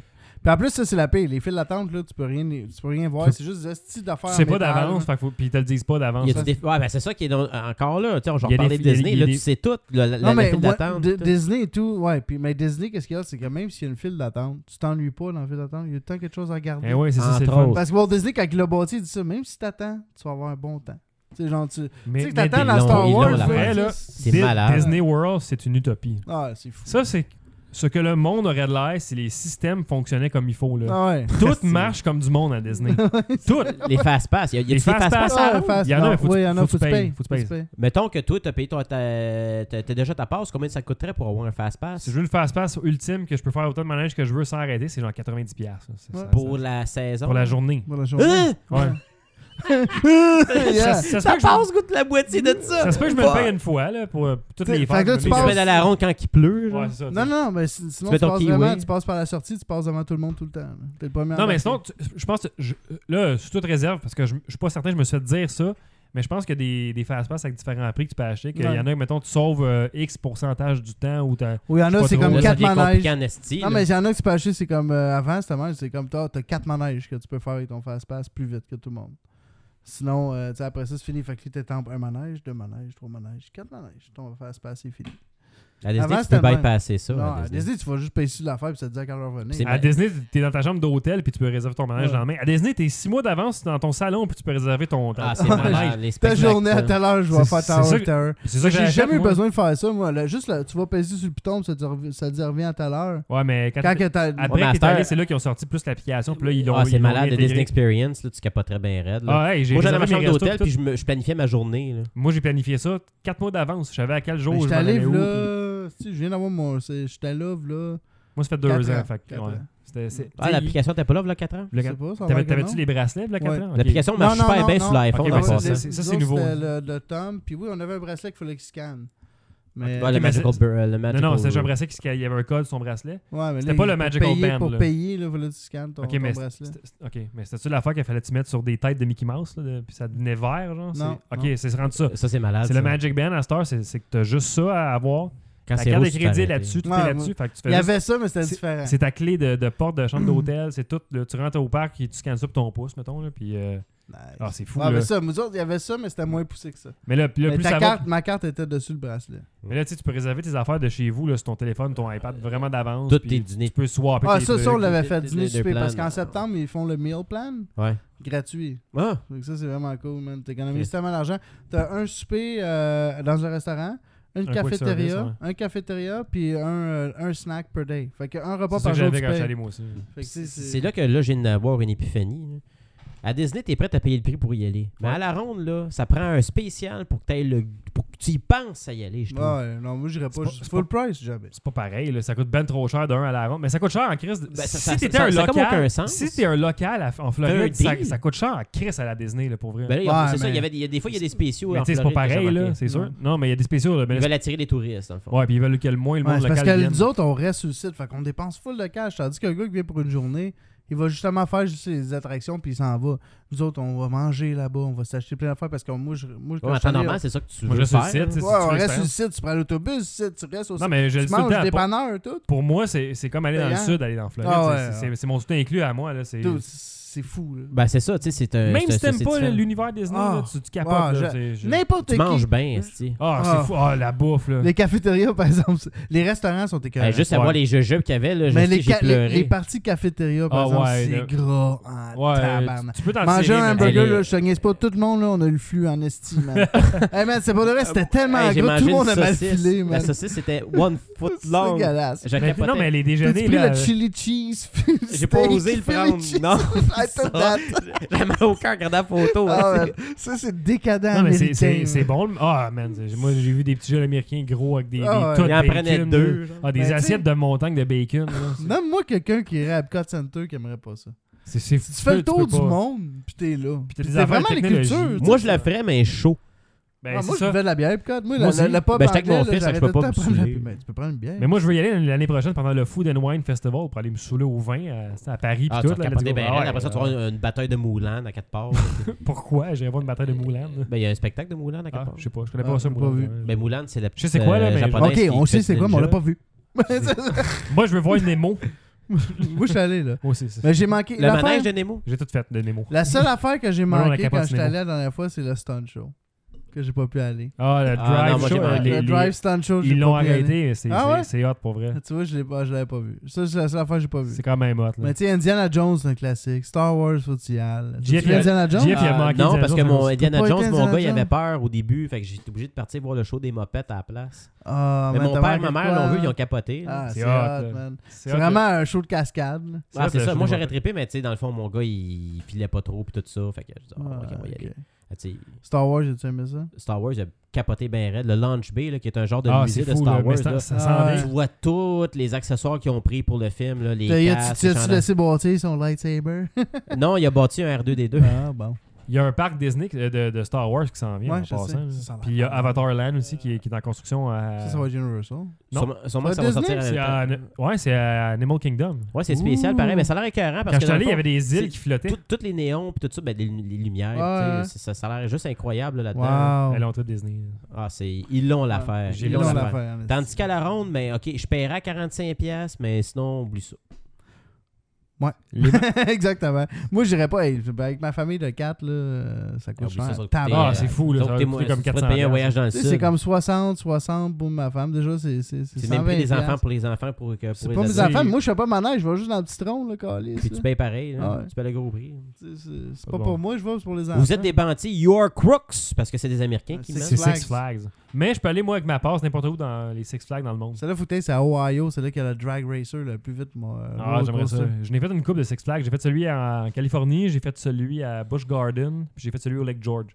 C: Puis en plus, ça, c'est la paix. Les files d'attente, là, tu peux rien, tu peux rien voir.
A: Tu-
C: C'est juste des styles
A: tu
C: d'affaires.
A: sais
C: en
A: pas
C: métal, hein.
A: d'avance,
C: là.
A: fait que faut- puis ils te le disent pas d'avance.
B: Il y a
A: Ça,
B: du défi- Ouais, ben c'est ça qui est dans- encore là. Tu sais, on j'en
A: Il y a
B: parlais
A: des-
B: de
A: il y a-
B: Disney.
A: il y a
B: Là,
A: des-
B: tu sais tout. La, la,
C: Non,
B: la
C: mais
B: file
C: moi,
B: d'attente.
C: D-
B: tout.
C: Disney et tout, ouais. Puis, mais Disney, qu'est-ce qu'il y a C'est que même s'il y a une file d'attente, tu t'ennuies pas dans la file d'attente. Il y a tant quelque chose à regarder.
A: Eh ouais, c'est ça,
B: Entre
A: c'est le fun.
B: autres.
C: Parce que Walt Disney, quand il l'a bâti, il dit ça même si t'attends, tu vas avoir un bon temps. Tu sais, genre, tu
A: Mais,
C: tu sais que
A: mais
C: t'attends
A: des
C: la
B: longs-
C: Star
B: ils l'ont
C: Wars.
B: la
C: là,
A: vraie,
C: tu
A: là.
C: sais,
B: C'est
A: Di-
B: malade.
A: Disney World, c'est une utopie.
C: Ah, c'est fou.
A: Ça, c'est ce que le monde aurait de l'air si les systèmes fonctionnaient comme il faut. Là.
C: Ah ouais.
A: Tout marche comme du monde à Disney. Tout.
B: Les fast-pass. Il y a, il y
A: Les
B: a des fast-pass.
A: fast-pass.
B: à la
C: Ah,
B: ronde?
C: fast-
A: Il y en a,
C: non,
A: mais faut que
C: oui,
A: tu-
C: il y en a,
A: faut que tu
C: tu
A: payes,
C: payes.
A: faut que tu payes.
B: Mettons que toi, t'as payé toi, ta- t'as t'as déjà ta passe. Combien ça coûterait pour avoir un fast-pass?
A: Si je veux le fast-pass ultime que je peux faire autant de manège que je veux sans arrêter, c'est genre 90$. piastres, ça. Ça-
C: Ouais.
A: ça-
B: Pour
A: ça-
B: la saison.
A: pour la journée.
C: Voilà, je-
B: Hein?
A: Ouais.
C: Yeah.
A: Ça, ça se
B: Ta
A: peut que je-
B: passe goûte la moitié de ça.
A: ça se peut que je me
B: Fuck.
A: le paye une fois là, pour euh, toutes
C: Fait
A: les
C: que là, tu
B: Tu te
C: passes-
B: mets dans la ronde quand il pleut. genre.
A: Ouais, c'est ça,
C: Non,
A: tu-
C: non, mais si- sinon
B: mets
C: tu,
B: ton
C: passes
B: kiwi.
C: vraiment, tu passes par la sortie, tu passes devant tout le monde tout le temps. là. T'es le premier.
A: Non, mais
C: embarqué.
A: sinon, tu- je pense que je- là, sous toute réserve, parce que je, je suis pas certain, je me suis fait dire ça, mais je pense que des, des fast-pass avec différents prix que tu peux acheter, qu'il y
C: Ouais.
A: en a, mettons, tu sauves euh, X pourcentage du temps ou t'as.
C: Oui, il y en
A: je
C: a,
A: suis
C: c'est
A: pas
C: comme
A: drôle.
B: Là, ça
C: 4
B: devient
C: manèges.
B: compliqué en esti.
C: Non,
B: là.
C: mais il y en a que tu peux acheter, c'est comme euh, avant, c'était mal, c'est comme t'as 4 manèges que tu peux faire avec ton fast-pass plus vite que tout le monde. Sinon, euh, tu sais, après ça, c'est fini. Fait que tu t'étampes un manège, deux manèges, trois manèges, quatre manèges. Ton fast-pass, c'est fini.
B: À Disney,
C: Avant,
B: tu peux
C: c'était le même.
B: bypasser ça.
C: non,
B: à
C: à
B: Disney.
C: Disney, tu vas juste payer sur l'affaire et ça te dit à quelle heure venir.
B: C'est
A: À Disney, t'es dans ta chambre d'hôtel puis tu peux réserver ton manège
C: Ouais.
A: dans la main. À Disney, t'es six mois d'avance dans ton salon puis tu peux réserver ton, ton-
B: Ah,
A: ton
B: c'est malade.
A: manège.
B: les
C: Ta
B: spectacles,
C: journée à
B: ça.
C: telle heure, je vais
A: C'est-
C: faire
A: c'est
C: ta
A: ça
C: heure,
A: que-
C: ta heure.
A: C'est ça que
C: J'ai
A: j'avais
C: jamais
A: fait,
C: eu
A: moi.
C: besoin de faire ça, moi. Là, juste, là, tu vas peser sur le piton, ça te rev- ça te dit reviens à telle heure.
A: Ouais, mais quand,
C: Quand que t'as. Ben,
A: après
B: Ouais,
A: que
B: mais
A: t'es
B: à
A: allé,
B: cette
A: c'est là qu'ils ont sorti plus l'application puis là ils l'ont.
B: Ah,
A: ils
B: c'est
A: l'ont
B: malade, le
A: intégré.
B: Disney Experience, là, tu capoterais bien raide. là.
A: Ah, hey, j'ai
B: Moi, j'allais à
A: réservé
B: ma
A: mes
B: chambre
A: restos,
B: d'hôtel,
A: puis
B: puis
A: tout.
B: je, me- je planifiais ma journée. là.
A: Moi, j'ai planifié ça quatre mois d'avance. Je savais à quel jour
C: Ben,
A: je
C: J'étais
A: m'en
C: allé,
A: allais où, puis-
C: là. tu sais, Je viens d'avoir mon. c'est- J'étais là, là.
A: Moi, ça fait
C: Quatre
A: deux ans.
C: ans.
A: fait que,
C: Quatre
A: ouais.
C: ans.
A: C'était- c'est-
B: Ah,
A: t'sais,
B: l'application, t'es pas là, là, 4 ans?
A: le-
C: Je sais pas, ça a
A: t'avais-
C: l'air que
A: T'avais-tu
C: non. Ah,
A: les bracelets, là,
C: Ouais.
A: 4 ans? Ok.
B: L'application marche
C: Non, non,
B: super
C: non,
B: bien
C: non.
B: sur l'iPhone
A: Ok,
B: en
A: ouais, ça,
B: passant.
A: c'est-
C: Nous
A: ça, c'est
C: autres,
A: nouveau, Ah,
C: C'était
A: hein.
C: le de Tom. Puis oui, on avait un bracelet qu'il fallait qu'il scanne. Mais,
B: Ouais, le
A: mais
B: Magical
A: c'est-
B: Bur- euh, le
A: Non,
B: Magical
A: non, c'était juste un
B: Bur-
A: bracelet qui se- il y avait un code sur son bracelet.
C: ouais, mais
A: c'était
C: là,
A: pas le
C: pour
A: Magical
C: payer-
A: Band,
C: Pour
A: là.
C: payer, là, il fallait que tu scannes ton,
A: Ok,
C: ton
A: mais
C: bracelet.
A: c'était- c'était- ok, mais c'était-tu l'affaire qu'il fallait que tu mettre sur des têtes de Mickey Mouse, là, de- puis ça devenait vert, genre?
C: Non,
A: c'est-
C: non.
A: Ok, c'est rendu ça.
B: Ça, c'est malade.
A: C'est le
B: ça.
A: Magic Band à cette heure, c'est c'est que t'as juste ça à avoir.
B: Quand
A: Ta
B: c'est
A: carte de
B: rouge, tu
A: crédit
B: t'arrêtes.
A: là-dessus, tout
C: Ouais,
A: est là-dessus. Fait que tu fais
C: Il y
A: juste-
C: avait ça, mais c'était différent.
A: C'est ta clé de, de porte de chambre d'hôtel, c'est tout. là, tu rentres au parc et tu scannes ça pour ton pouce, mettons, là, puis... euh,
C: Nice.
A: Ah, c'est fou,
C: Ouais,
A: là.
C: mais ça, nous autres, il y avait ça, mais c'était moins poussé que ça.
A: Mais là, puis là,
C: Mais
A: plus
C: ta
A: ça va,
C: carte, ma carte était dessus le bracelet.
A: Mais là, tu sais, tu peux réserver tes affaires de chez vous là, sur ton téléphone, ton iPad vraiment d'avance.
B: Tous
A: puis
B: tes dîners.
A: Tu peux swapper.
C: Ah,
A: tes
C: ça,
A: trucs.
C: ça, on l'avait
B: des-
C: fait
B: des-
C: dîner
B: des
C: souper
B: plans,
C: parce qu'en
B: là.
C: septembre, ils font le meal plan
B: Ouais.
C: gratuit.
B: Ah,
C: Donc ça, c'est vraiment cool, man.
B: Ok.
C: T'économises tellement d'argent. T'as un souper euh, dans un restaurant, une
A: Un quick
C: cafétéria,
A: service,
C: un cafétéria, puis un, euh, un snack per day. Fait qu'un repas
A: C'est ça
C: par
A: que
C: jour,
A: j'avais
C: tu
A: quand je suis allé,
C: payes.
A: moi aussi.
C: Fait que c'est- c'est-
B: C'est là que là, j'ai viens d'avoir une épiphanie. là. À Disney, t'es prêt à payer le prix pour y aller. Mais
A: Ouais.
B: à la ronde, là, ça prend un spécial pour que, t'ailles le... pour que tu y penses à y aller, je trouve.
C: Ouais, non, moi, j'irais
A: C'est
C: pas.
A: pas-
C: juste
A: c'est
C: full price, jamais.
A: C'est pas pareil, là, ça coûte ben trop cher d'un à la ronde. Mais ça coûte cher en crise.
B: Ben, ça-
A: si
B: ça-
A: t'étais
B: ça-
A: un
B: ça a comme aucun
A: local,
B: sens.
A: si t'es un local à- en Floride,
B: Fais un
A: ça,
B: deal.
A: ça coûte cher en crise à la Disney là, pour vrai.
B: Ben là, il y a-
C: Ouais,
B: c'est ça,
C: mais-
B: il y avait des, il y a des fois, il y a des spéciaux.
A: mais
B: en
A: tu sais, c'est pas
B: Floride que j'ai
A: pareil, là,
B: remarqué.
A: c'est sûr. Non, mais il y a des spéciaux. Là, mais
B: Ils
A: là,
B: veulent attirer les touristes, dans le fond.
A: ouais, puis ils veulent que le moins le
C: Ouais,
A: monde
C: c'est
A: local
C: parce que
A: vienne.
C: nous autres, on reste sur le site. Fait qu'on dépense full de cash. Tandis qu'un gars qui vient pour une journée, Il va justement faire juste les attractions, puis il s'en va. Nous autres, on va manger là-bas, on va s'acheter plein d'affaires parce que moi, je. Moi, quand
B: Ouais, en temps
C: je suis allé-
B: normal, c'est ça que tu
A: Moi,
B: veux
A: je suis
B: faire.
A: le site,
B: là.
A: c'est-
C: Ouais,
A: tu veux
C: on reste sur le
A: l'expérience.
C: site, tu prends l'autobus, site, tu restes au
A: Non,
C: site.
A: mais je le
C: Tu
A: dis tout le
C: manges
A: temps.
C: des
A: Pour,
C: panneurs, tout.
A: pour moi, c'est c'est comme aller dans le
C: Payant.
A: sud, aller dans le Floride.
C: Ah
A: c'est-
C: ouais,
A: c'est
C: ouais.
A: c'est mon tout inclus à moi. Là, c'est-
C: Dude, C'est fou, là.
B: Ben, c'est ça, tu sais, c'est un.
A: Même
B: c'est-
A: si
B: c'est-
A: t'aimes
B: c'est
A: pas
B: différent.
A: l'univers Disney, là,
C: Ah.
A: tu, ben. tu capotes. Ah,
C: Ah,
A: là,
C: je-
A: c'est- je-
C: N'importe
B: Tu
C: qui.
B: manges bien, Esti.
A: ah,
C: Ah.
A: c'est fou. Ah, la bouffe, là.
C: Les cafétérias, par exemple, c'est- les restaurants
A: Ben,
C: sont écœurants.
B: Hey, juste à
A: Ouais.
B: voir les jeux-jeux qu'il y avait, là, je
C: mais
B: sais,
C: les,
B: j'ai
C: ca- les, les
B: pleuré.
C: parties cafétéria, par
A: Ah,
C: exemple,
A: ouais, le-
C: c'est gras en
A: Ouais,
C: tabarnak.
A: tu, tu peux t'en
C: Manger
A: tirer,
C: un
A: Ah, mais-
C: hamburger,
B: Elle est-
C: là, je te niaise pas. Tout le monde, là, on a eu le flux en estime. hey, man, c'est pour le reste, c'était tellement
B: Hey, j'ai
C: gras. Tout
B: mangé
C: le monde
B: une
C: a mal
B: saucisse.
C: filé,
B: La
C: man.
B: saucisse était one foot
C: C'est
B: long.
C: dégueulasse.
B: Je
A: mais-
B: capotais.
A: non, mais les
C: T'as-tu
A: déjeuners,
C: pris
A: là,
C: le chili cheese.
B: J'ai pas osé le prendre. Non,
C: I
B: ça.
C: took that.
B: J'ai mal au cœur quand la photo.
C: Ah,
B: hein.
C: man, ça, c'est décadent
A: Non, mais c'est-
C: américain,
A: c'est c'est
C: man.
A: bon. le- Ah, man. c'est- Moi, j'ai vu des petits jeunes américains gros avec des, des
C: Ah, ouais.
A: tas de
B: Ils en
A: bacon,
B: prenaient
A: là.
B: deux. genre.
A: Ah, des
C: Ben, tu
A: assiettes
C: sais-
A: de montagne de bacon. là, c'est-
C: Nomme-moi quelqu'un qui irait à Epcot Center qui aimerait pas ça.
A: C'est c'est
C: Si
A: fou.
C: tu fais le
A: peux
C: tour du
A: pas.
C: monde, pis t'es là.
A: Puis t'as
C: Pis
A: des
C: C'est
A: affaires
C: vraiment
A: de
C: les
A: technologie.
C: cultures. tu
B: Moi,
C: sais.
B: je le ferais, mais chaud.
A: Ben,
C: Ah,
A: c'est
C: moi, je
A: ça.
C: buvais de la bière à Epcot. Moi,
B: Moi
C: la, la,
B: aussi.
C: la pop
B: Ben, j'étais avec
C: anglais,
B: mon
C: là,
B: fils, fait que je peux
C: j'arrêtais
B: pas
C: de
B: me
C: prendre la
B: saouler.
C: bière. Ben, Tu peux prendre une bière.
A: Mais moi, je veux y aller l'année prochaine pendant le Food and Wine Festival pour aller me saouler au vin à, à Paris.
B: Ah,
A: pis
B: tu vas
A: tout, là, let's
B: capoter
A: go.
B: ben
A: Ah,
B: raide.
A: ouais,
B: Après ça, tu vas avoir une bataille de Moulin à quatre parts.
A: Pourquoi J'irais voir une bataille de Moulin.
B: Ben, il y a un spectacle de Moulin à quatre
A: Ah,
B: parts.
A: je sais pas, je connais
C: Ah,
A: pas ça,
C: j'ai
A: Moulin.
C: pas vu.
B: Ben, Moulin, c'est la petite.
A: Je sais quoi, là,
B: euh,
A: mais-
B: japonaise
C: Ok,
B: qui
C: on sait
B: fait
C: c'est
B: du
C: quoi, mais on l'a
B: ninja.
C: pas vu.
A: Moi, je veux voir Nemo.
C: Moi, je suis allé, là.
A: Moi aussi, c'est ça.
C: Mais Ben, j'ai manqué.
B: Le
C: l'affaire-
B: manège de Nemo.
A: J'ai tout fait de Nemo.
C: La seule affaire que j'ai
A: Non, on a
C: manqué
A: capote
C: quand j'étais
A: cinéma.
C: allé la dernière fois, c'est le stunt show. Que j'ai pas pu aller.
A: Ah, le
B: Ah,
A: Drive
B: non, moi, j'ai
A: Show. euh,
B: manqué.
A: les-
C: Le
A: les-
C: drive stunt show, j'ai
A: Ils
C: pas
A: l'ont
C: pu y aller.
A: arrêté. C'est
C: Ah
A: c'est-
C: ouais?
A: c'est hot pour vrai.
C: Tu vois, je l'ai pas- je l'avais pas vu. Ça, c'est la seule affaire que j'ai pas vu.
A: C'est quand même hot. là.
C: Mais tu sais, Indiana Jones, c'est un classique. Star Wars, faut y aller. Tu
A: JF,
C: fais Indiana Jones?
A: JF, il a manqué
B: Ah, non,
A: Indiana
B: parce que
A: Jones,
B: mon
A: c'est
B: Indiana
C: pas
B: Jones,
C: Indiana
B: mon gars, il
C: Jones.
B: avait peur au début. Fait que j'étais obligé de partir voir le show des mopettes à la place.
C: Ah,
B: mais
C: man,
B: mon
C: t'as
B: père et
C: manqué
B: ma mère
C: quoi,
B: l'ont vu,
C: hein?
B: ils ont capoté. là.
C: Ah,
A: C'est
C: c'est
A: hot,
C: hot,
A: là.
C: man.
A: C'est
C: C'est
A: hot,
C: vraiment un show de cascade. là.
B: Ah, c'est
A: le
B: ça.
A: show
B: Moi,
A: des
B: j'aurais
A: mopettes.
B: trippé, mais tu sais, dans le fond, mon gars, il il filait pas trop, puis tout ça. Fait que je dis, Ah, ok,
C: Ah,
B: on va y aller.
C: ok.
B: Ah, tu sais,
C: Star Wars, j'ai-tu aimé ça?
B: Star Wars, il a capoté bien raide. Le Launch Bay, là, qui est un genre de
A: Ah,
B: musée
A: c'est
B: de
A: fou.
B: Star
A: là, mais
B: Wars.
A: ça-
B: là.
A: Ça
C: Ah,
A: s'en
C: ouais.
A: vient.
B: Tu vois tous les accessoires qu'ils ont pris pour le film, là, les
C: T'as- y a-
B: casques,
C: Tu
B: les
C: t'as-tu
B: chandails.
C: laissé bâtir son lightsaber?
B: Non, il a bâti un R2D2.
C: ah, bon.
A: Il y a un parc Disney euh, de, de Star Wars qui s'en vient
C: Ouais,
A: en
C: je sais.
A: passant. là.
C: Ça, ça va
A: Puis il y a
C: être-
A: Avatar Land aussi qui est, qui est en construction à.
C: Ça, ça va être Universal.
A: Non.
B: Sûrement- Sûrement que ça va
C: Ça, Disney,
B: sortir
A: C'est
B: avec
A: à- ouais, c'est à Animal Kingdom.
B: Ouais, c'est spécial,
C: Ouh.
B: pareil, mais ça a l'air écœurant parce
A: Quand je
B: que
A: suis
B: dans le
A: allé, il y
B: fond,
A: avait des
B: c'est
A: îles qui flottaient.
B: tout- toutes les néons puis tout ça, ben, les, les lumières,
C: Ouais.
B: tu sais, c'est- ça, ça a l'air juste incroyable là, là-dedans.
C: Wow.
A: Elle est entrée de Disney.
B: Ah, c'est ils l'ont l'affaire.
A: J'ai
B: Ils
A: l'ont
B: l'ont
A: l'affaire.
B: l'affaire. Tandis qu'à la ronde, mais ok, je paierais à 45$, piastres, mais sinon, oublie ça.
C: Exactement. Moi, j'irais pas. hey, ben, Avec ma famille de 4, là, euh, ça coûte
B: Oublie ça,
C: cher.
B: ça va coûter, euh,
C: Tabarnak.
A: Ah, c'est fou, là,
B: ça va
A: ça va
B: coûter
A: coûter
B: moins-
A: comme
B: tu pourrais te
A: 400
B: payer un voyage dans le
C: Tu
B: sud.
C: sais, C'est comme 60, 60 pour ma femme. Déjà, c'est c'est
B: C'est même plus des enfants pour les enfants pour que pour
C: C'est
B: les
C: pas mes
B: adultes.
A: adultes.
C: enfants. mais Moi, je fais pas manège. Je vais juste dans le petit tronc, là, câlisse,
B: Puis
C: là.
B: tu payes pareil, là.
C: Ah ouais.
B: tu payes le gros prix.
C: C'est- C'est c'est
A: Ah
C: pas
A: bon.
C: pour moi, je vais c'est pour les enfants.
B: Vous êtes des bandits, you are crooks, parce que c'est des Américains qui
C: Ah,
B: mènent.
A: C'est
C: Flags.
A: Six Flags. Mais je peux aller, moi, avec ma passe n'importe où dans les Six Flags dans le monde.
C: Celle-là, foutez, c'est à Ohio. C'est là qu'il y a le drag racer le plus vite. Moi, euh,
A: Ah,
C: roller
A: j'aimerais ça.
C: coaster.
A: Je n'ai fait une coupe de Six Flags. J'ai fait celui en Californie, j'ai fait celui à Busch Garden, puis j'ai fait celui au Lake George.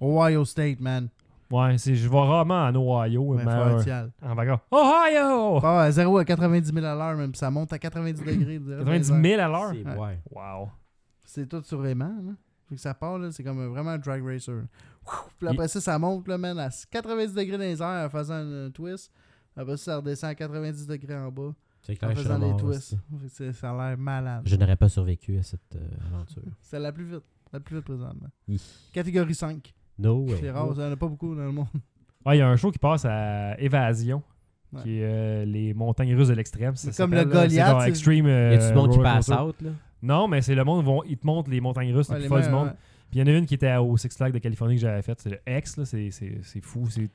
C: Ohio State, man. Ben,
A: Ouais, c'est, je vais rarement en Ohio,
C: Mais
A: mais
C: frère,
A: euh,
C: t'y aller.
A: en vacances. Ohio!
C: Ah, à 0 à 90 000 à l'heure, même. Ça monte à 90 degrés.
A: 90 000 à l'heure?
B: C'est- ouais.
A: Wow.
C: C'est tout sur aimant, là. Fait que ça part, là, c'est comme un- vraiment un drag racer. Ouf, Puis après ça, ça monte, là, man, à 90 degrés dans les airs en faisant un twist. Après ça, ça redescend à 90 degrés en bas
B: C'est clair,
C: en
B: je suis
C: faisant des
B: mort,
C: twists.
B: c'est-
C: Fait que c'est- ça a l'air malade.
B: Je n'aurais pas survécu à cette euh, aventure.
C: C'est la plus vite. La plus vite présentement.
B: Hi.
C: Catégorie 5.
B: No way.
C: C'est rare, il n'y en a pas beaucoup dans le monde.
A: Ouais, il y a un show qui passe à Évasion,
C: Ouais.
A: qui est euh, les montagnes russes de l'extrême. ça
C: C'est comme
A: s'appelle,
C: le
A: là.
C: Goliath,
A: C'est genre
C: c'est-
A: extreme.
B: Y a-tu
A: euh,
B: du monde qui
A: roller
B: passe
A: coaster.
B: out, là?
A: Non, mais c'est le monde, vont, ils te montrent les montagnes russes,
C: Ouais,
A: les
C: les
A: plus folles du
C: meilleurs,
A: monde.
C: ouais.
A: Puis il y en a une qui était à- au Six Flags de Californie que j'avais faite. C'est le X, là. C'est, c'est, c'est fou. C'est,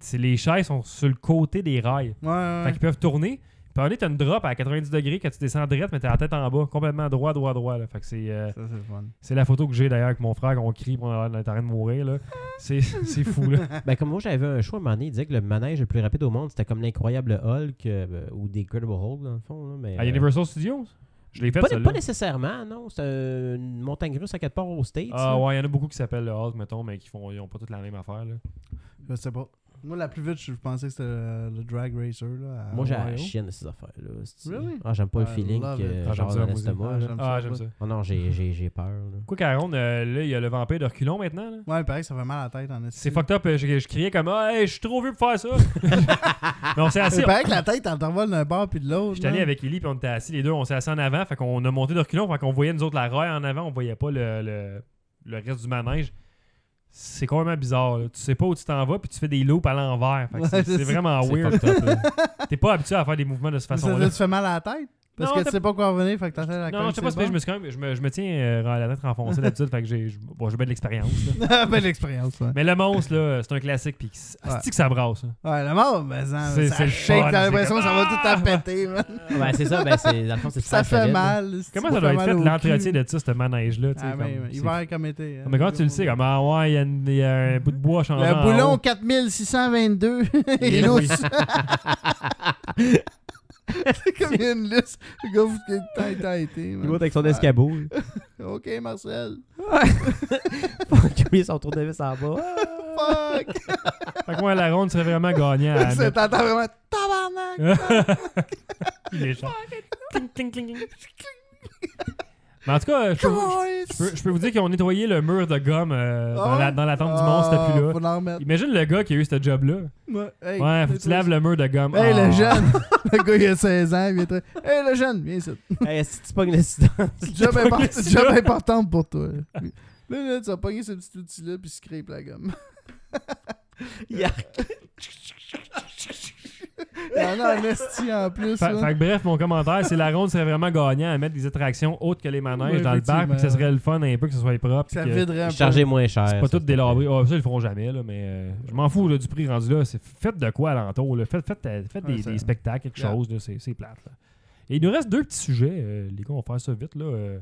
A: c'est- les chaises sont sur le côté des rails.
C: Ouais, ouais,
A: Fait qu'ils peuvent tourner. Puis en est, t'as une drop à 90 degrés quand tu descends direct, mais t'es la tête en bas, complètement droit, droit, droit. Là. Fait que c'est, euh,
C: Ça, c'est le fun.
A: c'est la photo que j'ai d'ailleurs avec mon frère, qu'on crie, pour on a l'air d'être en train de mourir. Là. C'est, c'est fou, là.
B: Ben, comme moi, j'avais un choix à un moment donné. Il disait que le manège le plus rapide au monde, c'était comme l'incroyable Hulk euh, ou des Incredible Hulk, dans le fond. Là, mais,
A: À
B: euh,
A: Ah, Universal Studios, je l'ai fait,
B: pas,
A: celle-là.
B: pas nécessairement, non. C'est euh, une montagne russe à quatre ports aux States.
A: Ah
B: là.
A: ouais, il y en a beaucoup qui s'appellent le Hulk, mettons, mais qui font, ils ont pas toutes la même affaire, là.
C: Je sais pas. Moi, la plus vite, je pensais que c'était euh, le Drag Racer. Là, à
B: Moi, j'ai la
C: Ohio.
B: chienne de ces affaires-là. c'est-tu.
C: Ah, Really?
B: Ah, j'aime pas le
C: I
B: feeling
C: love it.
B: que
A: Ah, j'aime
B: genre
A: ça,
B: dans
A: moi aussi.
B: l'estomac. là.
A: Ah, j'aime ça.
B: Ah non, j'ai- j'ai j'ai peur. là.
A: Quoi qu'à ronde, euh, là, il y a le vampire de reculon maintenant. là.
C: Ouais, pareil, ça fait mal à la tête en esti.
A: C'est fucked up. euh, Je, je criais comme Ah, hey, je suis trop vieux pour faire ça. non, c'est assis.
C: C'est pareil que la tête, elle t'envole d'un bord puis de l'autre.
A: J'étais allé
C: là.
A: avec Ellie, puis on était assis les deux, on s'est assis en avant, fait qu'on a monté de reculons, fait qu'on voyait nous autres la rail en avant, on voyait pas le, le, le reste du manège. C'est quand même bizarre. là. Tu sais pas où tu t'en vas, puis tu fais des loops à l'envers. Fait que c'est-
C: Ouais,
A: c'est
C: c'est-
A: vraiment
B: C'est
A: Ah, weird.
B: fucked up, là.
A: T'es pas habitué à faire des mouvements de cette
C: Mais Ça
A: façon-là.
C: te fait mal à la tête? Parce
A: Non,
C: que
A: t'as-
C: tu sais pas quoi revenir, fait que t'entends la
A: Non, je sais pas, si je me suis quand même, je me, je me tiens euh, à la tête renfoncée d'habitude, fait que j'ai je- bon, j'ai bien de l'expérience. là.
C: me Belle expérience, ouais.
A: Mais le monstre, là, c'est un classique, puis c'est
C: Ouais.
A: que ça brasse. hein.
C: Ouais, le mort, mais ça,
A: C'est- c'est
C: ça
A: le fun,
C: shake, t'as
A: c'est
C: l'impression que ça va
A: comme-
C: tout à péter, man.
B: Ouais, c'est ça, ben, c'est, dans le fond, c'est
C: Ça fait
B: solide, là.
C: mal. esti,
A: Comment
C: ça
A: ça doit
C: fait
A: être
C: mal
A: fait
C: au
A: l'entretien
C: cul.
A: de ça, ce manège-là? tu sais,
C: Ah,
A: comme-
C: mais
A: c'est-
C: hiver comme été. hein.
A: mais quand tu le sais, comme ah ouais, il y a une- il y, a un bout de bois changé. en
C: Le
A: haut.
C: boulon 4622. Il est lousse. C'est comme il y a une lousse. Le gars, vous le temps il t'a été. man.
B: Il monte avec son escabeau.
C: Ok, Marcel.
B: Fuck, lui, son tournevis en bas.
A: Ah,
C: Fuck.
A: Fait que moi, la ronde serait vraiment gagnant à
C: C'est-
A: mettre.
C: T'entends vraiment
A: Euh,
C: tabarnak.
A: Il est cher. Cling, cling, cling, cling. Mais en tout cas, je peux, vous- je peux- je peux vous dire qu'ils ont nettoyé le mur de gomme euh, dans, la, dans la tombe du monstre, c'était plus là.
C: Ah, Faut l'en remettre.
A: Imagine le gars qui a eu ce job-là.
C: Ouais, hey,
A: Ouais, faut que tu laves le mur de gomme.
C: Hey,
A: Ah.
C: le jeune. le gars, il a 16 ans. Il vient te- Hey, le jeune, viens ici.
B: hey, si tu pognes l'accident.
C: Job, import-
A: le sida.
C: job important pour toi. là. Là, là, tu vas pogner ce petit outil-là, puis scrape la gomme.
B: Yark.
C: Il y en a un esti en plus.
A: Fa-
C: là.
A: fait que bref, mon commentaire, c'est la ronde serait vraiment gagnant à mettre des attractions autres que les manèges
C: Ouais,
A: dans le parc, puis que ça
C: effectivement.
A: serait le fun un peu que ce soit propre.
C: ça
A: puis que-
C: viderait un peu.
B: Chargé moins cher.
A: C'est pas
B: ça,
A: tout
B: c'est
A: délabré. Ah, ça, ils le feront jamais, là, mais euh, je m'en fous là, du prix rendu là. C'est faites de quoi alentour. Là. Faites, faites, euh, faites des,
C: Ouais, ça-
A: des spectacles, quelque
C: Yeah.
A: chose. là, C'est c'est plate. là. Et il nous reste deux petits sujets. euh, les gars, on va faire ça vite. Là. Euh,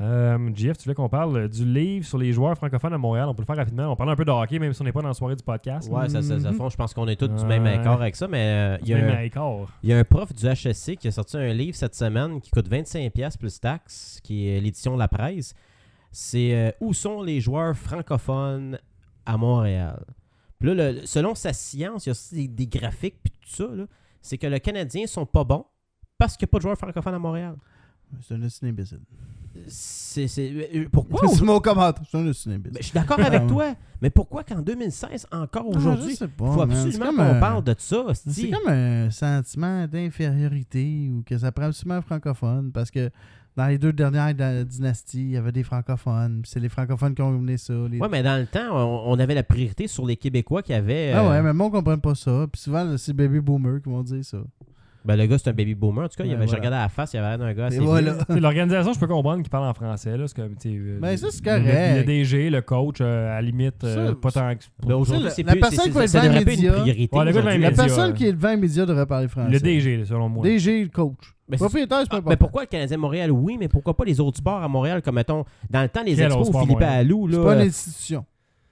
A: euh, JF, tu voulais qu'on parle euh, du livre sur les joueurs francophones à Montréal. On peut le faire rapidement. On parle un peu de hockey, même si on n'est pas dans la soirée du podcast.
B: Ouais, ça, ça, ça
C: Mhm.
B: fond, je pense qu'on est tous du
A: Ouais.
B: même accord avec ça, mais euh, il y, a
A: Même
B: un-
A: à écart.
B: il y a un prof du HSC qui a sorti un livre cette semaine qui coûte 25$ plus taxes, qui est l'édition La Presse. C'est euh, Où sont les joueurs francophones à Montréal? Puis là, le- selon sa science, il y a aussi des, des graphiques puis tout ça, là, c'est que les Canadiens sont pas bons parce qu'il n'y a pas de joueurs francophones à Montréal.
C: C'est un esti imbécile.
B: C'est, c'est- euh, pourquoi au-
C: C'est mon commentaire. C'est un esti
B: Ben,
C: imbécile.
B: je suis d'accord
C: Ah.
B: avec toi, mais pourquoi qu'en 2016, encore aujourd'hui, il faut absolument qu'on parle de ça? hostie?
C: C'est comme un sentiment d'infériorité ou que ça prend absolument un francophone parce que dans les deux dernières da- dynasties, il y avait des francophones. puis C'est les francophones qui ont mené ça. les-
B: Ouais, mais dans le temps, on, on avait la priorité sur les Québécois qui avaient. euh,
C: Ah ouais, mais moi, on comprend pas ça. Puis souvent, c'est les baby boomers qui vont dire ça.
B: ben, le gars, c'est un baby boomer. En tout cas, il
C: Ouais,
B: avait, j'ai
C: Ben, voilà.
B: regardé à la face, il avait l'air d'un gars.
C: Et
B: assez
C: voilà.
A: T'sais, L'organisation, je peux comprendre qu'ils parlent en français. Là, c'est comme, t'sais, euh,
C: Ben, ça, c'est
A: le- Le,
C: correct.
A: DG, le coach, euh, à la limite, euh,
C: Ça,
A: pas tant que.
B: vieux. Là, Ben, aujourd'hui,
C: Tu sais,
B: c'est
C: la-
B: plus.
C: la
B: c'est-
C: personne
B: c'est-
C: qui
B: ça
C: va être
B: devrait
C: dans
B: plus
C: les
B: être une
C: médias-
B: priorité.
A: Ouais, le gars dans les
B: aujourd'hui.
A: médias.
C: La
A: Média,
C: personne
A: euh,
C: qui est devant les médias devrait parler français.
A: Le DG, là, selon moi.
C: DG, le coach.
B: Ben, c'est-
C: Propriétaire, c'est pas
B: Ah,
C: important.
B: ben, pourquoi le Canadien de Montréal, oui, mais pourquoi pas les autres sports à Montréal, comme mettons, dans le temps, les
A: Quel autre
B: expos,
A: sport à
B: Philippe
A: Montréal?
B: Allou, là.
C: C'est pas une
B: euh,
C: institution.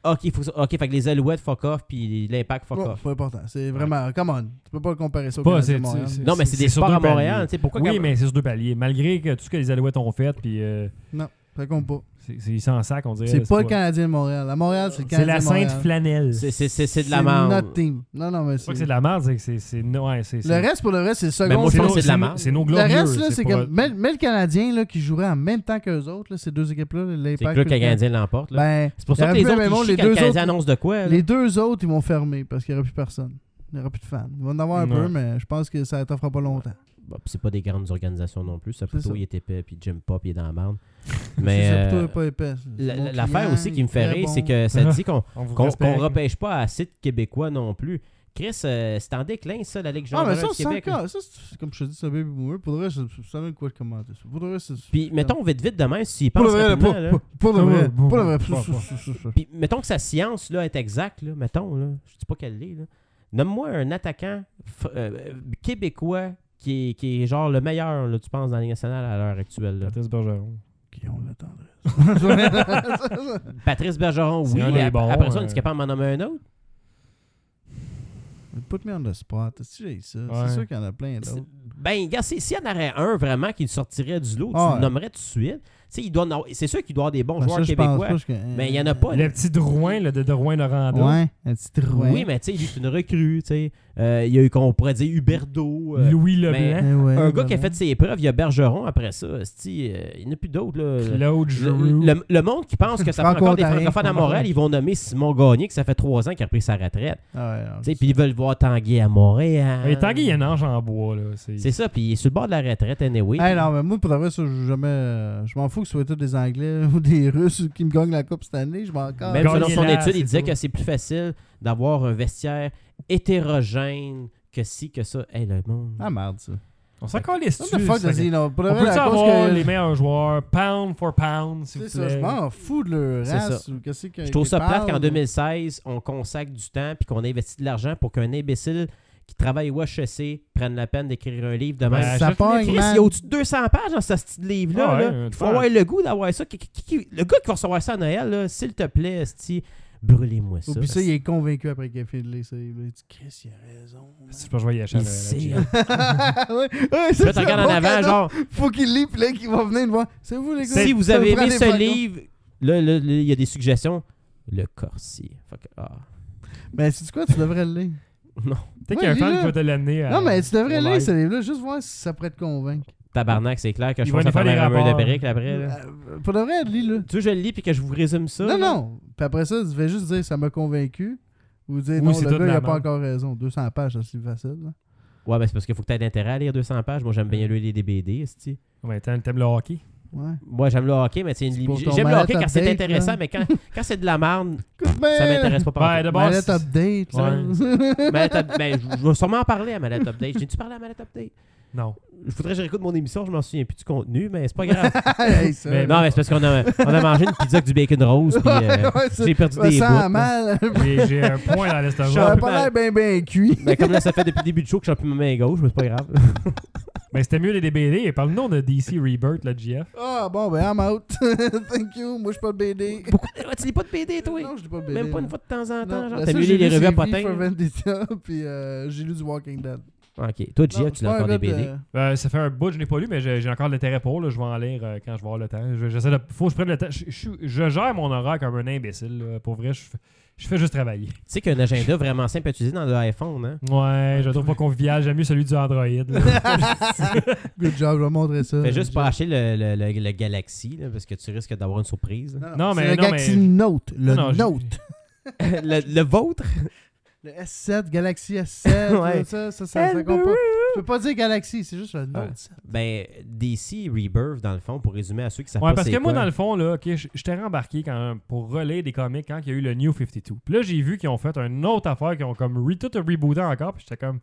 B: Ok, faut, ok, fait que les Alouettes, fuck off, puis l'impact, fuck
C: Ouais,
B: off.
C: pas important. C'est vraiment. Come on. Tu peux pas comparer ça au
A: Pas,
C: Canadien
A: c'est-
C: de Montréal.
A: c'est-
B: Non, mais c'est des
A: sur
B: sports
A: deux
B: à Montréal,
A: paliers.
B: tu sais, pourquoi
A: Oui,
B: quand-
A: mais c'est sur deux paliers. Malgré que tout ce que les Alouettes ont fait, puis euh,
C: Non, ça compte pas.
A: c'est- c'est- ils sont en sac, on dirait.
C: C'est pas le Canadien de Montréal. À Montréal, c'est le
A: C'est
C: Canadien.
A: la
C: de
A: Sainte
C: Montréal.
A: Flanelle.
B: C'est-
A: C'est
B: C'est c'est- c'est de la
C: C'est
B: merde.
C: notre team. Non, non, mais
A: pas
C: c'est.
A: que c'est de la merde, c'est que c'est- c'est. no- Ouais, c'est.
C: Le reste, pour le reste, c'est
B: Ben, moi,
C: second.
B: je pense
A: nos-
B: que c'est de la
A: nos-
B: merde.
A: C'est nos
C: le
A: glorieux.
C: reste, là, c'est
A: pas-
C: comme. Mais, mais le Canadien, là, qui jouerait en même temps qu'eux autres, là, ces deux équipes-là,
B: C'est que
C: l'impact.
B: là
C: puis
B: que
C: le
B: le Canadien l'emporte. là.
C: Ben,
B: C'est pour ça que
C: il
B: les
C: y aurait plus- mais bon,
B: autres, ils
C: les
B: chient quand le
C: deux
B: Canadien
C: autres-
B: annonce de quoi. là.
C: Les deux autres, ils vont fermer parce qu'il n'y aura plus personne. Il n'y aura plus de fans. Il va en avoir un
A: Ouais.
C: peu, mais je pense que ça t'offre pas longtemps.
B: Bah, pis c'est pas des grandes organisations non plus.
C: C'est
B: Saputo,
C: ça.
B: il est épais, puis Jim Pop, il est dans la merde. Mais
C: C'est
B: euh,
C: plutôt pas épais. ça. C'est
B: la-
C: mon
B: la- l'affaire
C: client,
B: aussi qui me fait
C: très
B: rire,
C: bon.
B: c'est que ça dit qu'on
A: On vous
B: qu'on qu'on
A: respecte.
B: repêche pas assez de Québécois non plus. Chris, euh, c'est en déclin, ça, la Ligue
C: Ah, mais
B: junior
C: ça,
B: du
C: c'est
B: Québec.
C: encore. Ça, c'est- comme je te dis, c'est un baby boomer. Pour le reste, c'est- ça donne quoi de commenter. ça. Pour le reste, c'est-
B: Puis mettons vite, vite demain, s'il
C: Pour
B: pense
C: le vrai, là,
B: rapidement,
C: pour-
B: là.
C: pour- pour le vrai.
A: Ouais,
C: Pour le vrai.
A: ouais, ouais,
B: Puis mettons que sa science là, est exacte, là, mettons, là, je dis pas qu'elle l'est. là. Nomme-moi un attaquant fr- euh, québécois qui est, qui est genre le meilleur, là, tu penses, dans la Ligue nationale à l'heure actuelle. là.
A: Patrice Bergeron.
C: Qui ont la tendresse.
B: Patrice Bergeron,
A: C'est
B: oui,
A: un
B: mais
C: euh,
A: des
B: ap-
A: bons,
B: après ça,
A: euh.
B: on est capable de m'en nommer un autre.
C: put me on the spot. Tu j'ai ça.
A: Ouais.
C: C'est sûr qu'il y en a plein
B: C'est-
C: d'autres.
B: Ben, gars, s'il y en aurait un vraiment qui sortirait du lot,
C: Ah
B: tu
C: ouais.
B: le nommerais tout de suite. Tu sais, il doit en avoir- C'est sûr qu'il doit y avoir des bons
C: Ben,
B: joueurs
C: ça, je pense
B: québécois.
C: pas, je- euh,
B: Mais il n'y en a pas.
A: Le petit Drouin, le de Drouin Noranda.
C: Ouais, un petit trouin.
B: Oui, mais tu sais, lui, c'est une recrue. tu sais. Euh, il y a eu, qu'on pourrait dire, Huberdo. euh,
A: Louis Leblanc.
C: Eh ouais,
B: un gars
C: voilà.
B: qui a fait ses épreuves, il y a Bergeron après ça. esti, euh, il n'y en a plus d'autres. là.
A: Claude Giroux.
B: euh, Le, le- le monde qui pense que ça prend encore des
C: Franco-ontarien,
B: francophones à Montréal, ils vont nommer Simon Gagné, que ça fait trois ans qu'il a pris sa retraite.
C: Ah ouais, non,
B: Tu sais, Puis ils veulent voir Tanguy à Montréal.
A: Mais Tanguy, il y a un ange en bois. Là. C'est...
B: C'est ça, puis il est sur le bord de la retraite, anyway.
C: Hey, non, mais moi, pour avoir ça, je jamais. euh, je m'en fous que ce soit tous des Anglais ou des Russes qui me gagnent la Coupe cette année. Je m'en encore.
B: Même selon son
A: Gagné là,
B: étude, il
A: c'est
B: disait
A: tout.
B: que c'est plus facile d'avoir un vestiaire hétérogène que si, que ça. Hey, le monde.
C: Ah, merde, ça.
A: On s'en calisse
C: What
A: dessus,
C: the fuck,
A: ça.
C: t'as dit, non? Pour
A: On
C: avoir
A: peut
C: la cause
A: avoir
C: que-
A: les meilleurs joueurs, pound for pound, s'il vous
C: C'est
A: plaît.
C: ça, je m'en fous de leur
B: C'est
C: race ou qu'est-ce que.
B: Je trouve ça
C: qu'ils
B: plate qu'en
C: parlent.
B: 2016, on consacre du temps puis qu'on investit de l'argent pour qu'un imbécile qui travaille au HEC prenne la peine d'écrire un livre de même.
A: Ben,
C: Ça
A: achète-les,
C: pogne,
B: Chris,
C: man.
B: il y a au-dessus de 200 pages dans ce petit livre-là.
A: Ah ouais,
B: là.
A: une
B: Il faut
A: page.
B: avoir le goût d'avoir ça. Qui- qui- qui- le gars qui va recevoir ça à Noël, là, s'il te plaît, esti, brûlez-moi ça.
C: Ou puis ça, il est convaincu après qu'il a fait de l'essai. Il a dit, Chris, il a raison. man.
A: Si je pense que je vais y acheter.
B: Il
A: la- la
B: sait,
A: Jeep.
B: hein.
C: ouais, ouais,
B: Puis
C: ça,
B: Là, tu
C: c'est
B: regardes
C: un
B: en
C: bon
B: avant,
C: cadeau.
B: genre,
C: Faut qu'il lit, puis là, qu'il va venir nous voir. C'est vous, les gars.
B: si vous
C: Ça
B: avez
C: prend
B: aimé
C: des
B: ce
C: flacons.
B: livre, là, là, là, il y a des suggestions. Le Corsi. Fuck, ah.
C: Mais Ben, c'est quoi, tu devrais le lire.
B: Non.
A: Peut-être qu'il y a un
C: Ouais,
A: fan
C: lis-le.
A: qui va te
B: Euh,
A: l'amener à.
C: Non, mais tu devrais
A: au
C: lire
A: live.
C: ce livre-là, juste voir si ça pourrait te convaincre.
B: Tabarnak, c'est clair que
A: Ils
B: je
A: vont
B: pense
A: nous
B: à
A: faire
B: faire
A: des
B: un mur de
A: rapports.
B: briques après. là.
C: Euh, Pour de vrai, lis-le.
B: Tu veux que je le lis puis que je vous résume ça?
C: Non,
B: là?
C: non. Puis après ça, tu vas juste dire ça m'a convaincu. Ou dire
A: Ou
C: non,
A: c'est
C: le
A: toute
C: gars, il
A: la
C: a pas
A: merde.
C: encore raison. 200 pages, c'est facile. là.
B: Ouais, ben c'est parce qu'il faut que tu aies intérêt à lire 200 pages. Moi, j'aime bien lire des BD, esti.
A: Ouais, t'aimes t'aimes le hockey.
C: Ouais.
B: Moi, j'aime le hockey, mais c'est une
C: C'est pour
B: limite.
C: ton
B: J'aime le
C: mallette
B: hockey quand c'est
C: update,
B: intéressant,
C: là.
B: mais quand, quand c'est de la merde,
C: Écoute,
B: ça
C: ben,
B: m'intéresse pas.
A: Ouais,
B: partout.
A: d'abord.
C: Mallette
A: c'est-
C: update. là.
B: Mallette Up- ben, je- je vais sûrement en parler à Mallette Update. J'ai-tu parlé à Mallette Update?
A: Non.
B: Je voudrais que je réécoute mon émission, je m'en souviens plus du contenu, mais c'est pas grave.
C: Hey, ça,
A: Mais
C: là.
B: non, mais c'est parce qu'on a, on a mangé une pizza avec du bacon rose, puis euh,
C: Ouais, ouais, c'est-
B: j'ai perdu
C: Ça
B: des
C: sent
B: bouts. là.
C: mal.
A: J'ai j'ai un point dans
C: J'aurais
A: l'estomac.
C: pas l'air bien, bien cuit.
B: Mais Ben, comme là, ça fait depuis le début du show que j'ai plus ma main gauche, mais c'est pas grave.
A: Mais c'était mieux les DBD. Parle-nous de DC Rebirth, le GF.
C: Ah, bon, ben, I'm out. Thank you. Moi, je suis pas de BD.
B: Pourquoi Ah, tu lis pas de BD, toi?
C: Non, je dis pas de BD.
B: Même pas une fois de temps en temps, genre,
C: la
B: t'as lu
C: seule que j'ai
B: les
C: lue,
B: revues à
C: c'est V
B: potin.
C: for Vendetta, puis euh, j'ai lu du Walking Dead.
B: Ok, toi,
C: Non,
B: Jeff, tu
C: je suis pas
B: l'as encore
C: un
B: des
C: gars de-
B: BD.
A: Euh, ça fait un bout, je n'ai pas lu, mais j'ai j'ai encore de l'intérêt pour. Là. Je vais en lire euh, quand je vais avoir le temps. Je- J'essaie de. Faut que je prenne le temps. Je, je- je gère mon horaire comme un imbécile. là. Pour vrai, je, fais- je fais juste travailler.
B: Tu sais qu'il y a un agenda vraiment simple à utiliser dans l'iPhone, hein?
A: Ouais, je le trouve pas convivial. J'aime mieux celui du Android. là.
C: Good job, je vais montrer ça.
B: Fais juste pas acheter le, le, le, le Galaxy, là, parce que tu risques d'avoir une surprise.
A: Non,
C: Non,
A: mais-
C: C'est le
A: non,
C: Galaxy
A: mais-
C: Note. Le
A: Non, non, j'ai-
C: Note.
B: le, le vôtre?
C: Le S7, Galaxy S7.
B: Ouais.
C: là, Ça, ça, ça, ça compte pas. Je peux pas dire Galaxy, c'est juste le Note.
B: Ouais. Ben, DC Rebirth, dans le fond, pour résumer à ceux qui savent
A: Ouais,
B: pas
A: parce
B: c'est
A: que moi,
B: quoi.
A: dans le fond, là, ok, j- j'étais rembarqué quand, pour relayer des comics quand il y a eu le New 52. Puis là, j'ai vu qu'ils ont fait une autre affaire, qu'ils ont comme re- tout rebooté encore. Puis j'étais comme,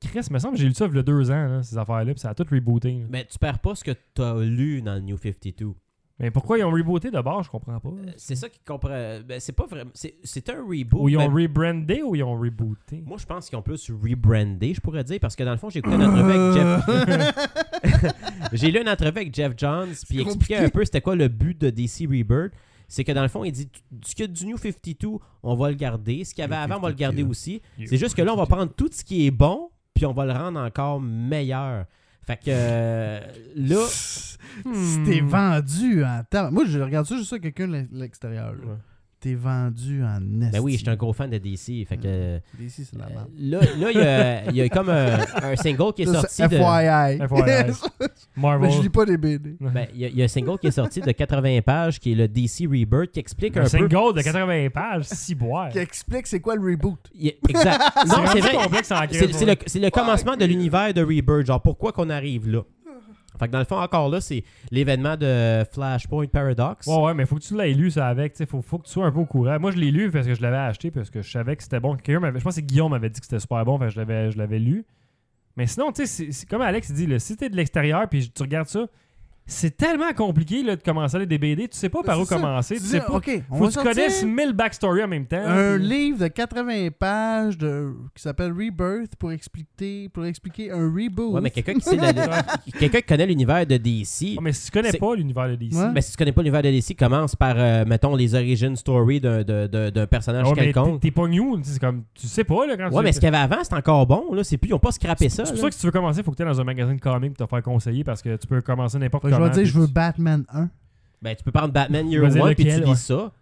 A: Chris, me semble que j'ai lu ça il y a deux ans, là, ces affaires-là. Puis ça a tout rebooté. là.
B: Mais Ben, tu perds pas ce que t'as lu dans le New 52.
A: Mais pourquoi ils ont rebooté d'abord, je comprends pas.
B: Euh, C'est ça qui comprend. Ben, c'est pas vraiment. C'est c'est un reboot.
A: Ou ils ont
B: mais
A: rebrandé ou ils ont rebooté.
B: Ben- Moi, je pense qu'ils ont plus rebrandé, je pourrais dire, parce que dans le fond, j'ai écouté une entrevue avec Jeff. j'ai lu une entrevue avec Jeff Johns, puis il expliquait
C: Euh. compliqué.
B: un peu c'était quoi le but de DC Rebirth. C'est que dans le fond, il dit Tout- ce qu'il y a du New 52, on va le garder. Ce qu'il y avait
C: New
B: avant, on va le
C: 52.
B: garder aussi. C'est juste que là, on va prendre tout ce qui est bon, puis on va le rendre encore meilleur. Fait que euh, là.
A: Hmm.
B: Hmm.
C: Si t'es vendu en temps. Moi, je regarde ça juste à quelqu'un de l'extérieur. là.
B: Ouais.
C: T'es vendu en est.
B: Ben oui, j'étais un gros fan de DC.
C: Mmh.
B: Fait que. euh,
C: Ici, c'est la
B: Là,
C: merde.
B: là, il y a- il y, a comme un, un single qui est
C: Ça,
B: sorti.
C: c'est
B: de-
C: FYI.
A: FYI.
C: Mais je
A: Marvel.
C: lis pas des BD.
B: Ben, Il y, a- il y a un single qui est sorti de 80 pages qui est le DC Rebirth qui explique un,
A: un
B: peu.
A: single de 80 pages, 6 boires.
C: Qui explique c'est quoi le reboot.
B: Il y a- Exact. non, c'est
A: rendu
B: vrai.
A: complexe en crise,
B: C'est c'est le,
A: ouais.
B: c'est le commencement de l'univers de Rebirth. Genre, pourquoi qu'on arrive là? Fait que dans le fond, encore là, c'est l'événement de Flashpoint Paradox.
A: Ouais, ouais, mais faut que tu l'aies lu, ça, avec. Il faut, faut que tu sois un peu au courant. Moi, je l'ai lu parce que je l'avais acheté, parce que je savais que c'était bon. Quelqu'un m'avait- Je pense que c'est Guillaume m'avait dit que c'était super bon, fait que je l'avais, je l'avais lu. Mais sinon, tu sais, c'est- c'est comme Alex dit, là, si t'es de l'extérieur puis tu regardes ça, C'est tellement compliqué là, de commencer à lire des BD. Tu sais pas par où
C: C'est ça.
A: commencer.
C: Tu
A: Tu
C: dis,
A: sais pas.
C: OK, on
A: Faut
C: va
A: que tu
C: sortir
A: connaisses 1000 backstories en même temps.
C: un
A: puis-
C: livre de 80 pages de, qui s'appelle Rebirth pour expliquer, pour expliquer un reboot.
B: Ouais, mais quelqu'un qui, sait le- quelqu'un qui connaît l'univers de DC.
A: Ouais, Ah, mais si tu connais
B: C'est-
A: pas l'univers de ben, DC,
C: Ouais.
B: Mais si tu connais pas l'univers de DC, commence par, euh, mettons, les origin story d'un d'un- d'un- d'un personnage
A: ouais, Oh, mais t'es-
B: quelconque.
A: t'es pas new. C'est comme, tu sais pas là, quand tu
B: Ouais, mais ce qu'il y avait avant, c'est encore bon. Là, c'est plus, ils ont pas scrappé ça.
A: C'est pour
B: là.
A: ça que si tu veux commencer, il faut que tu dans un magasin de comics pour te faire conseiller parce que tu peux commencer n'importe comment.
C: Fait que je vais dire,
A: puis
C: je veux
A: tu-
C: Batman 1.
B: Ben, tu peux prendre Batman Year
A: Vas-y,
B: One puis tu
A: lequel,
B: lis
A: ouais.
B: ça.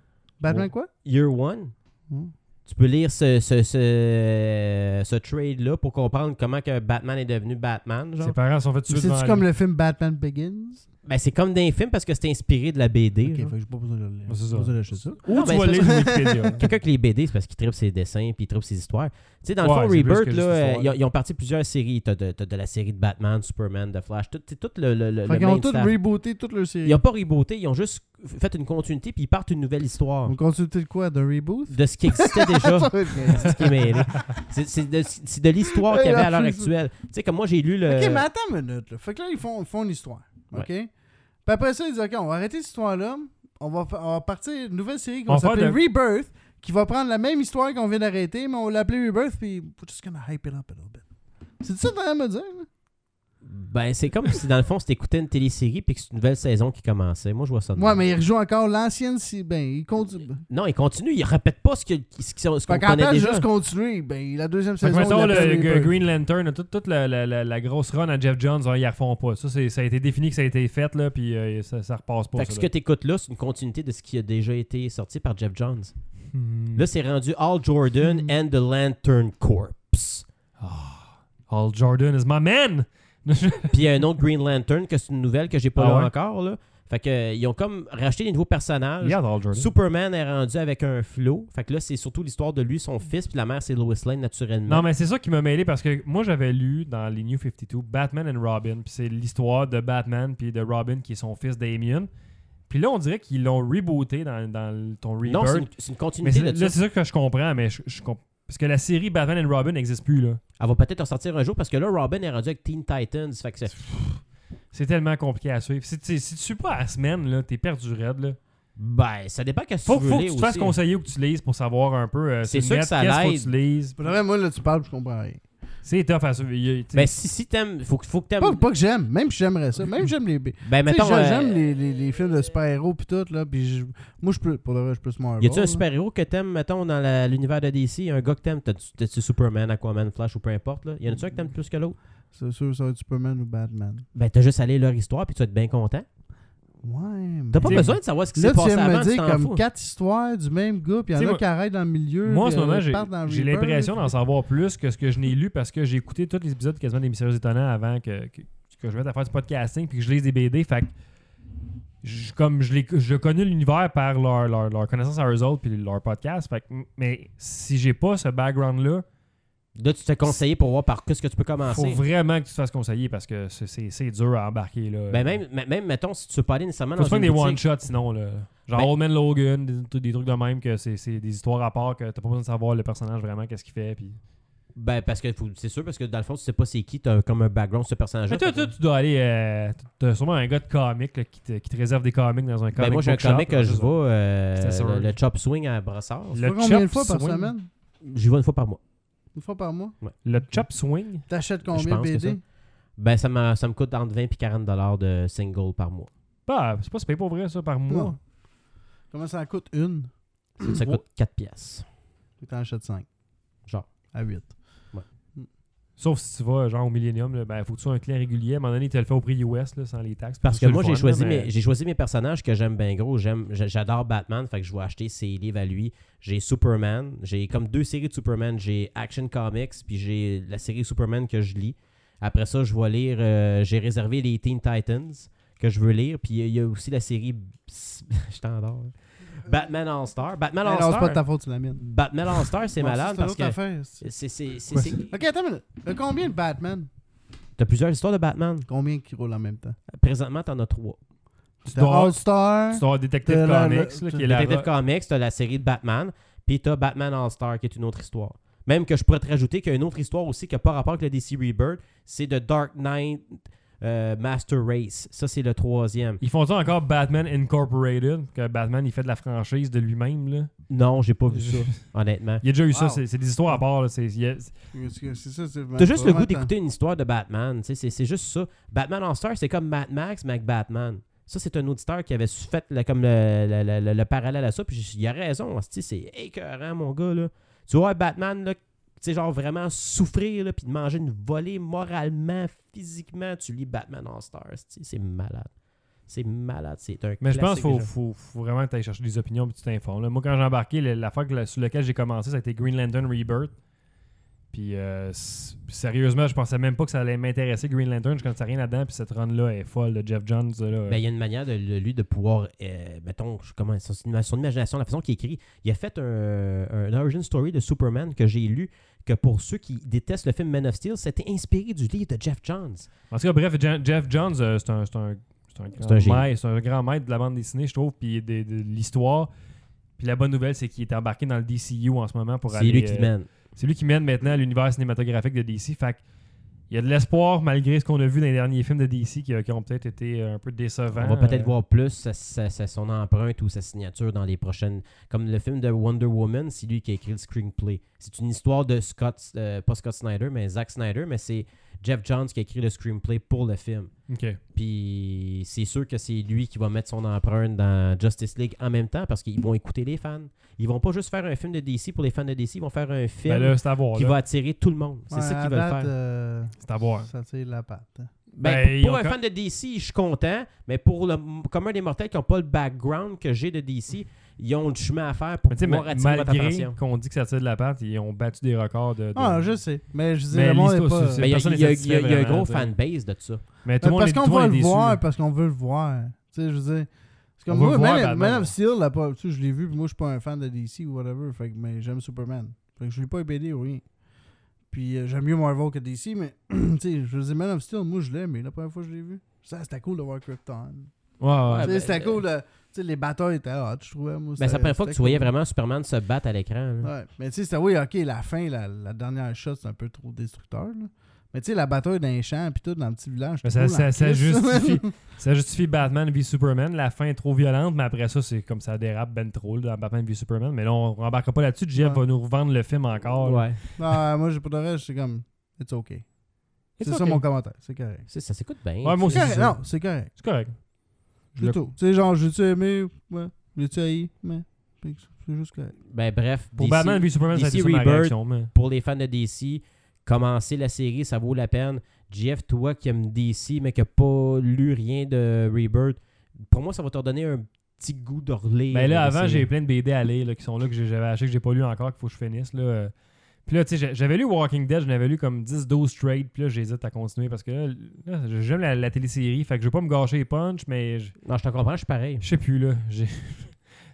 C: Batman
B: Ouais.
C: quoi?
B: Year One.
C: Hmm.
B: Tu peux lire ce, ce, ce, ce trade-là pour comprendre comment que Batman est devenu Batman. Genre.
A: Ses parents sont fait tuer devant
C: C'est-tu comme le film Batman Begins?
B: Ben, c'est comme d'un film parce que c'est inspiré de la BD.
C: Ok, fait
B: genre.
C: que j'ai pas besoin de le lire.
A: Ouais, c'est
C: J'ai
A: ça.
C: pas besoin d'acheter ça.
A: Ou
B: Non,
A: tu
B: ben,
A: vas
B: c'est
A: lire
B: parce-
A: Wikipédia.
B: Quelqu'un qui lit BD, c'est parce qu'il tripe ses dessins puis il tripe ses histoires. Tu sais, dans
A: Ouais,
B: le fond,
A: c'est plus
B: Rebirth,
A: que
B: là,
A: juste
B: euh,
A: histoire.
B: ils ont, ils ont parti plusieurs séries. T'as de, t'as de la série de Batman, Superman, The Flash, tout, c'est tout le, le, le- le
C: Fait qu'ils ont
B: main
C: tous
B: staff.
C: rebooté toute leur série.
B: Ils ont pas rebooté, ils ont juste fait une continuité puis ils partent une nouvelle histoire
C: On continue de quoi? D'un reboot?
B: de ce qui existait déjà.
C: Ça va être bien.
B: C'est ce qui est mêlé. C'est- C'est de, c'est de l'histoire qu'il y avait à l'heure actuelle. Tu sais, comme moi, j'ai lu le.
C: Ok, mais attends une minute. Là. Fait que là, ils font, ils font une histoire. OK? Puis après ça, ils disent, OK, on va arrêter cette histoire-là. On va, fa- on va partir une nouvelle série qui
A: On
C: va
A: va faire
C: s'appeler Rebirth, qui va prendre la même histoire qu'on vient d'arrêter, mais on va l'appeler Rebirth, puis we're just gonna hype it up a little bit. C'est ça que t'as à me dire? là?
B: Ben, c'est comme si, dans le fond, si t'écoutais une télésérie puis que c'est une nouvelle saison qui commençait. Moi, je vois ça. de
C: Ouais,
B: même.
C: mais ils rejouent encore l'ancienne. Si, ben, ils continuent.
B: Non, il continue, il répète pas ce que- ce qu'on ce qu'on
C: Fait qu'en
B: connaît
C: fait,
B: déjà.
C: juste continuer. Ben, la deuxième
A: Fait que
C: saison. on
A: mettons, le,
C: l'appelle
A: le
C: Rebirth.
A: Green Lantern, toute, toute la, la- la- la grosse run à Jeff Jones, hein, ils la refont pas. Ça, c'est- ça a été défini que ça a été fait, là, puis euh, ça, ça repasse pas.
B: Fait que
A: ça,
B: ce
A: là.
B: que t'écoutes là, c'est une continuité de ce qui a déjà été sorti par Jeff Jones.
A: Hmm.
B: Là, c'est rendu All Jordan
C: Hmm.
B: and the Lantern Corps.
A: Hal Jordan is my man!
B: Puis il y a un autre Green Lantern, que c'est une nouvelle que j'ai pas
A: Ah
B: là
A: ouais?
B: encore. Là. Fait que, euh, ils ont comme racheté des nouveaux personnages.
A: Regarde Hal Jordan.
B: Superman est rendu avec un flow. Fait que là, c'est surtout l'histoire de lui, son fils, puis la mère, c'est Lois Lane, naturellement.
A: Non, mais c'est ça qui m'a mêlé parce que moi, j'avais lu dans les New 52 Batman and Robin. Puis c'est l'histoire de Batman puis de Robin qui est son fils Damien. Puis là, on dirait qu'ils l'ont rebooté dans, dans ton Rebirth.
B: Non, c'est une, c'est une
A: mais
B: continuité
A: c'est- là,
B: de
A: c'est
B: ça.
A: ça que je comprends, mais je, je comp- Parce que la série Batman and Robin n'existe plus, là.
B: Elle va peut-être ressortir un jour parce que là, Robin est rendu avec Teen Titans. Fait que c'est-
A: C'est tellement compliqué à suivre. Si, tu- si tu suis pas à la semaine, là, t'es perdu raide, là.
B: ben, ça dépend qu'est-ce que
A: Faut,
B: tu veux
A: faut que
B: lire
A: tu te fasses
B: aussi.
A: conseiller ou que tu lises pour savoir un peu euh,
B: C'est
A: sur
B: sûr
A: le
B: que ça
A: net, qu'est-ce
B: l'aide.
A: faut que tu lises.
C: Pour de vrai, moi, là, tu parles, puis je comprends rien.
A: C'est tough à suivre. Il y a- tu sais,
B: Ben, si, si t'aimes, faut, que- faut que t'aimes.
C: Pas, pas que j'aime, même si j'aimerais ça, même si j'aime les.
B: Ben,
C: b- Tu sais,
B: Ah, mettons.
C: j'a- J'aime
B: euh,
C: les, les, les films de super-héros pis tout, là, pis je- moi, je peux, pour le vrai, je peux se Marvel.
B: Y a-tu
C: là.
B: un super-héros que t'aimes, mettons, dans la- l'univers de DC Un gars que t'aimes T'as-tu t'as-tu Superman, Aquaman, Flash ou peu importe là? Y en a-tu un que t'aimes plus que l'autre
C: C'est sûr, ça va être Superman ou Batman.
B: Ben, t'as juste à lire leur histoire puis tu vas être bien content.
C: Ouais,
B: T'as pas
A: T'sais,
B: besoin de savoir ce qui
C: Là,
B: s'est
C: tu
B: passé
C: viens de
B: avant,
C: me
B: tu
C: dire
B: t'en
C: comme
B: fous.
C: quatre histoires du même gars, puis
A: T'sais,
C: il y en a
A: moi-
C: qui arrêtent dans le milieu.
A: Moi, en
C: puis
A: ce
C: il y en a
A: moment,
C: qui
A: j'ai
C: euh, partent dans
A: j'ai
C: Rebirth.
A: l'impression d'en savoir plus que ce que je n'ai lu parce que j'ai écouté tous les épisodes quasiment des Mystérieux Étonnants avant que, que, que je mette à faire du podcasting puis que je lise des BD. Fait que je, comme je, les- je connais l'univers par leur, leur, leur connaissance à eux autres puis leur podcast. Fait que- mais si j'ai pas ce background-là,
B: Là, tu te conseillé pour voir par qu'est-ce que tu peux commencer.
A: faut vraiment que tu te fasses conseiller parce que c'est- c'est c'est dur à embarquer. Là.
B: Ben même, m- même, mettons, si tu veux pas aller nécessairement
A: Faut
B: dans
A: se prendre
B: une
A: des
B: boutique,
A: one-shots sinon. Là. Genre
B: Ben-
A: Old Man Logan, des, trucs- des trucs de même que c'est c'est des histoires à part que t'as pas besoin de savoir le personnage vraiment qu'est-ce qu'il fait. Puis...
B: ben parce que faut- c'est sûr, parce que dans le fond, tu sais pas c'est qui, t'as comme un background sur ce personnage-là.
A: Mais toi, toi, tu dois aller. euh, T'as sûrement un gars de comic là, qui, te, qui te réserve des comics dans un comic.
B: ben moi, j'ai un
A: book shop,
B: comic
A: là,
B: que je
A: c'est ça.
B: vois, euh,
A: C'était sur-
B: le, le Chop Swing à Brassard.
A: Le
C: Tu vois combien de
A: chop
C: fois par
A: swing.
C: semaine
B: J'y vais une fois par mois.
C: Une fois par mois
A: Le Chop Swing.
C: T'achètes
B: Je
C: combien
B: pense
C: de
B: que
C: BD
B: Ben ça, m'a- ça me coûte entre 20 et 40 dollars de single par mois.
A: Bah, c'est pas si payé pour vrai, ça, par mois.
C: Non. Comment ça coûte une
B: Ça, ça coûte 4 pièces.
C: Puis T'en achètes 5.
B: Genre.
C: À 8.
A: Sauf si tu vas, genre, au Millennium, là, ben, faut que tu sois un client régulier. À un moment donné, tu le fais au prix US, là, sans les taxes.
B: Parce que
A: C'est le
B: moi,
A: fun,
B: j'ai
A: là,
B: choisi,
A: mais-
B: mes- j'ai choisi mes personnages que j'aime bien gros. J'aime, j'a- j'adore Batman, fait que je vais acheter ses livres à lui. J'ai Superman, j'ai comme deux séries de Superman. J'ai Action Comics, puis j'ai la série Superman que je lis. Après ça, je vais lire, euh, j'ai réservé les Teen Titans que je veux lire. Puis il y a- il y, a aussi la série, je t'endors, hein. Batman All-Star. Batman
C: Alors, c'est pas de ta
B: All-Star,
C: faute, tu la mine.
B: Batman All-Star, c'est
C: Bon, ça,
B: malade
C: C'est une
B: parce
C: autre
B: que
C: affaire. c'est-
B: c'est, c'est, c'est,
A: Ouais,
B: c'est-
C: Ok, attends une minute. Euh, Combien de Batman
B: T'as plusieurs histoires de Batman.
C: Combien qui roulent en même temps
B: Présentement, t'en as trois.
A: Tu
C: T'as
A: dois
C: All-Star.
A: tu dois avoir Detective
C: T'as la- la-
A: Comics, là, qui est la.
B: Detective Comics, t'as la série de Batman, puis t'as Batman All-Star, qui est une autre histoire. Même que je pourrais te rajouter qu'il y a une autre histoire aussi qui n'a pas rapport avec le DC Rebirth, c'est de Dark Knight euh, Master Race. Ça, c'est le troisième.
A: Ils font ça encore Batman Incorporated, que Batman il fait de la franchise de lui-même. là.
B: Non, j'ai pas vu ça, honnêtement.
A: Il y a déjà eu ça,
C: Wow.
A: c'est c'est des histoires à part. là, c'est- il y a-
C: C'est ça, c'est
B: T'as juste le
C: vraiment
B: goût
C: tant-
B: d'écouter une histoire de Batman. tu sais, C'est c'est juste ça. Batman All Star, c'est comme Mad Max, mais avec Batman. Ça, c'est un auditeur qui avait su- fait le- comme le, le- le- le- le parallèle à ça. Puis j'ai- il a raison. hostie, C'est écœurant, mon gars. Là. Tu vois, Batman, là, tu sais, genre vraiment souffrir, là, puis de manger une volée moralement, physiquement. Tu lis Batman All Star. hostie, C'est malade. C'est malade. C'est un
A: Mais je pense
B: classique
A: qu'il faut,
B: déjà.
A: faut- faut vraiment que tu chercher des opinions et tu t'informes. là. Moi, quand j'ai embarqué, le- la fois que- sur laquelle j'ai commencé, ça a été Green Lantern Rebirth. Puis euh, s- sérieusement, je pensais même pas que ça allait m'intéresser Green Lantern. Je connaissais rien là-dedans. Puis cette run-là est folle de Jeff Johns. là.
B: Ben, il y a une manière de de lui de pouvoir, euh, mettons, je- comment, son, son imagination, la façon qu'il écrit. Il a fait un, un origin story de Superman que j'ai lu, que pour ceux qui détestent le film Man of Steel, c'était inspiré du livre de Jeff Johns.
A: En tout cas, bref, Jan- Jeff Johns, euh, c'est un, c'est un- c'est un
B: C'est un
A: grand
B: génie.
A: maître, c'est un grand maître de la bande dessinée, je trouve, puis de, de l'histoire. Puis la bonne nouvelle, c'est qu'il est embarqué dans le DCU en ce moment pour
B: C'est
A: aller,
B: lui qui
A: euh,
B: mène.
A: C'est lui qui mène maintenant l'univers cinématographique de DC. Fait que il y a de l'espoir malgré ce qu'on a vu dans les derniers films de DC qui, qui ont peut-être été euh, un peu décevants.
B: On va peut-être
A: Euh,
B: voir plus sa- sa- sa- son empreinte ou sa signature dans les prochaines. Comme le film de Wonder Woman, c'est lui qui a écrit le screenplay. C'est une histoire de Scott, euh, pas Scott Snyder, mais Zack Snyder, mais c'est Jeff Johns qui a écrit le screenplay pour le film.
A: Ok.
B: Puis c'est sûr que c'est lui qui va mettre son empreinte dans Justice League en même temps parce qu'ils vont écouter les fans. Ils vont pas juste faire un film de DC pour les fans de DC, ils vont faire un film
A: Ben là, c'est à voir.
B: qui
A: là.
B: va attirer tout le monde. C'est
C: Ouais,
B: ça
C: à
B: qu'ils veulent
C: date,
B: faire.
C: euh,
A: C'est à voir.
C: Ça tire la patte. hein.
B: Ben,
A: Ben,
B: pour-
A: ils
B: pour
A: ont
B: un
A: quand-
B: fan de DC, je suis content, mais pour le m- commun des mortels qui n'ont pas le background que j'ai de DC, ils ont du chemin à faire pour
A: Mais tu sais,
B: pouvoir
A: ma-
B: attirer votre
A: malgré
B: attention.
A: qu'on dit que ça tire de la patte, ils ont battu des records de. de-
C: Ah, je sais. Mais je
A: Mais
C: disais, le monde est
A: l'histoire,
C: pas.
A: c'est-
B: Ben, Il y a-
A: personne
B: il y a,
A: est satisfait
B: il y a- il y a un
A: vraiment,
B: gros
A: tu sais.
B: fanbase de ça.
A: Mais tout
C: Ben,
A: le monde
C: parce
A: est- tout
C: qu'on
A: le monde
C: va
A: est
C: le
A: déçu, là.
C: voir, parce qu'on veut le voir. Tu sais, je veux dire. C'est
A: On
C: comme
A: veut
C: moi,
A: le voir,
C: Man,
A: Batman.
C: Man of Steel, là, pas, tu sais, je l'ai vu, puis moi, je suis pas un fan de DC ou whatever. Fait que, mais j'aime Superman. Fait que je l'ai pas BD ou rien. Puis euh, j'aime mieux Marvel que DC, mais tu sais, je veux dire, Man of Steel, moi, je l'aime, mais la première fois que je l'ai vu, ça, c'était cool de voir Krypton.
A: Ouais, ouais.
B: Ouais,
C: Tu sais,
B: ben,
C: c'était
B: euh,
C: cool. de- Tu sais, les batailles étaient hot, je trouvais. Moi,
B: Ben, c'est la
C: c'était-
B: première fois que
C: c'était
B: tu voyais
C: cool.
B: vraiment Superman se battre à l'écran. là.
C: Ouais, mais tu sais, c'était oui, ok, la fin, la, la dernière shot, c'est un peu trop destructeur. Là. Mais tu sais, la bataille dans les champs, puis tout, dans le petit village.
A: Mais
C: c'est
A: ça,
C: cool en
A: ça, ça
C: Christ, ça,
A: justifie,
C: man.
A: ça justifie Batman v Superman. La fin est trop violente, mais après ça, c'est comme ça dérape ben trop là, dans Batman v Superman. Mais là, on rembarquera pas là-dessus. Jeff
C: Ouais.
A: va nous revendre le film encore.
B: Ouais.
C: Non, moi, j'ai pas de c'est comme, it's ok. C'est
A: It's
C: ça
A: okay.
C: mon commentaire, c'est correct.
B: Ça, ça s'écoute bien.
A: Ouais, moi aussi,
C: C'est
A: c'est
C: correct,
A: ça.
C: non, c'est correct.
A: C'est correct. Je
C: C'est
A: le-
C: tout. Tu sais, genre, j'ai-tu aimé, ouais, j'ai-tu haï, mais fait que c'est juste correct.
B: Ben bref,
A: Pour
B: DC
A: Batman v Superman, ça a
B: DC
A: été ça ma
B: Rebirth.
A: réaction. mais-
B: pour les fans de DC, commencer la série, ça vaut la peine. Jeff, toi qui aimes DC, mais qui n'a pas lu rien de Rebirth, pour moi, ça va te donner un petit goût d'orlé. euh,
A: Ben là, avant, j'ai plein de BD à lire là, qui sont là, que j'ai- j'avais acheté, que j'ai pas lu encore, qu'il faut que je finisse. Là. Euh, Puis là, tu sais, j'a- j'avais lu Walking Dead, j'en avais lu comme 10-12 trades, puis là, j'hésite à continuer parce que là, là, j'aime la, la télésérie, fait que je veux pas me gâcher les punchs, mais je
B: Non, je te comprends, je suis pareil.
A: je sais plus, là. J'ai-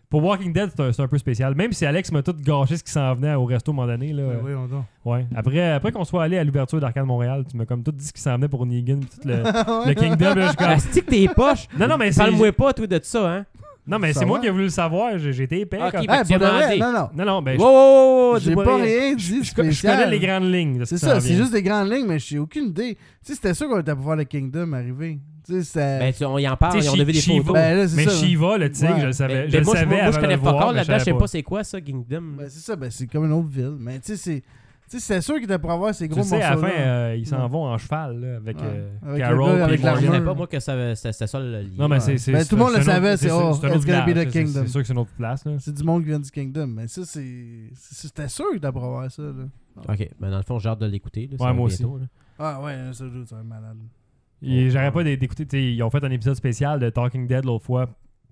A: Pour Walking Dead, c'est un, c'est un peu spécial. Même si Alex m'a tout gâché ce qui s'en venait au resto à un moment donné, là.
C: Ben oui, on dort.
A: Ouais. Après, après qu'on soit allé à l'ouverture d'Arcade Montréal, tu m'as comme tout dit ce qui s'en venait pour Negan, pis tout le, le Kingdom, là, je suis comme-
B: Plastique tes poches!
A: Non, non, mais c'est.
B: Parle-moi pas, toi, de ça, hein?
A: Non, mais
C: Ça
A: c'est moi
C: va? Ah,
A: qui ai voulu le savoir, j'ai j'ai été épais.
B: Ok,
A: comme-
B: ben, tu
C: pour de
B: m'as
C: vrai,
B: demandé.
C: non, non.
A: Non, non, ben, je-
B: Wow, wow, wow,
C: J'ai
B: dis-moi
C: pas
B: rien.
C: rien dit. de
A: Je, co- je
C: spécial.
A: connais les grandes lignes. de ce
C: C'est
A: qui
C: ça,
A: s'en
C: c'est
A: vient.
C: juste des grandes lignes, mais j'ai aucune idée. Tu sais, c'était sûr qu'on était pour voir le Kingdom arriver. Tu sais, c'était-
B: Ben, tu- on y en parle,
A: Tu sais,
B: on a vu des
A: Shiva-
B: photos.
C: Ben, là, c'est
A: Mais
C: ça.
A: Shiva, le tigre,
C: Ouais.
A: je le savais.
B: Ben,
A: je le
B: moi, je-
A: savais
B: moi,
A: avant
B: je
A: de
B: connais
A: le
B: pas
A: voir,
B: encore
A: mais
B: là-dedans, je sais
A: savais
B: pas c'est quoi ça, Kingdom.
C: Ben, c'est ça, ben, c'est comme une autre ville. Mais tu sais, c'est. Tu sais, c'est sûr qu'il était pour avoir ces
A: Tu
C: gros
A: le sais, à la fin,
C: morceaux-là.
A: euh, ils s'en
C: Ouais.
A: vont en cheval là, avec,
C: Ouais.
A: euh,
C: Avec le
A: Carol
C: gars
A: puis
C: avec
A: Morgan.
B: je
C: l'armure.
B: savais pas, moi, que ça- c'était c'était ça le lien.
A: Non, mais c'est. c'est-
C: Ben,
A: c'est-
C: tout le monde
A: c'est
C: le
A: un autre-
C: savait, c'est,
A: un-
C: oh,
A: un autre
C: it's gonna be the
A: village, c'est-
C: kingdom.
A: C'est sûr que c'est une autre place. là.
C: C'est du monde qui vient du Kingdom. Mais ça, c'est. c'est- C'était sûr qu'il était pour avoir ça, là.
B: Ok, ben dans le fond, j'ai hâte de l'écouter. là, ça
A: Ouais,
B: va
A: moi aussi.
B: bientôt, là.
C: Ah ouais, ça joue, c'est un malade.
A: Et J'arrête pas d'é- d'écouter. tu sais, Ils ont fait un épisode spécial de Talking Dead l'autre fois,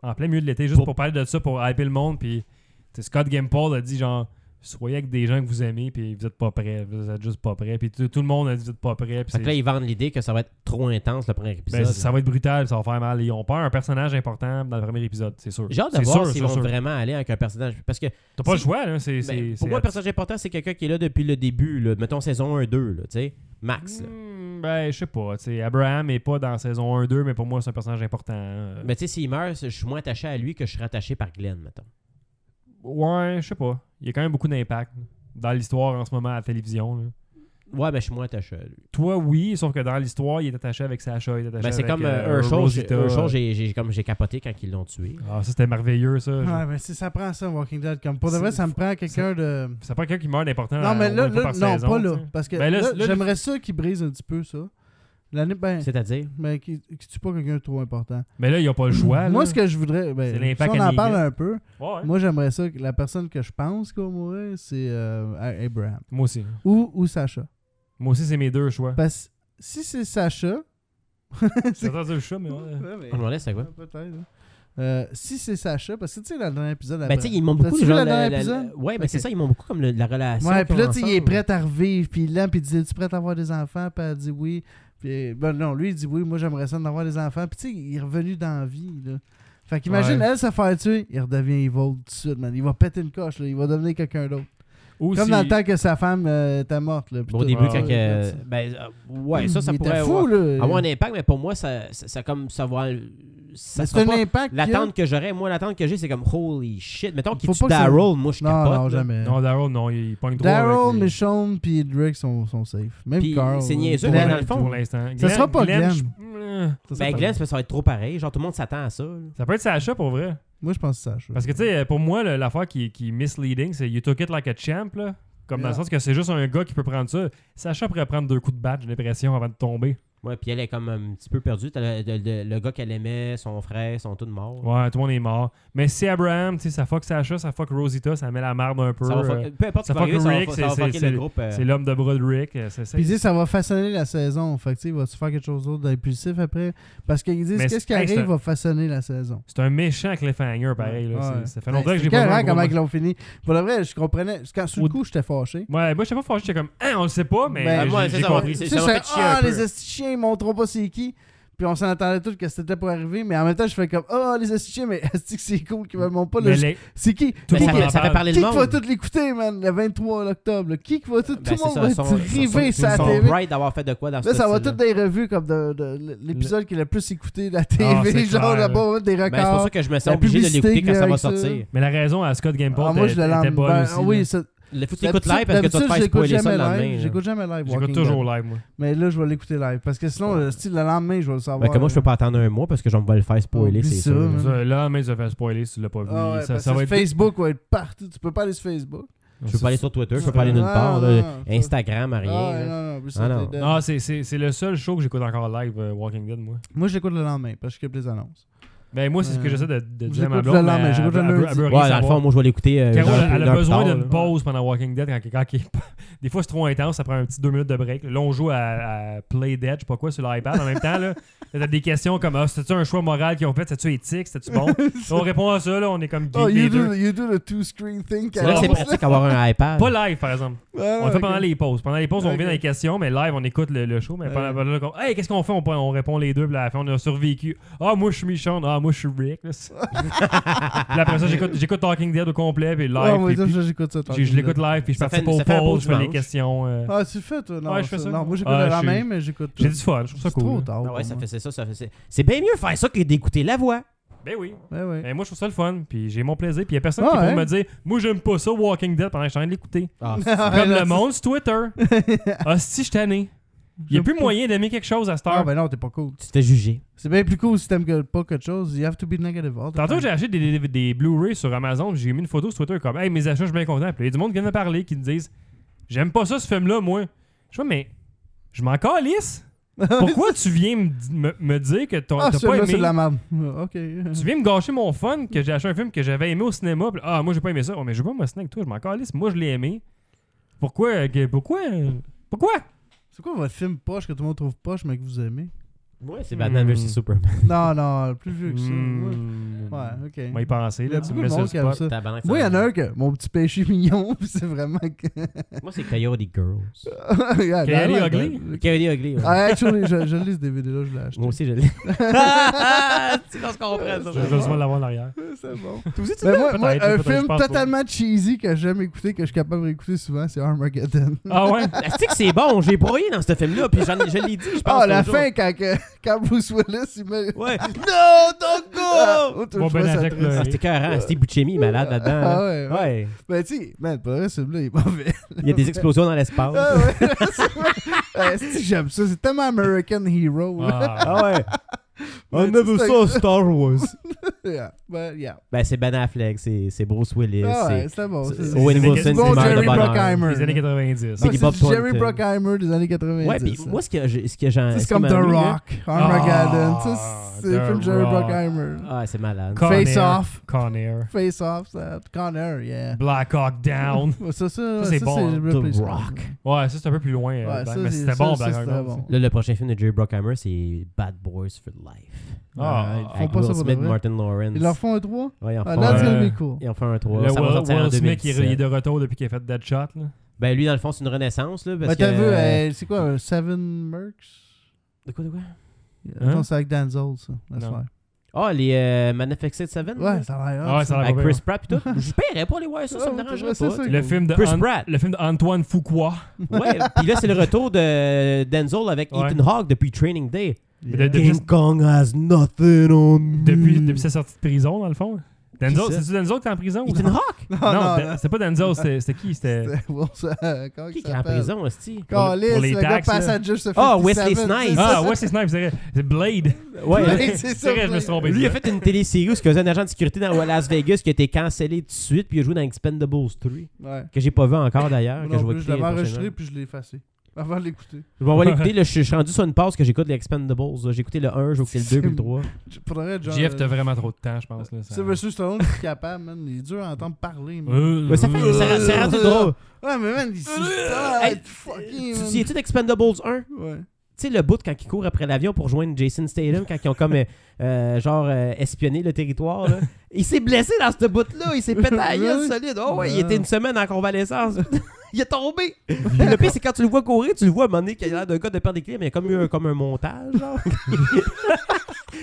A: en plein milieu de l'été, juste
B: Pour-
A: pour parler de ça, pour hyper le monde. Puis tu sais, Scott Gimple a dit genre. Soyez avec des gens que vous aimez, puis vous êtes pas prêts. Vous êtes juste pas prêts. Puis tout tout le monde a dit vous êtes pas prêts. puis
B: Fait que
A: c'est-
B: là, ils vendent l'idée que ça va être trop intense le premier épisode.
A: Ben, ça va être brutal, ça va faire mal. Ils ont pas un personnage important dans le premier épisode, c'est sûr.
B: J'ai hâte de
A: C'est
B: voir
A: sûr,
B: s'ils
A: c'est
B: vont
A: sûr.
B: vraiment aller avec un personnage. Parce que
A: T'as pas le choix, là. C'est,
B: ben,
A: c'est,
B: pour
A: c'est-
B: moi, le personnage important, c'est quelqu'un qui est là depuis le début. là. Mettons saison 1-2, là, tu sais. Max. là.
A: Hmm, ben, je sais pas. tu sais, Abraham est pas dans saison 1-2, mais pour moi, c'est un personnage important. Euh,
B: Mais tu sais, s'il meurt, je suis moins attaché à lui que je serais attaché par Glenn, mettons.
A: Ouais, je sais pas. Il y a quand même beaucoup d'impact dans l'histoire en ce moment à la télévision. là.
B: Ouais, mais je suis moins attaché à lui.
A: Toi, oui, sauf que dans l'histoire, il est attaché avec Sacha, il est attaché
B: Ben, c'est
A: avec
B: comme
A: euh,
B: euh, Herschel. j'ai-
A: Rosita.
B: Herschel, j'ai- j'ai comme- j'ai capoté quand ils l'ont tué.
A: Ah, ça, c'était merveilleux, ça. Je-
C: Ouais, mais si ça prend ça, Walking Dead, comme pour de vrai,
A: C'est-
C: ça me prend quelqu'un de.
A: C'est pas quelqu'un qui meurt d'important.
C: Non, mais
A: au
C: là,
A: moins une fois
C: là
A: par
C: non,
A: saison,
C: pas là.
A: tu sais.
C: Parce que
A: Ben là,
C: là,
A: là,
C: j'aimerais ça qu'ils brisent un petit peu ça. L'année, ben,
B: C'est-à-dire.
C: ben qu'ils qu'ils tuent pas quelqu'un de trop important.
A: Mais là, ils n'ont pas le choix.
C: Moi,
A: là.
C: ce que je voudrais, ben,
A: C'est
C: si
A: l'impact
C: on en
A: à
C: parle
A: Negan.
C: un peu,
A: Ouais, ouais.
C: moi, j'aimerais ça que la personne que je pense qu'on mourrait, c'est euh, A- Abraham
A: Moi aussi.
C: ou, ou Sacha.
A: Moi aussi, c'est mes deux choix.
C: Parce que si c'est Sacha.
A: J'ai entendu le chat, mais ouais.
C: Ouais, mais-
B: On me laisse, c'est quoi?
C: Peut-être, hein. Euh, si c'est Sacha, parce que tu sais, dans le dernier épisode,
B: Ben,
C: après-
B: tu sais, ils m'ont
C: T'as-tu
B: beaucoup.
C: vu
B: genre, la-
C: le dernier
B: la-
C: épisode?
B: Ouais, mais
A: Ok.
B: c'est ça, ils m'ont beaucoup comme le- la relation.
C: Ouais, puis
B: qu'ils
C: là,
B: ont
C: tu sais, il est
B: ensemble.
C: prêt à revivre, puis là, puis il dit Tu prêt à avoir des enfants Puis elle dit oui. Puis, ben non, lui, il dit oui, moi, j'aimerais ça d'avoir des enfants. Puis tu sais, il est revenu dans la vie, là. Fait qu'imagine,
A: Ouais.
C: elle se faire tuer, il redevient evil tout de suite, man. Il va péter une coche, là. Il va devenir quelqu'un d'autre.
A: Ou
C: Comme
A: si-
C: dans le temps que sa femme euh, était morte, là. puis
B: Bon, Au
C: tout.
B: début,
A: Ouais,
B: quand.
A: ouais,
B: que-
C: regarde
B: Ben, euh, ouais, ça, ça
C: il
B: pourrait
C: était
B: avoir-
C: fou, là.
B: avoir un impact, mais pour moi, ça, ça, ça comme savoir. Ça
C: Mais
B: sera
C: c'est
B: pas
C: un impact. qu'il y a.
B: L'attente que j'aurais, moi, l'attente que j'ai, c'est comme holy shit. Mettons qu'il
C: Faut
B: tue
C: pas que ça-
B: Daryl, moi, je suis
C: Non,
B: capote.
C: non,
B: là.
C: jamais.
A: Non, Daryl, non, il il pogne trop.
C: Daryl,
A: avec les-
C: Michonne, puis Drake sont, sont safe. Même
B: Puis
C: Carl.
B: c'est
C: là.
B: niaiseux,
A: Pour
B: mais dans
A: l'in-
B: le fond-
A: Pour l'instant.
C: Ça sera pas Glenn.
A: je- Hmm.
C: Ça, c'est
B: Ben,
C: pas-
B: Glenn, ça, va être trop pareil. Genre, tout le monde s'attend à ça. là.
A: Ça peut être Sacha pour vrai.
C: Moi, je pense que c'est Sacha.
A: Parce que, tu sais, pour moi, le- l'affaire qui, qui est misleading, c'est You took it like a champ, là. Comme dans le
C: Yeah.
A: sens que c'est juste un gars qui peut prendre ça. Sacha pourrait prendre deux coups de batte, j'ai l'impression, avant de tomber.
B: Ouais, puis elle est comme un petit peu perdue. T'as Le, le- le- le gars qu'elle aimait, son frère, sont tous morts.
A: Ouais, tout le monde est mort. Mais si Abraham, tu sais, ça fuck Sacha, ça fuck Rosita, ça met la marde un peu.
B: Ça va
A: euh,
B: fuck- peu importe
A: ça
B: ce qui va arriver,
A: fuck
B: ça va,
A: Rick,
B: fu- ça va
A: c'est-
B: fucker
A: c'est-
B: le groupe. euh.
A: C'est l'homme de bras de Rick. euh, c'est ça.
C: Puis ils disent ça va façonner la saison. Fait que, tu sais, il va-tu faire quelque chose d'autre d'impulsif après? Parce qu'ils disent
A: Mais
C: qu'est-ce
A: c'est-
C: qui
A: hey, c'est
C: arrive
A: un-
C: va façonner la saison.
A: C'est un méchant cliffhanger, pareil. là.
C: Ouais.
A: C'est- Ça fait longtemps
C: Ouais,
A: que je
C: c'est
A: l'ai pas vu. un
C: écœurant
A: gros
C: comment
A: match.
C: ils l'ont fini. Pour le vrai, je comprenais. Quand sur
A: Au-
C: le coup, j'étais fâché.
A: Ouais, moi, je sais pas fâché, j'étais comme, hein, on le sait pas, mais.
C: Ben,
A: j'ai-
B: moi,
A: j'ai
B: c'est ça,
A: compris.
B: ouais.
C: Tu
B: c'est-
C: sais,
B: ça
C: j'étais,
B: m'a fait chier
C: ah,
B: un peu.
C: les esti chiens, ils montreront pas c'est qui. Puis on s'en attendait tous que c'était pour arriver. Mais en même temps, je fais comme, ah, les esti chiens, mais esti que c'est cool qu'ils me montrent pas.
A: Mais
C: le-
A: les-
C: C'est qui?
A: Tout le
B: Ben, ça,
A: monde
B: fait,
A: en
B: ça fait
A: parle.
B: parler
C: Qui
B: le
C: qui va
B: monde.
C: tout l'écouter, man, le 23 octobre? là? Qui qui va tout...
B: Ben,
C: tout
B: c'est
C: le monde
B: ça,
C: va
B: son-
C: être
B: son-
C: rivé
B: son-
C: sur la
B: son
C: TV.
B: pride d'avoir fait de quoi dans ce
C: Là, ça va
B: style-là.
C: toutes des revues comme de, de- de l'épisode qui est le plus écouté de la TV,
A: Ah, c'est
C: genre
A: clair,
C: là-bas, ouais, des
B: Ben, c'est pour
C: records.
B: ça que je me sens
C: La
B: obligé de l'écouter
C: publicité
B: quand ça va
C: avec ça.
B: sortir.
A: Mais la raison à Scott Gameport
C: Ah, moi, je le
A: était
C: lance.
A: bonne
C: Ben,
A: aussi. là.
C: oui, ça-
B: Le faut que
C: d'habitude-
B: t'écoutes live parce que tu vas te
C: d'habitude,
B: faire
C: je l'écoute
B: spoiler ça
C: jamais
B: le lendemain.
C: live.
B: là.
C: J'écoute jamais live.
A: J'écoute
C: Walking
A: toujours
C: Dead.
A: live, moi.
C: Mais là, je vais l'écouter live parce que sinon, le, style, le lendemain, je vais le savoir.
B: Ben, comment je peux pas attendre un mois parce que je vais me le faire spoiler,
C: Oublie
B: c'est
C: ça,
B: sûr.
C: man.
A: Ça, Là, mais ça fait spoiler si tu l'as pas vu.
C: Ah ouais,
A: ça,
C: parce
A: ça
C: que
A: va être.
C: Facebook va être partout. Tu peux pas aller sur Facebook.
B: Je peux pas aller sur Twitter, je peux
C: Ouais.
B: pas aller nulle
C: Non,
B: part.
C: Ah, non,
B: là.
C: non, ça-
B: Instagram, à rien.
C: Ah,
B: là.
C: non, non, mais ça,
B: Ah, non.
C: t'es dead.
A: Non, c'est- c'est c'est le seul show que j'écoute encore live, euh, Walking Dead, moi.
C: Moi, je l'écoute le lendemain parce que j'écoute les annonces.
A: Ben, moi, c'est ce
C: Ouais.
A: que j'essaie de, de dire à
C: J'écoute
A: ma
C: le
A: blonde. mais
C: lendemain,
A: elle
C: j'écoute
A: veut-
C: le
A: elle veut-
C: lundi.
A: elle veut rien
B: Ouais, dans le
A: savoir.
B: fond, moi, je vais l'écouter. euh,
A: Carole,
B: genre,
A: elle
B: une
A: a
B: heure
A: besoin
B: plus tard,
A: d'une
B: là.
A: pause pendant Walking Dead quand, quand il- des fois c'est trop intense, ça prend un petit deux minutes de break. Là on joue à, à Play Dead, je sais pas quoi, sur l'iPad en même temps. Là, Là, t'as des questions comme ah, c'était-tu un choix moral qu'ils ont fait, c'était-tu éthique, c'était-tu bon? on répond à ça, là, on est comme geek
C: Oh, you
A: les E deux.
C: do, you do the two-screen thing.
B: C'est vrai que c'est
A: Ouais.
B: pratique d'avoir un iPad.
A: Pas live par exemple. On le fait pendant les pauses. Pendant les pauses, on
C: Ah, Ok.
A: revient dans les questions, mais live, on écoute le, le show. Mais pendant,
C: Ouais.
A: là, on- hey, qu'est-ce qu'on fait? On, on répond les deux, puis à la fin, on a survécu. Ah, moi, je suis Michonne. Ah, moi, je suis Rick. là. puis après ça, j'écoute j'écoute Talking Dead au complet, puis live.
C: Ouais, Ah, moi,
A: puis-
C: ça,
A: puis-
C: j'écoute ça.
A: E. je, je l'écoute live, puis je
B: Ça
A: participe
B: fait-
A: aux
B: ça fait un beau
A: pauses, je fais les
B: dimanche.
A: questions. euh.
C: Ah, tu le fais, toi. Non,
A: Ouais, je fais ça.
C: Non, moi, j'écoute
A: Ah,
C: le
A: je suis-
C: lendemain, mais j'écoute. euh,
A: J'ai du fun, je trouve ça
C: C'est
A: cool.
C: trop
A: là.
C: tard.
B: Ah ouais,
C: pour
B: ça
C: moi.
B: fait ça, ça, ça fait ça. C'est bien mieux faire ça que d'écouter la voix.
A: Ben oui.
C: Ouais, ouais.
A: Ben moi, je trouve ça le fun, puis j'ai mon plaisir, puis il y a personne
C: Ah
A: qui
C: ouais.
A: peut me dire « Moi, j'aime pas ça, Walking Dead », pendant que je suis en train de l'écouter.
B: Ah,
A: Comme
C: là,
A: le monde sur Twitter. Ah, si, je suis tanné. Il n'y a
C: J'aime
A: plus
C: pas.
A: moyen d'aimer quelque chose à cette
C: Ah,
A: heure.
C: ben non, t'es pas cool.
B: tu t'es jugé.
C: C'est bien plus cool si t'aimes que- pas quelque chose. You have to be negative. all the
A: Tantôt,
C: time.
A: j'ai acheté des, des, des Blu-ray sur Amazon, puis j'ai mis une photo sur Twitter comme « Hey, mes achats, je suis bien content », puis il y a du monde qui vient me parler, qui me disent « J'aime pas ça, ce film-là, moi ». Je vois, mais je m'en calisse. Pourquoi tu viens me, me- me dire que ton-
C: Ah,
A: t'as pas
C: celui-là,
A: aimé...
C: c'est de la merde. Ok.
A: Tu viens me gâcher mon fun que j'ai acheté un film que j'avais aimé au cinéma. puis là, ah, moi, j'ai pas aimé ça. Oh, mais je veux pas me ciné avec toi. Je m'en calisse. Moi, je l'ai aimé. Pourquoi euh, que- Pourquoi euh, Pourquoi
C: C'est quoi votre film poche que tout le monde trouve poche, mais que vous aimez
B: Ouais, c'est
A: Batman
B: Batman
A: vs
B: vs
C: Hmm.
B: Superman.
C: Non, non, plus vieux que ça.
A: Hmm.
C: Ouais, ok.
A: On va y penser.
C: Il y
A: Là,
C: a
A: tu
C: beaucoup
A: me mets
C: de
A: sur le
C: monde qui aime
A: spot.
C: ça. Moi, il y en a un que mon petit péché mignon, puis c'est vraiment que.
B: Moi, c'est Coyote Girls.
C: Yeah,
A: Kelly
C: dans la-
A: Ugly?
B: Coyote Ugly. ouais.
C: Ah, actually, je, je lis ce DVD-là, je l'ai acheté.
B: Moi aussi, je l'ai. tu sais qu'on se comprend,
A: Je vais souvent l'avoir en arrière.
C: C'est bon.
B: Toi aussi, tu
C: Mais moi, moi,
A: peut-être,
C: un
A: peut-être, je
C: film
A: pense pas.
C: totalement cheesy que j'aime écouter, que je suis capable de réécouter souvent, c'est Armageddon.
A: Ah ouais
B: que c'est bon, j'ai broyé dans ce film-là, puis j'en ai- je l'ai dit, je pense. Oh!
C: Ah, la
B: l'autre jour.
C: fin, quand que- Quand Bruce Willis, il met.
B: Ouais.
C: Non, don't go! Ah, autre
A: Bon,
C: fois,
A: Ben
C: ça
A: Affleck,
C: triste.
A: là.
B: Ah, c'était carré. Steve Buscemi est malade là-dedans.
C: Ah
B: là.
C: ouais, ouais.
B: ouais.
C: Ben, tu sais, man, pour vrai, celui-là, il est mauvais.
B: Il y a des explosions dans l'espace.
C: Ah ouais, c'est vrai. Ah, c'est- j'aime ça. C'est tellement American Hero. là.
A: Ah.
B: Ah ouais.
C: On never saw
B: Star Wars.
C: Yeah. Ben, yeah.
B: Ben, c'est Ben Affleck, c'est c'est Bruce Willis.
C: Ah ouais,
B: c'est-
C: c'était bon.
B: c'est-
C: c'est-
A: ouais,
B: Owen
A: c'est-
B: Wilson,
A: c'est
B: c'est
C: bon
B: mort de
C: Jerry
B: bonheur.
C: Bruckheimer.
A: Les années 90.
C: Ah,
B: Billy Bob
C: c'est Jerry
B: Thornton.
C: Brockheimer des années 90.
B: Ouais, puis
C: ça.
B: moi, ce que j'ai. ce que j'ai-
C: Ça,
B: ce
C: c'est
B: qui
C: comme The
B: m'a hein. mis, là-
C: Rock, Armageddon.
A: Ah,
C: ça, c'est- c'est
A: The
C: le film Jerry
A: Rock.
C: Brockheimer.
B: Ah, c'est malade.
A: Con
C: Face
A: Air.
C: Off.
A: Con Air.
C: Face Off, ça. Connor, yeah.
A: Black Hawk Down.
C: Ouais, Ça, ça,
A: Ça, c'est
C: ça,
A: bon,
C: c'est
A: hein.
C: Ripley
B: The
C: Scott.
B: Rock.
A: Ouais, ça c'est un peu plus loin. euh,
C: Ouais,
A: Black-
C: ça,
A: mais
C: c'est-
A: c'était
C: ça,
A: bon,
C: ça,
A: Black Hawk
C: c'était
A: Down.
C: bon.
B: Là, le prochain film de Jerry Bruckheimer, c'est Bad Boys for Life.
A: Ah,
C: Ils
B: Avec
C: font pas ça
B: Will
C: pour de
B: Smith,
C: vrai.
B: Martin Lawrence.
C: Ils leur font un 3?
B: Ouais, ils en
C: Ah,
B: font
C: là, c'est
B: un-
A: euh,
C: gonna be cool.
B: ils en font un 3.
A: Le
B: ça va sortir
A: Will,
B: en
A: Will Smith il est
B: 2017.
A: de retour depuis qu'il a fait Deadshot. Là.
B: Ben, lui, dans le fond, c'est une renaissance. Là, parce
C: Ben, t'as
B: que-
C: vu, euh, c'est quoi, un Seven Mercs?
B: De quoi, de quoi
A: Hein?
C: Non, c'est avec Danzel, ça. laisse
A: Non.
C: faire.
B: Ah, les euh, Magnificent Seven là,
C: Ouais, ça a l'air.
A: Ah ouais, ça a l'air
B: Avec
A: pas
B: Chris
A: pire.
B: Pratt pis tout. Je paierais pour les voir, ça, ça me
C: Ouais,
B: dérangerait
C: c'est
B: pas.
C: ça.
A: Le film de
B: Chris
A: Ant-
B: Pratt.
A: le film d'Antoine Fuqua.
B: Ouais, pis là, c'est le retour de Denzel avec
A: Ouais.
B: Ethan Hawke depuis Training Day.
A: de- de-
C: Yeah.
A: King
B: Kong has nothing on me.
A: Depuis, depuis sa sortie de prison, dans le fond. Denzel,
B: Hmm. ça?
A: c'est-tu Denzel qui est en prison? ou-
B: Ethan Hawke?
C: Non,
A: Non,
C: non,
A: Dan-
C: non.
A: c'était pas Denzel, c'était c'était qui? C'était...
C: C'était bon, ça. Comment
B: ben, Qui
C: il
B: est en
C: s'appelle?
B: prison, hostie?
C: Caliste,
A: Pour les
C: le
A: taxes,
C: gars
A: là.
C: passager se
B: Ah, Wesley Snipes.
A: Ah, Wesley Snipes, c'est vrai. C'est Blade.
B: Ouais.
C: c'est
A: C'est
C: ça,
A: vrai, je me suis trompé.
B: Lui, il a
A: c'est
B: fait une télésérie où il faisait un agent de sécurité dans Las Vegas qui a été cancellé tout de suite, puis il a joué dans Expendables 3,
C: Ouais.
B: Ah, que j'ai pas vu encore d'ailleurs, que
C: Non,
B: je vais
C: plus, je
B: écouter
C: l'avais enregistré
B: prochainement.
C: puis je l'ai effacé. Avant de l'écouter.
B: Je vais l'écouter, là, je suis- je suis rendu sur une pause que j'écoute les Expendables. là. J'ai écouté le 1, j'ai écouté le 2 puis le 3.
C: Je- Faudrait
A: vrai.
C: genre.
A: JF, t'as vraiment trop de temps, je pense. Là, ça...
C: C'est
B: hein.
C: Monsieur Stallone qui est capable, man. Il est dur à entendre parler, man.
A: Euh,
B: Mais ça fait, ça- c'est
C: Euh,
B: rendu drôle.
C: Ouais, mais man, il se
B: Euh. Hey,
C: arrête,
B: Tu
C: fucking.
B: te
C: man.
B: souviens-tu d'Expendables 1? Tu
C: Ouais.
B: sais, le bout quand ils courent après l'avion pour joindre Jason Statham, quand ils ont comme, euh, euh, genre, euh, espionné le territoire, là. Il s'est blessé dans ce bout-là, il s'est pété à la gueule
C: Ouais.
B: solide. Oh ouais, il
C: Ouais.
B: était une semaine en convalescence. il est tombé. le pire, c'est quand tu le vois courir, tu le vois à un moment donné qu'il a l'air d'un gars de perdre des clés, mais il y a comme eu un, comme un montage, genre.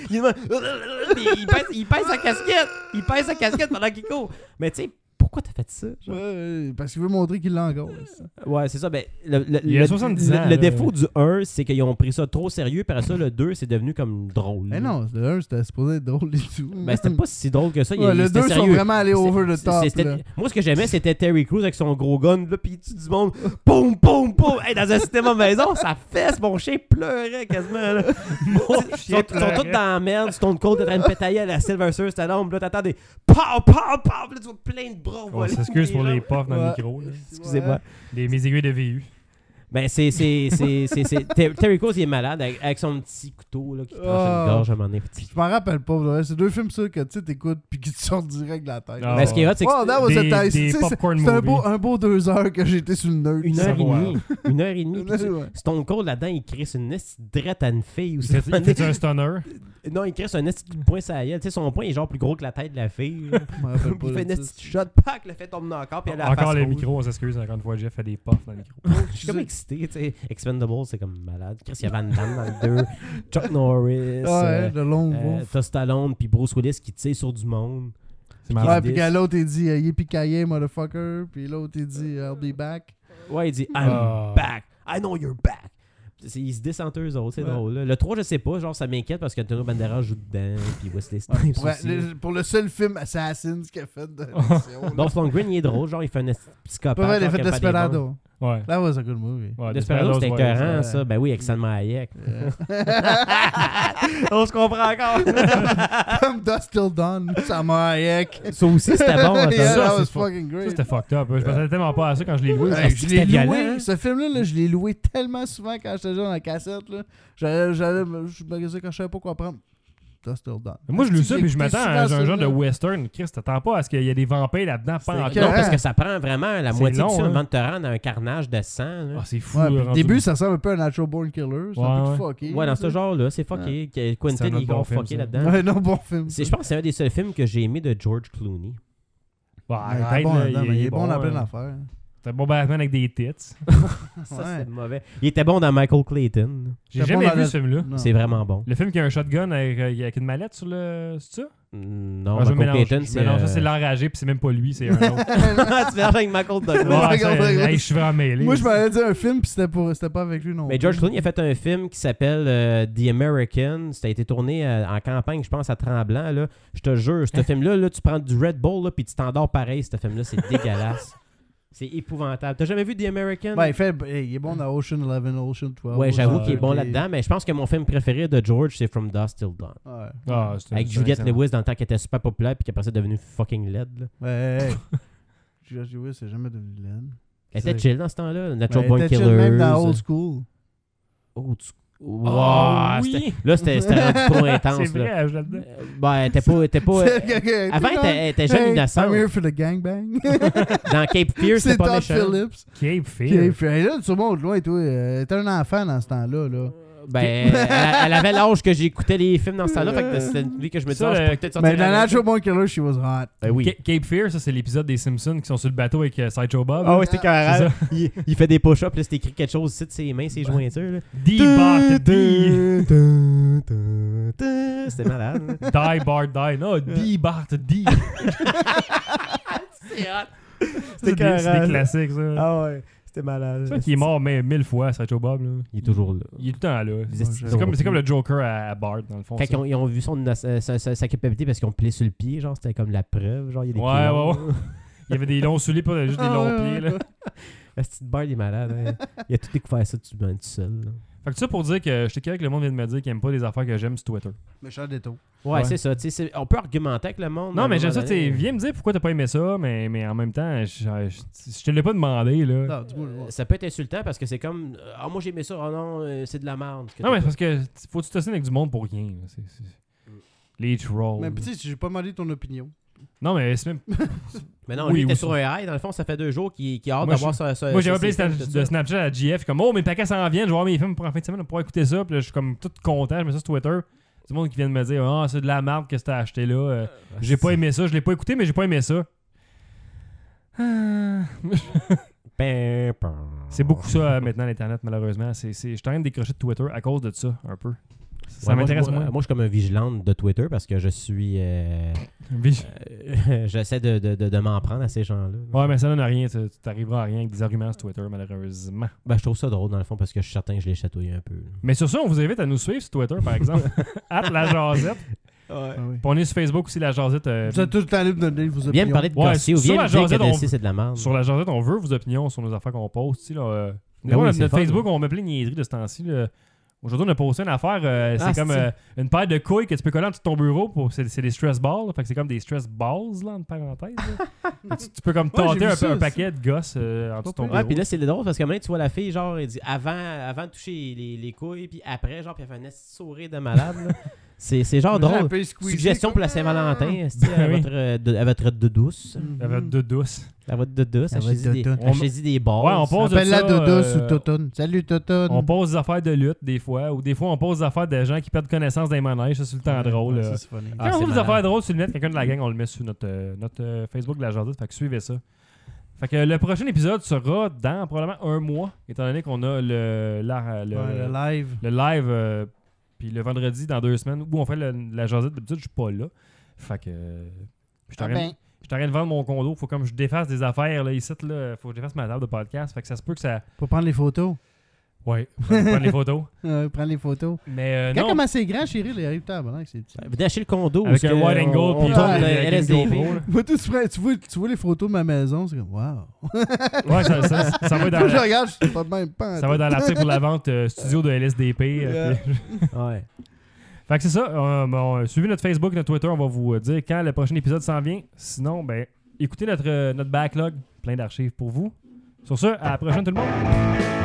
B: il, est dans- Puis il pèse, il pèse sa casquette. Il pèse sa casquette pendant qu'il court. Mais tu sais, pourquoi t'as fait ça? genre?
C: Ouais, ouais, parce qu'il veut montrer qu'il l'a encore. ça.
B: Ouais, c'est ça. Ben, le, le-
A: Il y a
B: le-
A: 70 ans,
B: le- le
A: là.
B: défaut du 1, c'est qu'ils ont pris ça trop sérieux. Par ça, le 2, c'est devenu comme drôle.
C: Mais non, le 1, c'était supposé être drôle et tout.
B: Ben, c'était pas si drôle que ça. il-
C: Ouais,
B: il-
C: le
B: c'était
C: 2 sont
B: sérieux.
C: vraiment allés over the
B: C'est-
C: top.
B: c'était-
C: là.
B: Moi, ce que j'aimais, c'était Terry Crews avec son gros gun, là, pis il tue du monde. Poum, poum, poum. Hey, dans un cinéma maison, ça fesse. Mon chien pleurait quasiment. Là. Ils sont, ils sont tous dans la merde. Stone Cold est en train de pétailler à la Silver Sur Stallone. Puis Là, t'attends des pow, pow, pow. Puis Là, tu vois plein de bras
A: On
B: voler.
A: s'excuse pour
B: Des
A: les
B: gens.
A: puffs dans le
C: Ouais.
A: micro. là.
B: Excusez-moi.
A: Des, mes aiguilles de VU.
B: Ben, c'est. c'est- c'est- c'est- c'est- Ter- Terry Crews, il est malade avec, avec son petit couteau là, qui tranche
C: Ah.
B: une gorge à un moment donné. Petit.
C: Je m'en rappelle pas, pour le reste. c'est deux films ça que tu sais, t'écoutes puis qui te sortent direct de la tête.
A: Ah,
B: Ben, ce qui est hot, c'est que
C: Wow, that was a
A: Des-
C: nice-
A: des
C: tu sais, c'est-
A: popcorn
C: C'est un
A: movie.
C: beau, un beau deux heures que j'étais sur le nerd.
B: c'est une heure et
A: savoir.
B: demie. Une heure et demie.
C: Une
B: puis tu-
C: heure, ouais.
B: Stone Cold là-dedans, il crée une nest drette à une fille
A: Il
B: aussi.
A: fait- il fait un stunner.
B: Non, il crée un nest de point sur la gueule. Tu sais, son point est genre plus gros que la tête de la fille.
C: Je m'en rappelle pas
B: il fait
C: de
B: une
C: ça.
B: petite shot, pack, le fait tomber dans le corps, puis elle a la
A: Encore
B: face
A: les
B: rouge.
A: micros, on s'excuse. Encore une fois, Jeff fait des puffs dans le micro.
B: Je suis comme excité, tu sais. Expendables, c'est comme malade. Chris, il y a Van Damme dans le 2. Chuck Norris.
C: Ah
B: euh,
C: ouais, de long
B: euh,
C: wolf.
B: T'as Stallone, puis Bruce Willis qui tire sur du monde.
A: C'est
B: euh,
C: Ouais,
A: marrant.
B: Cardiff.
C: puis quand l'autre il dit euh, Yippee-ki-yay, motherfucker, puis l'autre il dit I'll be back.
B: Ouais, il dit I'm
A: Ah.
B: back. I know you're back. C'est- Ils se descentent eux autres, c'est
C: Ouais.
B: drôle. là. Le 3, je sais pas, genre ça m'inquiète parce que Antonio Banderas joue dedans, puis Wesley
C: Ouais,
B: Snipes
C: pour,
B: aussi.
C: le, pour le seul film Assassin's qu'il a fait de l'action. là.
B: Dolph Lundgren, il est drôle, genre il fait un esti de psychopathe.
C: Pas mal, il a
B: genre,
C: fait
B: qui a pas des dents.
C: Desperado.
A: Ouais.
C: That was a good movie.
A: Ouais,
B: Desperado, c'était
A: ouais,
B: écœurant,
C: ouais.
B: ça. Ben oui, avec Salma Hayek.
C: Yeah.
B: On se comprend encore.
C: Comme Dust Till Dawn, Sama Hayek.
B: ça aussi, c'était bon. attends.
C: yeah, that
A: c'est
C: was
A: fuck-
C: fucking
A: Ça,
C: great.
A: c'était fucked up. Je pensais tellement pas à ça quand je l'ai vu.
C: Hey, je l'ai
B: c'était violent,
C: loué.
B: hein?
C: Ce film-là, là, je l'ai loué tellement souvent quand j'étais jeune en cassette. Là. J'allais, j'allais me- je me disais quand je savais pas quoi prendre. Dust Till Dawn.
A: Moi, je lis ça,
C: J'ai
A: puis je
C: écouté
A: m'attends
C: souvent
A: à un
C: ce
A: genre de
C: film-là.
A: western. Chris, t'attends pas à ce qu'il y ait des vampires là-dedans.
B: C'est
A: Pas
B: écœurant,
A: encore.
C: écœurant.
B: parce que ça prend vraiment la
A: C'est
B: moitié
A: long,
B: du film
A: hein.
B: avant de te rendre à un carnage de sang. là.
A: Ah, c'est fou.
C: Ouais,
A: le
C: puis au
A: rendu-
C: début, ça ressemble un peu à Natural Born Killer. C'est un
A: Ouais,
C: peu fucké.
B: Ouais, dans
C: là,
B: ce genre-là, c'est fucké. Que- Quentin,
A: C'est un
B: il
A: autre
B: est
A: bon
B: gros
A: film,
B: fucké
A: ça.
B: là-dedans.
C: Ouais, non, bon film.
B: C'est- Je pense que c'est un des seuls films que j'ai aimé de George Clooney.
A: Bah,
C: Ouais, il est
A: arrête,
C: Ah, bon,
A: là,
C: là-dedans, mais il est bon dans
A: hein.
C: plein d'affaires.
A: C'est un bon Batman avec des tits.
B: Ça,
C: Ouais.
B: c'est mauvais. Il était bon dans Michael Clayton.
A: J'ai
C: C'est bon
A: jamais
C: dans
A: vu
C: le-
A: ce film-là.
C: Non.
B: C'est vraiment bon.
A: euh, Le film qui a un shotgun avec, avec une mallette sur le. C'est ça
B: Non,
A: Ah, je
B: Michael
A: mélange.
B: Keaton,
A: je
B: c'est.
A: mélange. ça,
B: euh,
A: c'est l'enragé, puis c'est même pas lui, c'est un autre.
B: tu mélanges avec Michael Douglas.
A: Ouais,
C: Michael
A: c'est-
C: Douglas.
A: hey, je suis vraiment mêlé.
C: Moi, je m'allais dire un film, puis c'était pour- c'était pas avec lui non
B: Mais
C: plus.
B: George Clooney a fait un film qui s'appelle euh, The American. Ça a été tourné euh, en campagne, je pense, à Tremblant. Là. Je te jure,
C: Hein?
B: ce film-là, là, tu prends du Red Bull là, puis tu t'endors pareil. Ce film-là, c'est dégueulasse. C'est épouvantable. T'as jamais vu The American?
C: Ouais, Ben, il, fait, hey, il est bon dans Ocean 11, Ocean 12.
B: Ouais, j'avoue
C: Ocean
B: qu'il est bon
C: 13.
B: là-dedans, mais je pense que mon film préféré de George, c'est From Dust Till Dawn.
C: Ouais.
A: Ah, c'est-
B: Avec
A: c'est
B: Juliette
A: excellent.
B: Lewis dans le temps qui était super populaire puis qui après ça est devenue fucking laide. là.
C: Ouais, hey, hey. George Lewis, c'est jamais devenu laine.
B: Elle était
A: C'est-
B: chill dans ce temps-là. Natural
C: Ouais,
B: Born euh,
C: t'as chill
B: Killers.
C: même dans Old School.
B: Oh, tu-
A: Ah,
B: Wow, c'était-
A: oui!
B: Là, c'était c'était rendu trop intense.
A: C'est
B: Là.
A: vrai, je l'ai dedans.
B: Euh, Ben, elle était pas. elle était pas
C: C'est- okay,
B: Avant,
C: tout
B: elle
C: le
B: était-
C: temps,
B: elle était jeune
C: hey,
B: innocente.
C: I'm here for the gangbang.
B: Dans Cape Fear,
C: c'est
B: c'était pas
C: Todd
B: méchant.
C: Phillips.
A: Cave Fear.
C: Puis, hey, puis, hey, là, tout le monde, loin, toi, euh, t'es un enfant dans ce temps-là. Là.
B: Ben, elle, elle avait l'âge que j'écoutais les films dans ce temps-là, fait que c'était lui que je me disais,
A: Ça,
B: ah, je
A: euh,
B: peux peut-être sortir.
C: Mais dans
B: avec.
C: Natural Born Killer, she was hot.
B: Ben oui.
A: Ca- Cape Fear, ça, c'est l'épisode des Simpsons qui sont sur le bateau avec euh, Sideshow Bob.
B: Ah ouais, c'était
A: C'est
B: carré.
A: ça.
B: Il, il fait des push-ups, là, c'est écrit quelque chose ici de ses mains, ses jointures. Là.
A: Die Bart, Die.
B: C'était malade. hein.
A: Die Bart, Die. Non, Die Bart, Die. C'est des, c'est des classiques, ça.
B: Ah ouais, c'était malade.
A: C'est ça qui est mort mais mille fois, Sideshow Bob. Là.
B: Il est toujours là.
A: Il est tout le temps là.
B: Vous êtes
A: C'est
B: drôle.
A: comme, c'est comme le Joker à, à Bart, dans le fond.
B: Fait
A: ça.
B: qu'ils ont, ils ont vu son, inno- euh, sa, sa- sa culpabilité parce qu'ils ont plié sur le pied, genre c'était comme la preuve, genre il y a des
A: Ouais,
B: clowns.
A: ouais, Il y avait des longs souliers, pas juste des
C: Ah,
A: longs
C: ouais,
A: pieds.
C: ouais,
A: Là.
C: ouais.
B: La petite barre, il est malade. hein. Il a tout découvert ça tout, ben, tout seul. là.
A: Fait que ça pour dire que j'étais curieux que le monde vienne me dire qu'il aime pas les affaires que j'aime sur Twitter.
C: Méchant détour.
B: Ouais,
A: Ouais.
B: c'est ça. tu sais, c'est- On peut argumenter avec le monde. à
A: Non,
B: un
A: mais j'aime
B: moment
A: ça, tu sais,
B: donné.
A: viens me dire pourquoi t'as pas aimé ça, mais, mais en même temps, je, je- je te l'ai pas demandé, là. Non,
C: Non, dis-moi, je vois.
B: euh, Ça peut être insultant parce que c'est comme Ah, moi j'ai aimé ça, oh non, euh, c'est de la merde. ce que
A: mais
B: t'as
A: c'est parce que t- faut que tu te signes avec du monde pour rien. là. C'est- c'est-
B: Mm.
A: Les trolls.
C: Mais petit, j'ai pas demandé ton opinion.
A: Non, mais c'est même.
B: Mais non,
A: Oui,
B: lui, il était
A: ou
B: sur un high. Dans le fond, ça fait deux jours qu'il qu'il a hâte
A: Moi,
B: d'avoir ça. ça-
A: Moi, j'ai
B: Euh, ça-
A: appelé
B: ses films, tout
A: de
B: ça.
A: Snapchat à GF, comme Oh, mes paquets s'en viennent, je vais voir mes films pour en fin de semaine, on pourra écouter ça. Puis là, je suis comme tout content, je mets ça sur Twitter. Tout le monde qui vient de me dire Ah, c'est de la merde que t'as acheté là. euh,
B: Ah, bah,
A: j'ai pas aimé ça, je l'ai pas écouté, mais j'ai pas aimé ça. Ah.
B: Pim, pam.
A: C'est beaucoup ça euh, maintenant l'Internet, malheureusement. C'est, c'est- Je suis en train de décrocher de Twitter à cause de ça, un peu. Ça
B: Ouais, moi,
A: m'intéresse
B: moi,
A: moins.
B: Moi, je suis comme un vigilante de Twitter parce que je suis. euh,
A: Puis-
B: euh, J'essaie de, de, de, de m'en prendre à ces gens-là.
A: Ouais, mais ça donne à rien. Tu tu t'arriveras à rien avec des arguments sur Twitter, malheureusement.
B: Ben, je trouve ça drôle dans le fond parce que je suis certain que je l'ai chatouillé un peu. là.
A: Mais sur ça, on vous invite à nous suivre sur Twitter, par exemple. At la Jazette. Puis
C: Ah oui.
A: on est sur Facebook aussi, la Jazette. euh,
C: Vous êtes tout le temps libre de donner vos opinions.
B: Viens me parler de
A: Ouais,
B: Cossé ou
A: sur
B: viens
A: la
B: me dire
A: jasette,
B: que DC
A: on-
B: c'est de la merde.
A: sur la Jazette, on veut vos opinions sur nos affaires qu'on poste. tu sais, Là, euh,
B: Ben oui,
A: Nous,
B: c'est
A: notre
B: le fun,
A: Facebook, on met plein de niaiseries de ce temps-ci. là. Aujourd'hui, on a posté une affaire. euh, c'est
B: Ah,
A: comme
B: c'est-
A: euh, une paire de couilles que tu peux coller en dessous de ton bureau. Pour, c'est, c'est des stress balls. là. Fait que c'est comme des stress balls, là, entre parenthèses. là. tu, tu peux comme
C: Ouais,
A: tenter
C: j'ai vu
A: un,
C: ça,
A: un
C: ça.
A: paquet de gosses euh, en dessous de ton
C: Ouais,
A: bureau.
B: Ouais, puis là, c'est drôle parce que maintenant, tu vois la fille, genre, elle dit avant, avant de toucher les, les couilles, puis après, genre, puis elle fait un esti sourire de malade. là. c'est c'est genre drôle. Suggestion pour la Saint-Valentin, esti, à,
A: oui.
B: votre, euh, de- à votre de douce.
A: Avec deux douces.
B: À votre de douce,
C: À votre
B: achetez-y des,
C: doudoune.
A: On-
B: achetez-y des bars.
A: Ouais, on
C: On
A: pose de
C: appelle la
A: ça,
C: Dodo
A: euh,
C: sous Totone. Salut Totone.
A: On pose des affaires de lutte des fois, ou des fois on pose des affaires de gens qui perdent connaissance des manèges, ça c'est le temps drôle.
C: Ouais,
A: euh.
C: ça, c'est funny.
B: Ah,
A: Quand on
B: c'est
A: pose des
B: malade.
A: affaires drôles sur le net, quelqu'un de la gang, on le met sur notre, euh, notre euh, Facebook de la Jardine, fait que suivez ça. Fait que le prochain épisode sera dans probablement un mois, étant donné qu'on a le, la- euh, le,
C: Ouais, le live.
A: le live, euh, puis le vendredi dans deux semaines, où on fait le- la Jardine, d'habitude je suis pas là. Fait que... euh, je suis en train
C: Ah
A: de-
C: ben,
A: je suis en train de vendre mon condo, faut comme je défasse des affaires là, ici, là, faut que je défasse ma table de podcast, fait que ça se peut que ça...
C: pour prendre les photos.
A: Ouais, faut prendre les photos.
C: Euh, prendre les photos.
A: Mais euh,
C: Quand
A: non,
C: comme c'est grand, chérie, les résultats, ben, c'est petit.
B: Venez acheter le condo.
A: Avec
B: parce
A: un
B: que
A: wide angle,
B: on-
A: puis euh,
B: on
C: genre,
B: tourne le
A: avec une
B: LSDP.
A: GoPro, là.
C: Moi, tout de suite, tu vois, tu vois les photos de ma maison, c'est comme, waouh.
A: Ouais, ça, ça- ça va être
C: Moi,
A: dans
C: je
A: la-
C: regarde, je suis pas de même pas.
A: ça va être dans l'article pour la vente euh, studio de LSDP. euh,
C: Yeah.
A: puis-
B: Ouais.
A: Fait que c'est ça. euh, bon, euh, suivez notre Facebook, notre Twitter, on va vous euh, dire quand le prochain épisode s'en vient. Sinon, ben, écoutez notre, euh, notre backlog, plein d'archives pour vous. Sur ce, à la prochaine tout le monde.